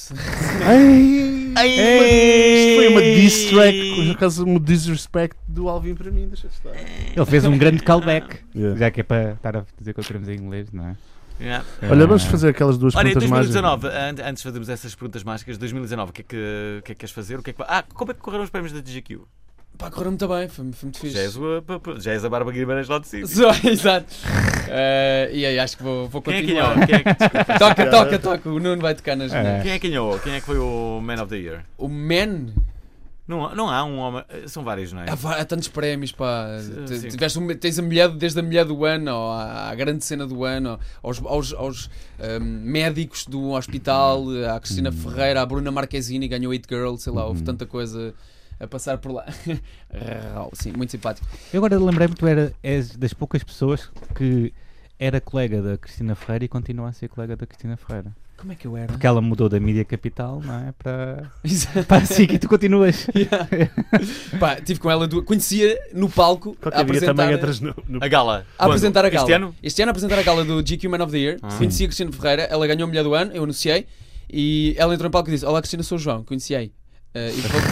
[SPEAKER 3] Ai,
[SPEAKER 2] Ei!
[SPEAKER 3] isto foi uma diss track, por acaso um disrespect do Alvin para mim, deixa estar.
[SPEAKER 2] Ele fez um grande callback.
[SPEAKER 3] Yeah.
[SPEAKER 2] Já que é para estar a dizer que queremos em inglês, não é?
[SPEAKER 1] Yeah.
[SPEAKER 3] Olha, vamos fazer aquelas duas
[SPEAKER 1] Olha, em
[SPEAKER 3] perguntas mágicas.
[SPEAKER 1] 2019, an- antes de fazermos essas perguntas mágicas, 2019, o que é que, o que é que queres fazer? O que é que... Ah, como é que correram os prémios da DGQ?
[SPEAKER 4] Pá, correu muito bem, foi, foi muito
[SPEAKER 1] Já
[SPEAKER 4] fixe.
[SPEAKER 1] és, o- pa- pa- já és a Bárbara Guimarães lá de cima.
[SPEAKER 4] Só, exato. Eh, e aí, acho que vou, vou
[SPEAKER 1] Quem é que
[SPEAKER 4] continuar.
[SPEAKER 1] ganhou? Quem é que-
[SPEAKER 4] toca, toca, toca. O Nuno vai tocar nas
[SPEAKER 2] É.
[SPEAKER 1] Quem é que ganhou? Quem é que foi o Man of the Year?
[SPEAKER 4] O Man,
[SPEAKER 1] Não, há- não há um homem. São vários, não é?
[SPEAKER 4] há, va- há tantos prémios, pá.
[SPEAKER 1] Sim,
[SPEAKER 4] Te-
[SPEAKER 1] sim.
[SPEAKER 4] Tiveste um- tens a mulher, desde a mulher do ano ou à, à grande cena do ano, aos, aos, aos, ahm, médicos do hospital, à Cristina
[SPEAKER 3] Uhum.
[SPEAKER 4] Ferreira, à Bruna Marquezine, ganhou It Girl, sei lá, houve tanta coisa a passar por lá. Rau, sim, muito simpático.
[SPEAKER 2] Eu agora lembrei-me que tu era, és das poucas pessoas que era colega da Cristina Ferreira e continua a ser colega da Cristina Ferreira.
[SPEAKER 4] Como é que eu era?
[SPEAKER 2] Porque ela mudou da mídia capital, não é? Para, para a SIC e tu continuas.
[SPEAKER 4] Yeah. Pá, tive com ela duas. Conhecia no palco a
[SPEAKER 3] Qualquer dia
[SPEAKER 4] apresentar, né?
[SPEAKER 3] também entras no. no-
[SPEAKER 1] A gala.
[SPEAKER 4] a,
[SPEAKER 1] Quando?
[SPEAKER 4] apresentar a gala.
[SPEAKER 1] Este ano? Ah.
[SPEAKER 4] a apresentar a gala do GQ Man of the Year. Conheci a Cristina Ferreira, ela ganhou a mulher do ano, eu anunciei. E ela entrou em palco e disse: Olá, Cristina, sou o João, conheci-ei. Eh, e depois-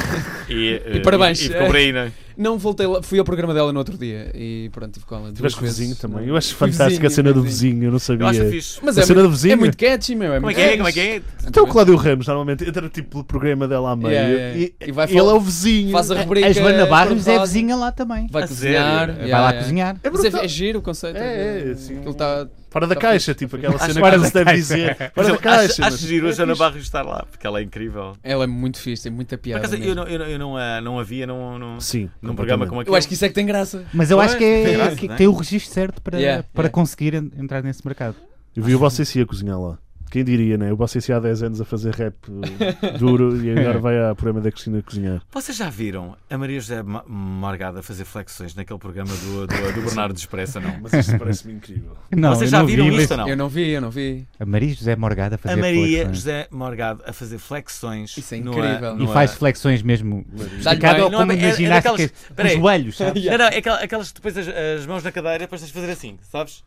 [SPEAKER 1] E, eh,
[SPEAKER 4] parabéns.
[SPEAKER 1] E, e ficou por aí, não é?
[SPEAKER 4] não voltei lá, fui ao programa dela no outro dia e pronto, tive com ela. duas
[SPEAKER 3] Tiveste com o
[SPEAKER 4] vezes.
[SPEAKER 3] vizinho também. Eu acho
[SPEAKER 4] Fui
[SPEAKER 3] fantástica a
[SPEAKER 4] vizinho,
[SPEAKER 3] cena do
[SPEAKER 4] fui
[SPEAKER 3] vizinho, eu não sabia.
[SPEAKER 1] Eu acho fixe.
[SPEAKER 4] Mas
[SPEAKER 3] A
[SPEAKER 4] é
[SPEAKER 3] cena do
[SPEAKER 4] muito,
[SPEAKER 3] vizinho.
[SPEAKER 4] é muito catchy, meu. É
[SPEAKER 1] Como é
[SPEAKER 4] muito
[SPEAKER 1] que é?
[SPEAKER 4] catchy.
[SPEAKER 1] Como é que é?
[SPEAKER 3] Então o Cláudio Ramos normalmente entra tipo pelo programa dela à meia
[SPEAKER 4] Yeah, yeah.
[SPEAKER 3] e,
[SPEAKER 4] E vai
[SPEAKER 3] ele
[SPEAKER 4] falar-
[SPEAKER 3] é o vizinho.
[SPEAKER 4] Faz a rubrica.
[SPEAKER 2] A Joana Barros é
[SPEAKER 4] cor-de-rosa,
[SPEAKER 2] vizinha lá também.
[SPEAKER 4] Vai
[SPEAKER 1] A
[SPEAKER 4] cozinhar.
[SPEAKER 1] sério?
[SPEAKER 2] Vai
[SPEAKER 4] yeah,
[SPEAKER 2] lá
[SPEAKER 4] yeah.
[SPEAKER 2] cozinhar.
[SPEAKER 3] É
[SPEAKER 4] Mas é,
[SPEAKER 3] brutal.
[SPEAKER 4] é giro o conceito.
[SPEAKER 3] É, é, assim,
[SPEAKER 4] Ele está
[SPEAKER 3] Fora da
[SPEAKER 4] Tá
[SPEAKER 3] caixa,
[SPEAKER 4] fixe,
[SPEAKER 3] tipo
[SPEAKER 4] tá
[SPEAKER 3] aquela
[SPEAKER 1] fixe.
[SPEAKER 3] cena
[SPEAKER 1] Fora
[SPEAKER 3] que não
[SPEAKER 1] da
[SPEAKER 3] se deve dizer. Fora da
[SPEAKER 1] Acho,
[SPEAKER 3] caixa.
[SPEAKER 1] acho
[SPEAKER 3] mas- é
[SPEAKER 1] giro a Joana Barros estar lá, porque ela é incrível.
[SPEAKER 4] Ela é muito fixe, tem muita
[SPEAKER 1] Por
[SPEAKER 4] piada.
[SPEAKER 1] acaso, eu
[SPEAKER 4] mesmo.
[SPEAKER 1] não, eu não, eu não, a- não a via num, num,
[SPEAKER 3] Sim.
[SPEAKER 1] num programa
[SPEAKER 3] completamente.
[SPEAKER 1] como aquele.
[SPEAKER 4] Eu acho que isso é que tem graça.
[SPEAKER 2] Mas eu
[SPEAKER 1] Pois,
[SPEAKER 2] acho que, é-
[SPEAKER 1] tem graça,
[SPEAKER 2] que
[SPEAKER 1] não é?
[SPEAKER 2] tem o registro certo para,
[SPEAKER 4] Yeah,
[SPEAKER 2] para
[SPEAKER 4] yeah.
[SPEAKER 2] conseguir en- entrar nesse mercado.
[SPEAKER 3] Eu vi o Bocessi a cozinhar lá. Quem diria, né? O Bocessi há 10 anos a fazer rap eh, duro e agora vai ao programa da Cristina cozinhar.
[SPEAKER 1] Vocês já viram a Maria José Ma- Margada fazer flexões naquele programa do, do, do Bernardo Expressa, não?
[SPEAKER 3] Mas isto parece-me incrível.
[SPEAKER 2] Não,
[SPEAKER 1] Vocês
[SPEAKER 2] eu
[SPEAKER 1] já
[SPEAKER 2] não
[SPEAKER 1] viram
[SPEAKER 2] vi, mas-
[SPEAKER 1] isto ou não?
[SPEAKER 4] Eu não vi, eu não vi.
[SPEAKER 2] A Maria José Morgada a fazer
[SPEAKER 1] A Maria
[SPEAKER 2] flexões.
[SPEAKER 1] José Morgado a fazer flexões.
[SPEAKER 4] Isso é
[SPEAKER 1] no-
[SPEAKER 4] incrível.
[SPEAKER 1] no-
[SPEAKER 2] E faz flexões mesmo.
[SPEAKER 4] Dá-lhe
[SPEAKER 2] Cada
[SPEAKER 4] bem.
[SPEAKER 2] ou
[SPEAKER 1] Não, é
[SPEAKER 2] como
[SPEAKER 1] bem- é-
[SPEAKER 2] na
[SPEAKER 1] é
[SPEAKER 2] ginástica,
[SPEAKER 1] daquelas-
[SPEAKER 2] os
[SPEAKER 1] peraí.
[SPEAKER 2] joelhos, sabes?
[SPEAKER 1] Não, não, é aquela- aquelas que depois as, as mãos na cadeira, depois tens de fazer assim, sabes?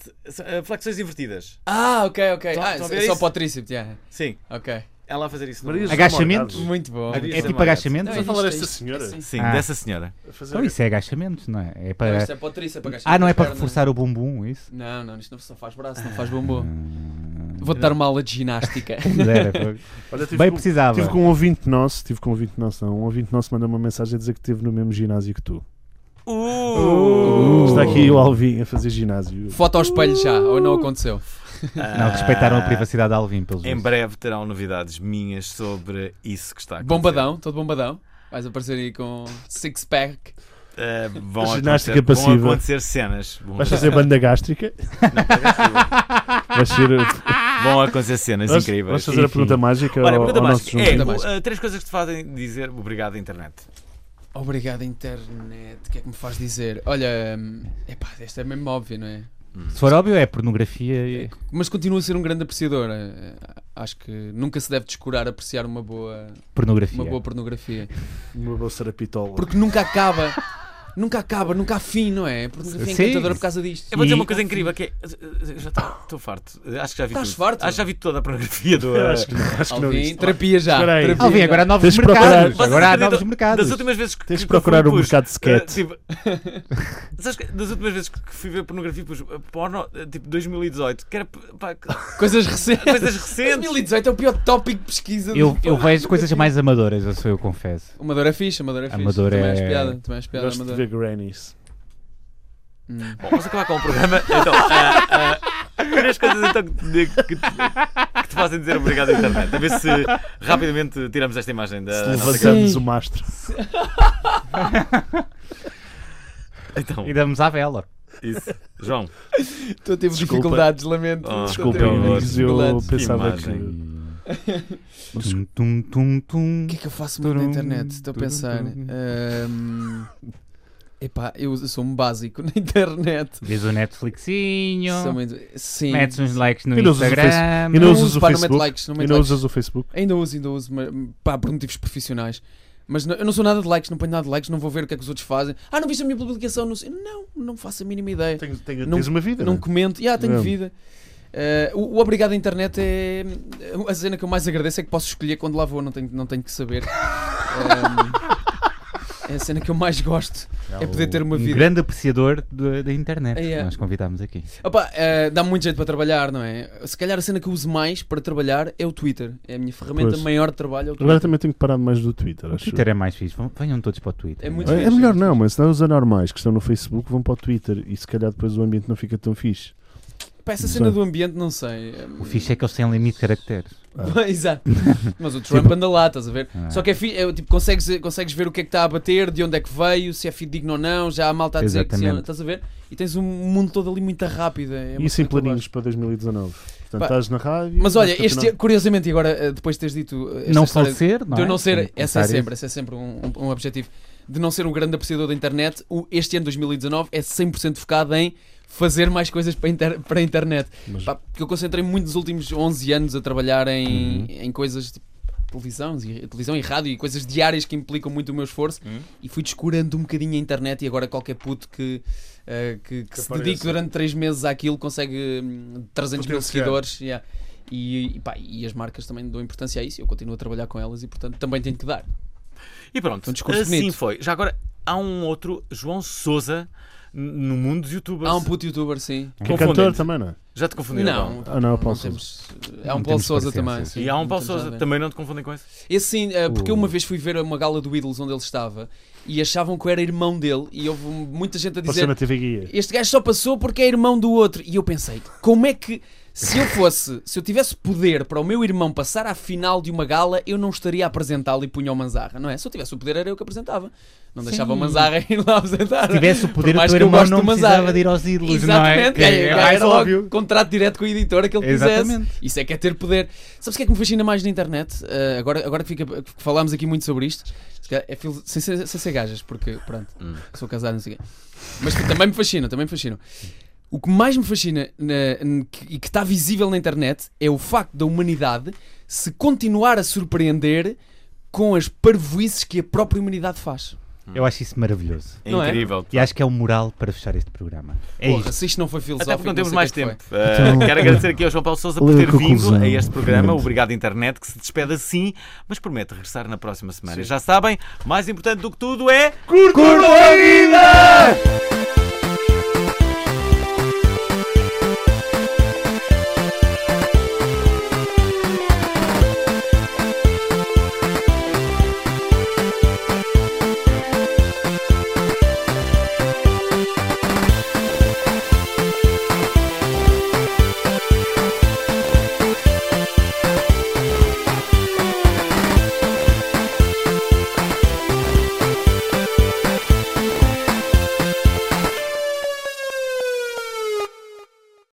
[SPEAKER 1] Se- se- eh, Flexões invertidas.
[SPEAKER 4] Ah, ok, ok.
[SPEAKER 1] Estão-
[SPEAKER 4] Ah,
[SPEAKER 1] estão a
[SPEAKER 4] só
[SPEAKER 1] ver Então, isso?
[SPEAKER 4] para o tríceps, yeah.
[SPEAKER 1] Sim,
[SPEAKER 4] Ok.
[SPEAKER 1] ela a fazer isso. no-
[SPEAKER 3] Maria José
[SPEAKER 2] Agachamento?
[SPEAKER 3] Morgado.
[SPEAKER 4] Muito bom.
[SPEAKER 1] Havia-
[SPEAKER 2] É
[SPEAKER 1] Isso é
[SPEAKER 2] tipo
[SPEAKER 1] uma
[SPEAKER 2] agachamento?
[SPEAKER 4] Não,
[SPEAKER 3] a falar
[SPEAKER 4] isto-
[SPEAKER 3] desta
[SPEAKER 4] isto-
[SPEAKER 3] senhora?
[SPEAKER 4] isto-
[SPEAKER 1] Sim,
[SPEAKER 2] Ah.
[SPEAKER 1] dessa senhora.
[SPEAKER 3] A fazer
[SPEAKER 2] Então isso é agachamentos, não é? É
[SPEAKER 4] Não,
[SPEAKER 2] para...
[SPEAKER 4] Isto é para o tríceps, para agachar
[SPEAKER 2] Ah, não é
[SPEAKER 4] a
[SPEAKER 2] para
[SPEAKER 4] perna.
[SPEAKER 2] reforçar o bumbum, isso?
[SPEAKER 4] Não, não, isto não só faz braço, não faz bombom. Vou-te dar uma aula de ginástica.
[SPEAKER 2] Era, foi.
[SPEAKER 3] Olha, tive
[SPEAKER 2] Bem
[SPEAKER 3] com-
[SPEAKER 2] precisava.
[SPEAKER 3] Tive com um ouvinte nosso, tive com um ouvinte nosso, não, um ouvinte nosso mandou uma mensagem a dizer que esteve no mesmo ginásio que tu.
[SPEAKER 1] Uh!
[SPEAKER 3] Está aqui o Alvin a fazer ginásio.
[SPEAKER 4] Foto ao espelho já, ou
[SPEAKER 2] Uh!
[SPEAKER 4] não aconteceu?
[SPEAKER 2] Não, respeitaram a privacidade de Alvin, pelos
[SPEAKER 1] Ah, Em
[SPEAKER 2] vistos.
[SPEAKER 1] breve terão novidades minhas sobre isso que está a acontecer.
[SPEAKER 4] Bombadão, todo bombadão. Vais aparecer aí com six-pack.
[SPEAKER 1] Eh, vão,
[SPEAKER 3] Ginástica
[SPEAKER 1] acontecer, vão
[SPEAKER 3] passiva.
[SPEAKER 1] acontecer cenas. Vão,
[SPEAKER 3] Vais fazer banda gástrica? é Vais ser. uh,
[SPEAKER 1] vão acontecer cenas
[SPEAKER 3] Vais,
[SPEAKER 1] incríveis.
[SPEAKER 3] vais fazer a
[SPEAKER 2] Enfim.
[SPEAKER 3] pergunta mágica
[SPEAKER 1] Olha, a
[SPEAKER 3] ao,
[SPEAKER 1] pergunta
[SPEAKER 3] ao
[SPEAKER 1] mágica
[SPEAKER 3] nosso João.
[SPEAKER 1] é,
[SPEAKER 4] Pergunta
[SPEAKER 1] o- eh, três coisas que te fazem dizer obrigado à internet.
[SPEAKER 4] Obrigado, internet. O que é que me faz dizer? Olha, hum, epá, esta é mesmo óbvia, não é?
[SPEAKER 2] Se for óbvio, é pornografia. e-
[SPEAKER 4] Mas continuo a ser um grande apreciador. eh, Acho que nunca se deve descurar apreciar uma boa,
[SPEAKER 2] Pornografia.
[SPEAKER 4] uma boa pornografia.
[SPEAKER 3] Uma bolsa da pitola.
[SPEAKER 4] Porque nunca acaba. Nunca acaba, nunca há fim, não é? A Pornografia é
[SPEAKER 2] Sim.
[SPEAKER 4] encantadora por causa disto.
[SPEAKER 1] Eu vou dizer
[SPEAKER 2] E-
[SPEAKER 1] uma coisa incrível que é. eu Já estou- estou farto. Acho que já vi
[SPEAKER 4] Estás
[SPEAKER 1] tudo.
[SPEAKER 4] farto?
[SPEAKER 1] Acho que já vi toda a pornografia do.
[SPEAKER 3] Eu acho que não, é? acho que não.
[SPEAKER 4] Alvin,
[SPEAKER 3] isto.
[SPEAKER 4] terapia já.
[SPEAKER 3] Espera aí.
[SPEAKER 4] terapia
[SPEAKER 2] Alvin,
[SPEAKER 4] já.
[SPEAKER 2] agora há novos
[SPEAKER 3] Tens de procurar-
[SPEAKER 2] mercados.
[SPEAKER 1] Vocês
[SPEAKER 2] Agora há novos
[SPEAKER 1] acreditam- Das
[SPEAKER 2] mercados.
[SPEAKER 1] últimas vezes que.
[SPEAKER 3] Tens de
[SPEAKER 1] que
[SPEAKER 3] procurar
[SPEAKER 1] fui,
[SPEAKER 3] um
[SPEAKER 1] pus,
[SPEAKER 3] mercado de
[SPEAKER 1] eh,
[SPEAKER 3] sketch.
[SPEAKER 1] tipo, Sabes que das últimas vezes que fui ver pornografia, pus eh, porno, eh, tipo 2018, que era pá, que-
[SPEAKER 4] Coisas recentes.
[SPEAKER 1] coisas recentes.
[SPEAKER 4] 2018 é o pior tópico de pesquisa do
[SPEAKER 2] Eu, eu vejo coisas mais amadoras, eu sou eu confesso.
[SPEAKER 4] O Amador é fixe, o Amador é fixe.
[SPEAKER 2] Amador
[SPEAKER 4] também
[SPEAKER 2] é-
[SPEAKER 4] és piada, também és piada,
[SPEAKER 3] Gosto de
[SPEAKER 4] Amador.
[SPEAKER 3] ver grannies.
[SPEAKER 4] Hum.
[SPEAKER 1] Bom, vamos acabar com o programa. Então, ah, ah, três coisas então, que, que- que te fazem dizer obrigado à internet. A ver se rapidamente tiramos esta imagem da.
[SPEAKER 4] Ah,
[SPEAKER 1] da nossa-
[SPEAKER 3] Levantamos o mastro.
[SPEAKER 1] Então,
[SPEAKER 2] E damos à vela.
[SPEAKER 1] isso. João,
[SPEAKER 4] Estou a ter
[SPEAKER 3] Desculpa.
[SPEAKER 4] dificuldades, lamento.
[SPEAKER 1] Oh,
[SPEAKER 4] Estou a ter
[SPEAKER 3] Desculpem,
[SPEAKER 1] Deus.
[SPEAKER 3] amigos, eu
[SPEAKER 4] dificuldades.
[SPEAKER 3] pensava
[SPEAKER 1] Imagem.
[SPEAKER 3] que.
[SPEAKER 2] Tum, tum, tum, tum.
[SPEAKER 4] O que é que eu faço muito na
[SPEAKER 2] Turum,
[SPEAKER 4] internet? Estou a
[SPEAKER 2] turum,
[SPEAKER 4] pensar.
[SPEAKER 2] turum.
[SPEAKER 4] Ahm, Epá, eu sou um básico na internet.
[SPEAKER 2] Vês o Netflixinho,
[SPEAKER 4] Sou muito- Sim.
[SPEAKER 2] metes um- uns likes no
[SPEAKER 3] E não usas o
[SPEAKER 2] Instagram.
[SPEAKER 3] E não usas
[SPEAKER 4] uso,
[SPEAKER 3] o
[SPEAKER 4] pá, não meto
[SPEAKER 3] Facebook?
[SPEAKER 4] likes, não
[SPEAKER 3] E
[SPEAKER 4] meto
[SPEAKER 3] não
[SPEAKER 4] likes.
[SPEAKER 3] usas o Facebook?
[SPEAKER 4] Ainda uso, ainda uso, mas pá, por motivos profissionais. Mas não- eu não sou nada de likes, não ponho nada de likes, não vou ver o que é que os outros fazem. Ah, não viste a minha publicação? Não, sei. não, não faço a mínima ideia.
[SPEAKER 3] Tens,
[SPEAKER 4] Não-
[SPEAKER 3] tens uma vida.
[SPEAKER 4] não
[SPEAKER 3] é?
[SPEAKER 4] comento. Yeah, tenho
[SPEAKER 3] Não.
[SPEAKER 4] vida. Eh, o, o obrigado à internet é. A cena que eu mais agradeço é que posso escolher quando lá vou, não tenho, não tenho que saber. Eh, é a cena que eu mais gosto. É poder ter uma
[SPEAKER 2] um
[SPEAKER 4] vida.
[SPEAKER 2] grande apreciador da da internet
[SPEAKER 4] Ah, yeah.
[SPEAKER 2] que nós convidámos aqui.
[SPEAKER 4] Opa, eh, dá-me muito jeito para trabalhar, não é? Se calhar a cena que eu uso mais para trabalhar é o Twitter. É a minha ferramenta
[SPEAKER 3] Pois.
[SPEAKER 4] maior de trabalho. É o
[SPEAKER 3] Agora
[SPEAKER 4] Twitter.
[SPEAKER 3] também tenho que parar mais do Twitter.
[SPEAKER 2] O
[SPEAKER 3] acho.
[SPEAKER 2] Twitter é mais fixe. Vão- Venham todos para o Twitter.
[SPEAKER 4] É muito
[SPEAKER 3] É, é
[SPEAKER 4] fixe.
[SPEAKER 3] melhor não, mas senão os anormais que estão no Facebook vão para o Twitter e se calhar depois o ambiente não fica tão fixe.
[SPEAKER 4] Pá, essa cena
[SPEAKER 3] Sim.
[SPEAKER 4] do ambiente, não sei. Eh,
[SPEAKER 2] O fixe é que eles têm limite de caracteres.
[SPEAKER 4] Exato. Mas o Trump anda lá, estás a ver?
[SPEAKER 2] Ah.
[SPEAKER 4] Só que é, fi- é, tipo, consegues, consegues ver o que é que está a bater, de onde é que veio, se é fidedigno ou não, já há malta a dizer que se,
[SPEAKER 2] Exatamente.
[SPEAKER 4] estás a ver? E tens um mundo todo ali muito rápido. é uma
[SPEAKER 3] Isso em
[SPEAKER 4] cena que eu
[SPEAKER 3] planinhos
[SPEAKER 4] gosto.
[SPEAKER 3] para 2019. Portanto,
[SPEAKER 4] Pá,
[SPEAKER 3] estás na rádio.
[SPEAKER 4] Mas olha,
[SPEAKER 3] vais
[SPEAKER 4] este, é
[SPEAKER 3] continuar.
[SPEAKER 4] curiosamente, e agora eh, depois de teres dito eh, esta
[SPEAKER 2] não
[SPEAKER 4] história de
[SPEAKER 2] falecer, não
[SPEAKER 4] de eu
[SPEAKER 2] é?
[SPEAKER 4] não ser,
[SPEAKER 2] Como
[SPEAKER 4] essa é
[SPEAKER 2] comentários.
[SPEAKER 4] sempre, esse é sempre um, um- um objetivo, de não ser um grande apreciador da internet, o, este ano 2019 é 100% focado em fazer mais coisas para, inter- para a internet.
[SPEAKER 3] Mas-
[SPEAKER 4] Pá, porque eu concentrei muito nos últimos 11 anos a trabalhar em, em coisas tipo televisão, e- televisão e rádio e coisas diárias que implicam muito o meu esforço
[SPEAKER 1] Uhum.
[SPEAKER 4] e fui descurando um bocadinho a internet e agora qualquer puto que, eh, que, que se
[SPEAKER 3] apareça.
[SPEAKER 4] dedique durante 3 meses àquilo consegue hum, 300 mil
[SPEAKER 3] Potenciar.
[SPEAKER 4] seguidores. yeah. E, e pá, e as marcas também dão importância a isso, eu continuo a trabalhar com elas e portanto também tenho que dar.
[SPEAKER 1] e pronto,
[SPEAKER 4] Um discurso
[SPEAKER 1] assim
[SPEAKER 4] bonito.
[SPEAKER 1] foi. Já agora há um outro João Souza no mundo dos youtubers.
[SPEAKER 4] Há um puto youtuber, sim.
[SPEAKER 3] Que é cantor
[SPEAKER 1] confundem-te.
[SPEAKER 3] também, não é?
[SPEAKER 1] Já te confundiram?
[SPEAKER 4] Não,
[SPEAKER 3] Ah, não, é o Paulo
[SPEAKER 4] não temos. Há um
[SPEAKER 2] Não
[SPEAKER 4] Paulo
[SPEAKER 2] temos
[SPEAKER 4] Souza
[SPEAKER 2] paciência.
[SPEAKER 4] também. sim. então
[SPEAKER 1] E há um
[SPEAKER 4] Não é.
[SPEAKER 1] Paulo
[SPEAKER 4] temos nada a
[SPEAKER 1] Souza,
[SPEAKER 4] ver.
[SPEAKER 1] também não te confundem com esse?
[SPEAKER 4] Esse sim, eh, porque eu
[SPEAKER 2] Uh.
[SPEAKER 4] uma vez fui ver uma gala do Idols onde ele estava e achavam que eu era irmão dele e houve muita gente a
[SPEAKER 3] Passou na
[SPEAKER 4] dizer
[SPEAKER 3] TV Guia.
[SPEAKER 4] este gajo só passou porque é irmão do outro. E eu pensei, como é que se eu fosse, se eu tivesse poder para o meu irmão passar à final de uma gala, eu não estaria a apresentá-lo e punha o Manzarra, não é? Se eu tivesse o poder era eu que apresentava. Não deixava o
[SPEAKER 2] Sim.
[SPEAKER 4] Manzarra ir lá apresentar.
[SPEAKER 2] Se tivesse o
[SPEAKER 4] Por
[SPEAKER 2] poder, o
[SPEAKER 4] mais
[SPEAKER 2] teu
[SPEAKER 4] que eu
[SPEAKER 2] irmão
[SPEAKER 4] goste
[SPEAKER 2] não
[SPEAKER 4] do Manzarra.
[SPEAKER 2] precisava de ir aos ídolos, não é?
[SPEAKER 4] Exatamente,
[SPEAKER 2] Que é mais
[SPEAKER 4] era logo
[SPEAKER 2] óbvio.
[SPEAKER 4] contrato direto com a editora que ele
[SPEAKER 2] Exatamente.
[SPEAKER 4] quisesse. Isso é que é ter poder. Sabes o que é que me fascina mais na internet? Ah, agora agora que, fica, que falámos aqui muito sobre isto, se calhar é fil- sem, ser- sem ser gajas, porque pronto,
[SPEAKER 2] Hum.
[SPEAKER 4] sou casado, não sei o quê. Mas que também me fascina, também me fascina. O que mais me fascina na- n- que- e que está visível na internet é o facto da humanidade se continuar a surpreender com as parvoices que a própria humanidade faz.
[SPEAKER 2] Eu acho isso maravilhoso.
[SPEAKER 1] É
[SPEAKER 4] Não é?
[SPEAKER 1] incrível.
[SPEAKER 2] E acho que é o moral para fechar este programa. É
[SPEAKER 4] Porra,
[SPEAKER 2] isto.
[SPEAKER 4] se isto não foi filosófico,
[SPEAKER 1] Até porque não temos
[SPEAKER 4] sei o
[SPEAKER 1] mais
[SPEAKER 4] que é que foi.
[SPEAKER 1] tempo. Uh, quero agradecer aqui ao João Paulo Souza por
[SPEAKER 3] Lê a
[SPEAKER 1] ter vindo
[SPEAKER 3] conclusão,
[SPEAKER 1] a este programa.
[SPEAKER 3] finalmente.
[SPEAKER 1] Obrigado, internet, que se despede assim, mas promete regressar na próxima semana. Já sabem, mais importante do que tudo é.
[SPEAKER 2] Curtam a vida!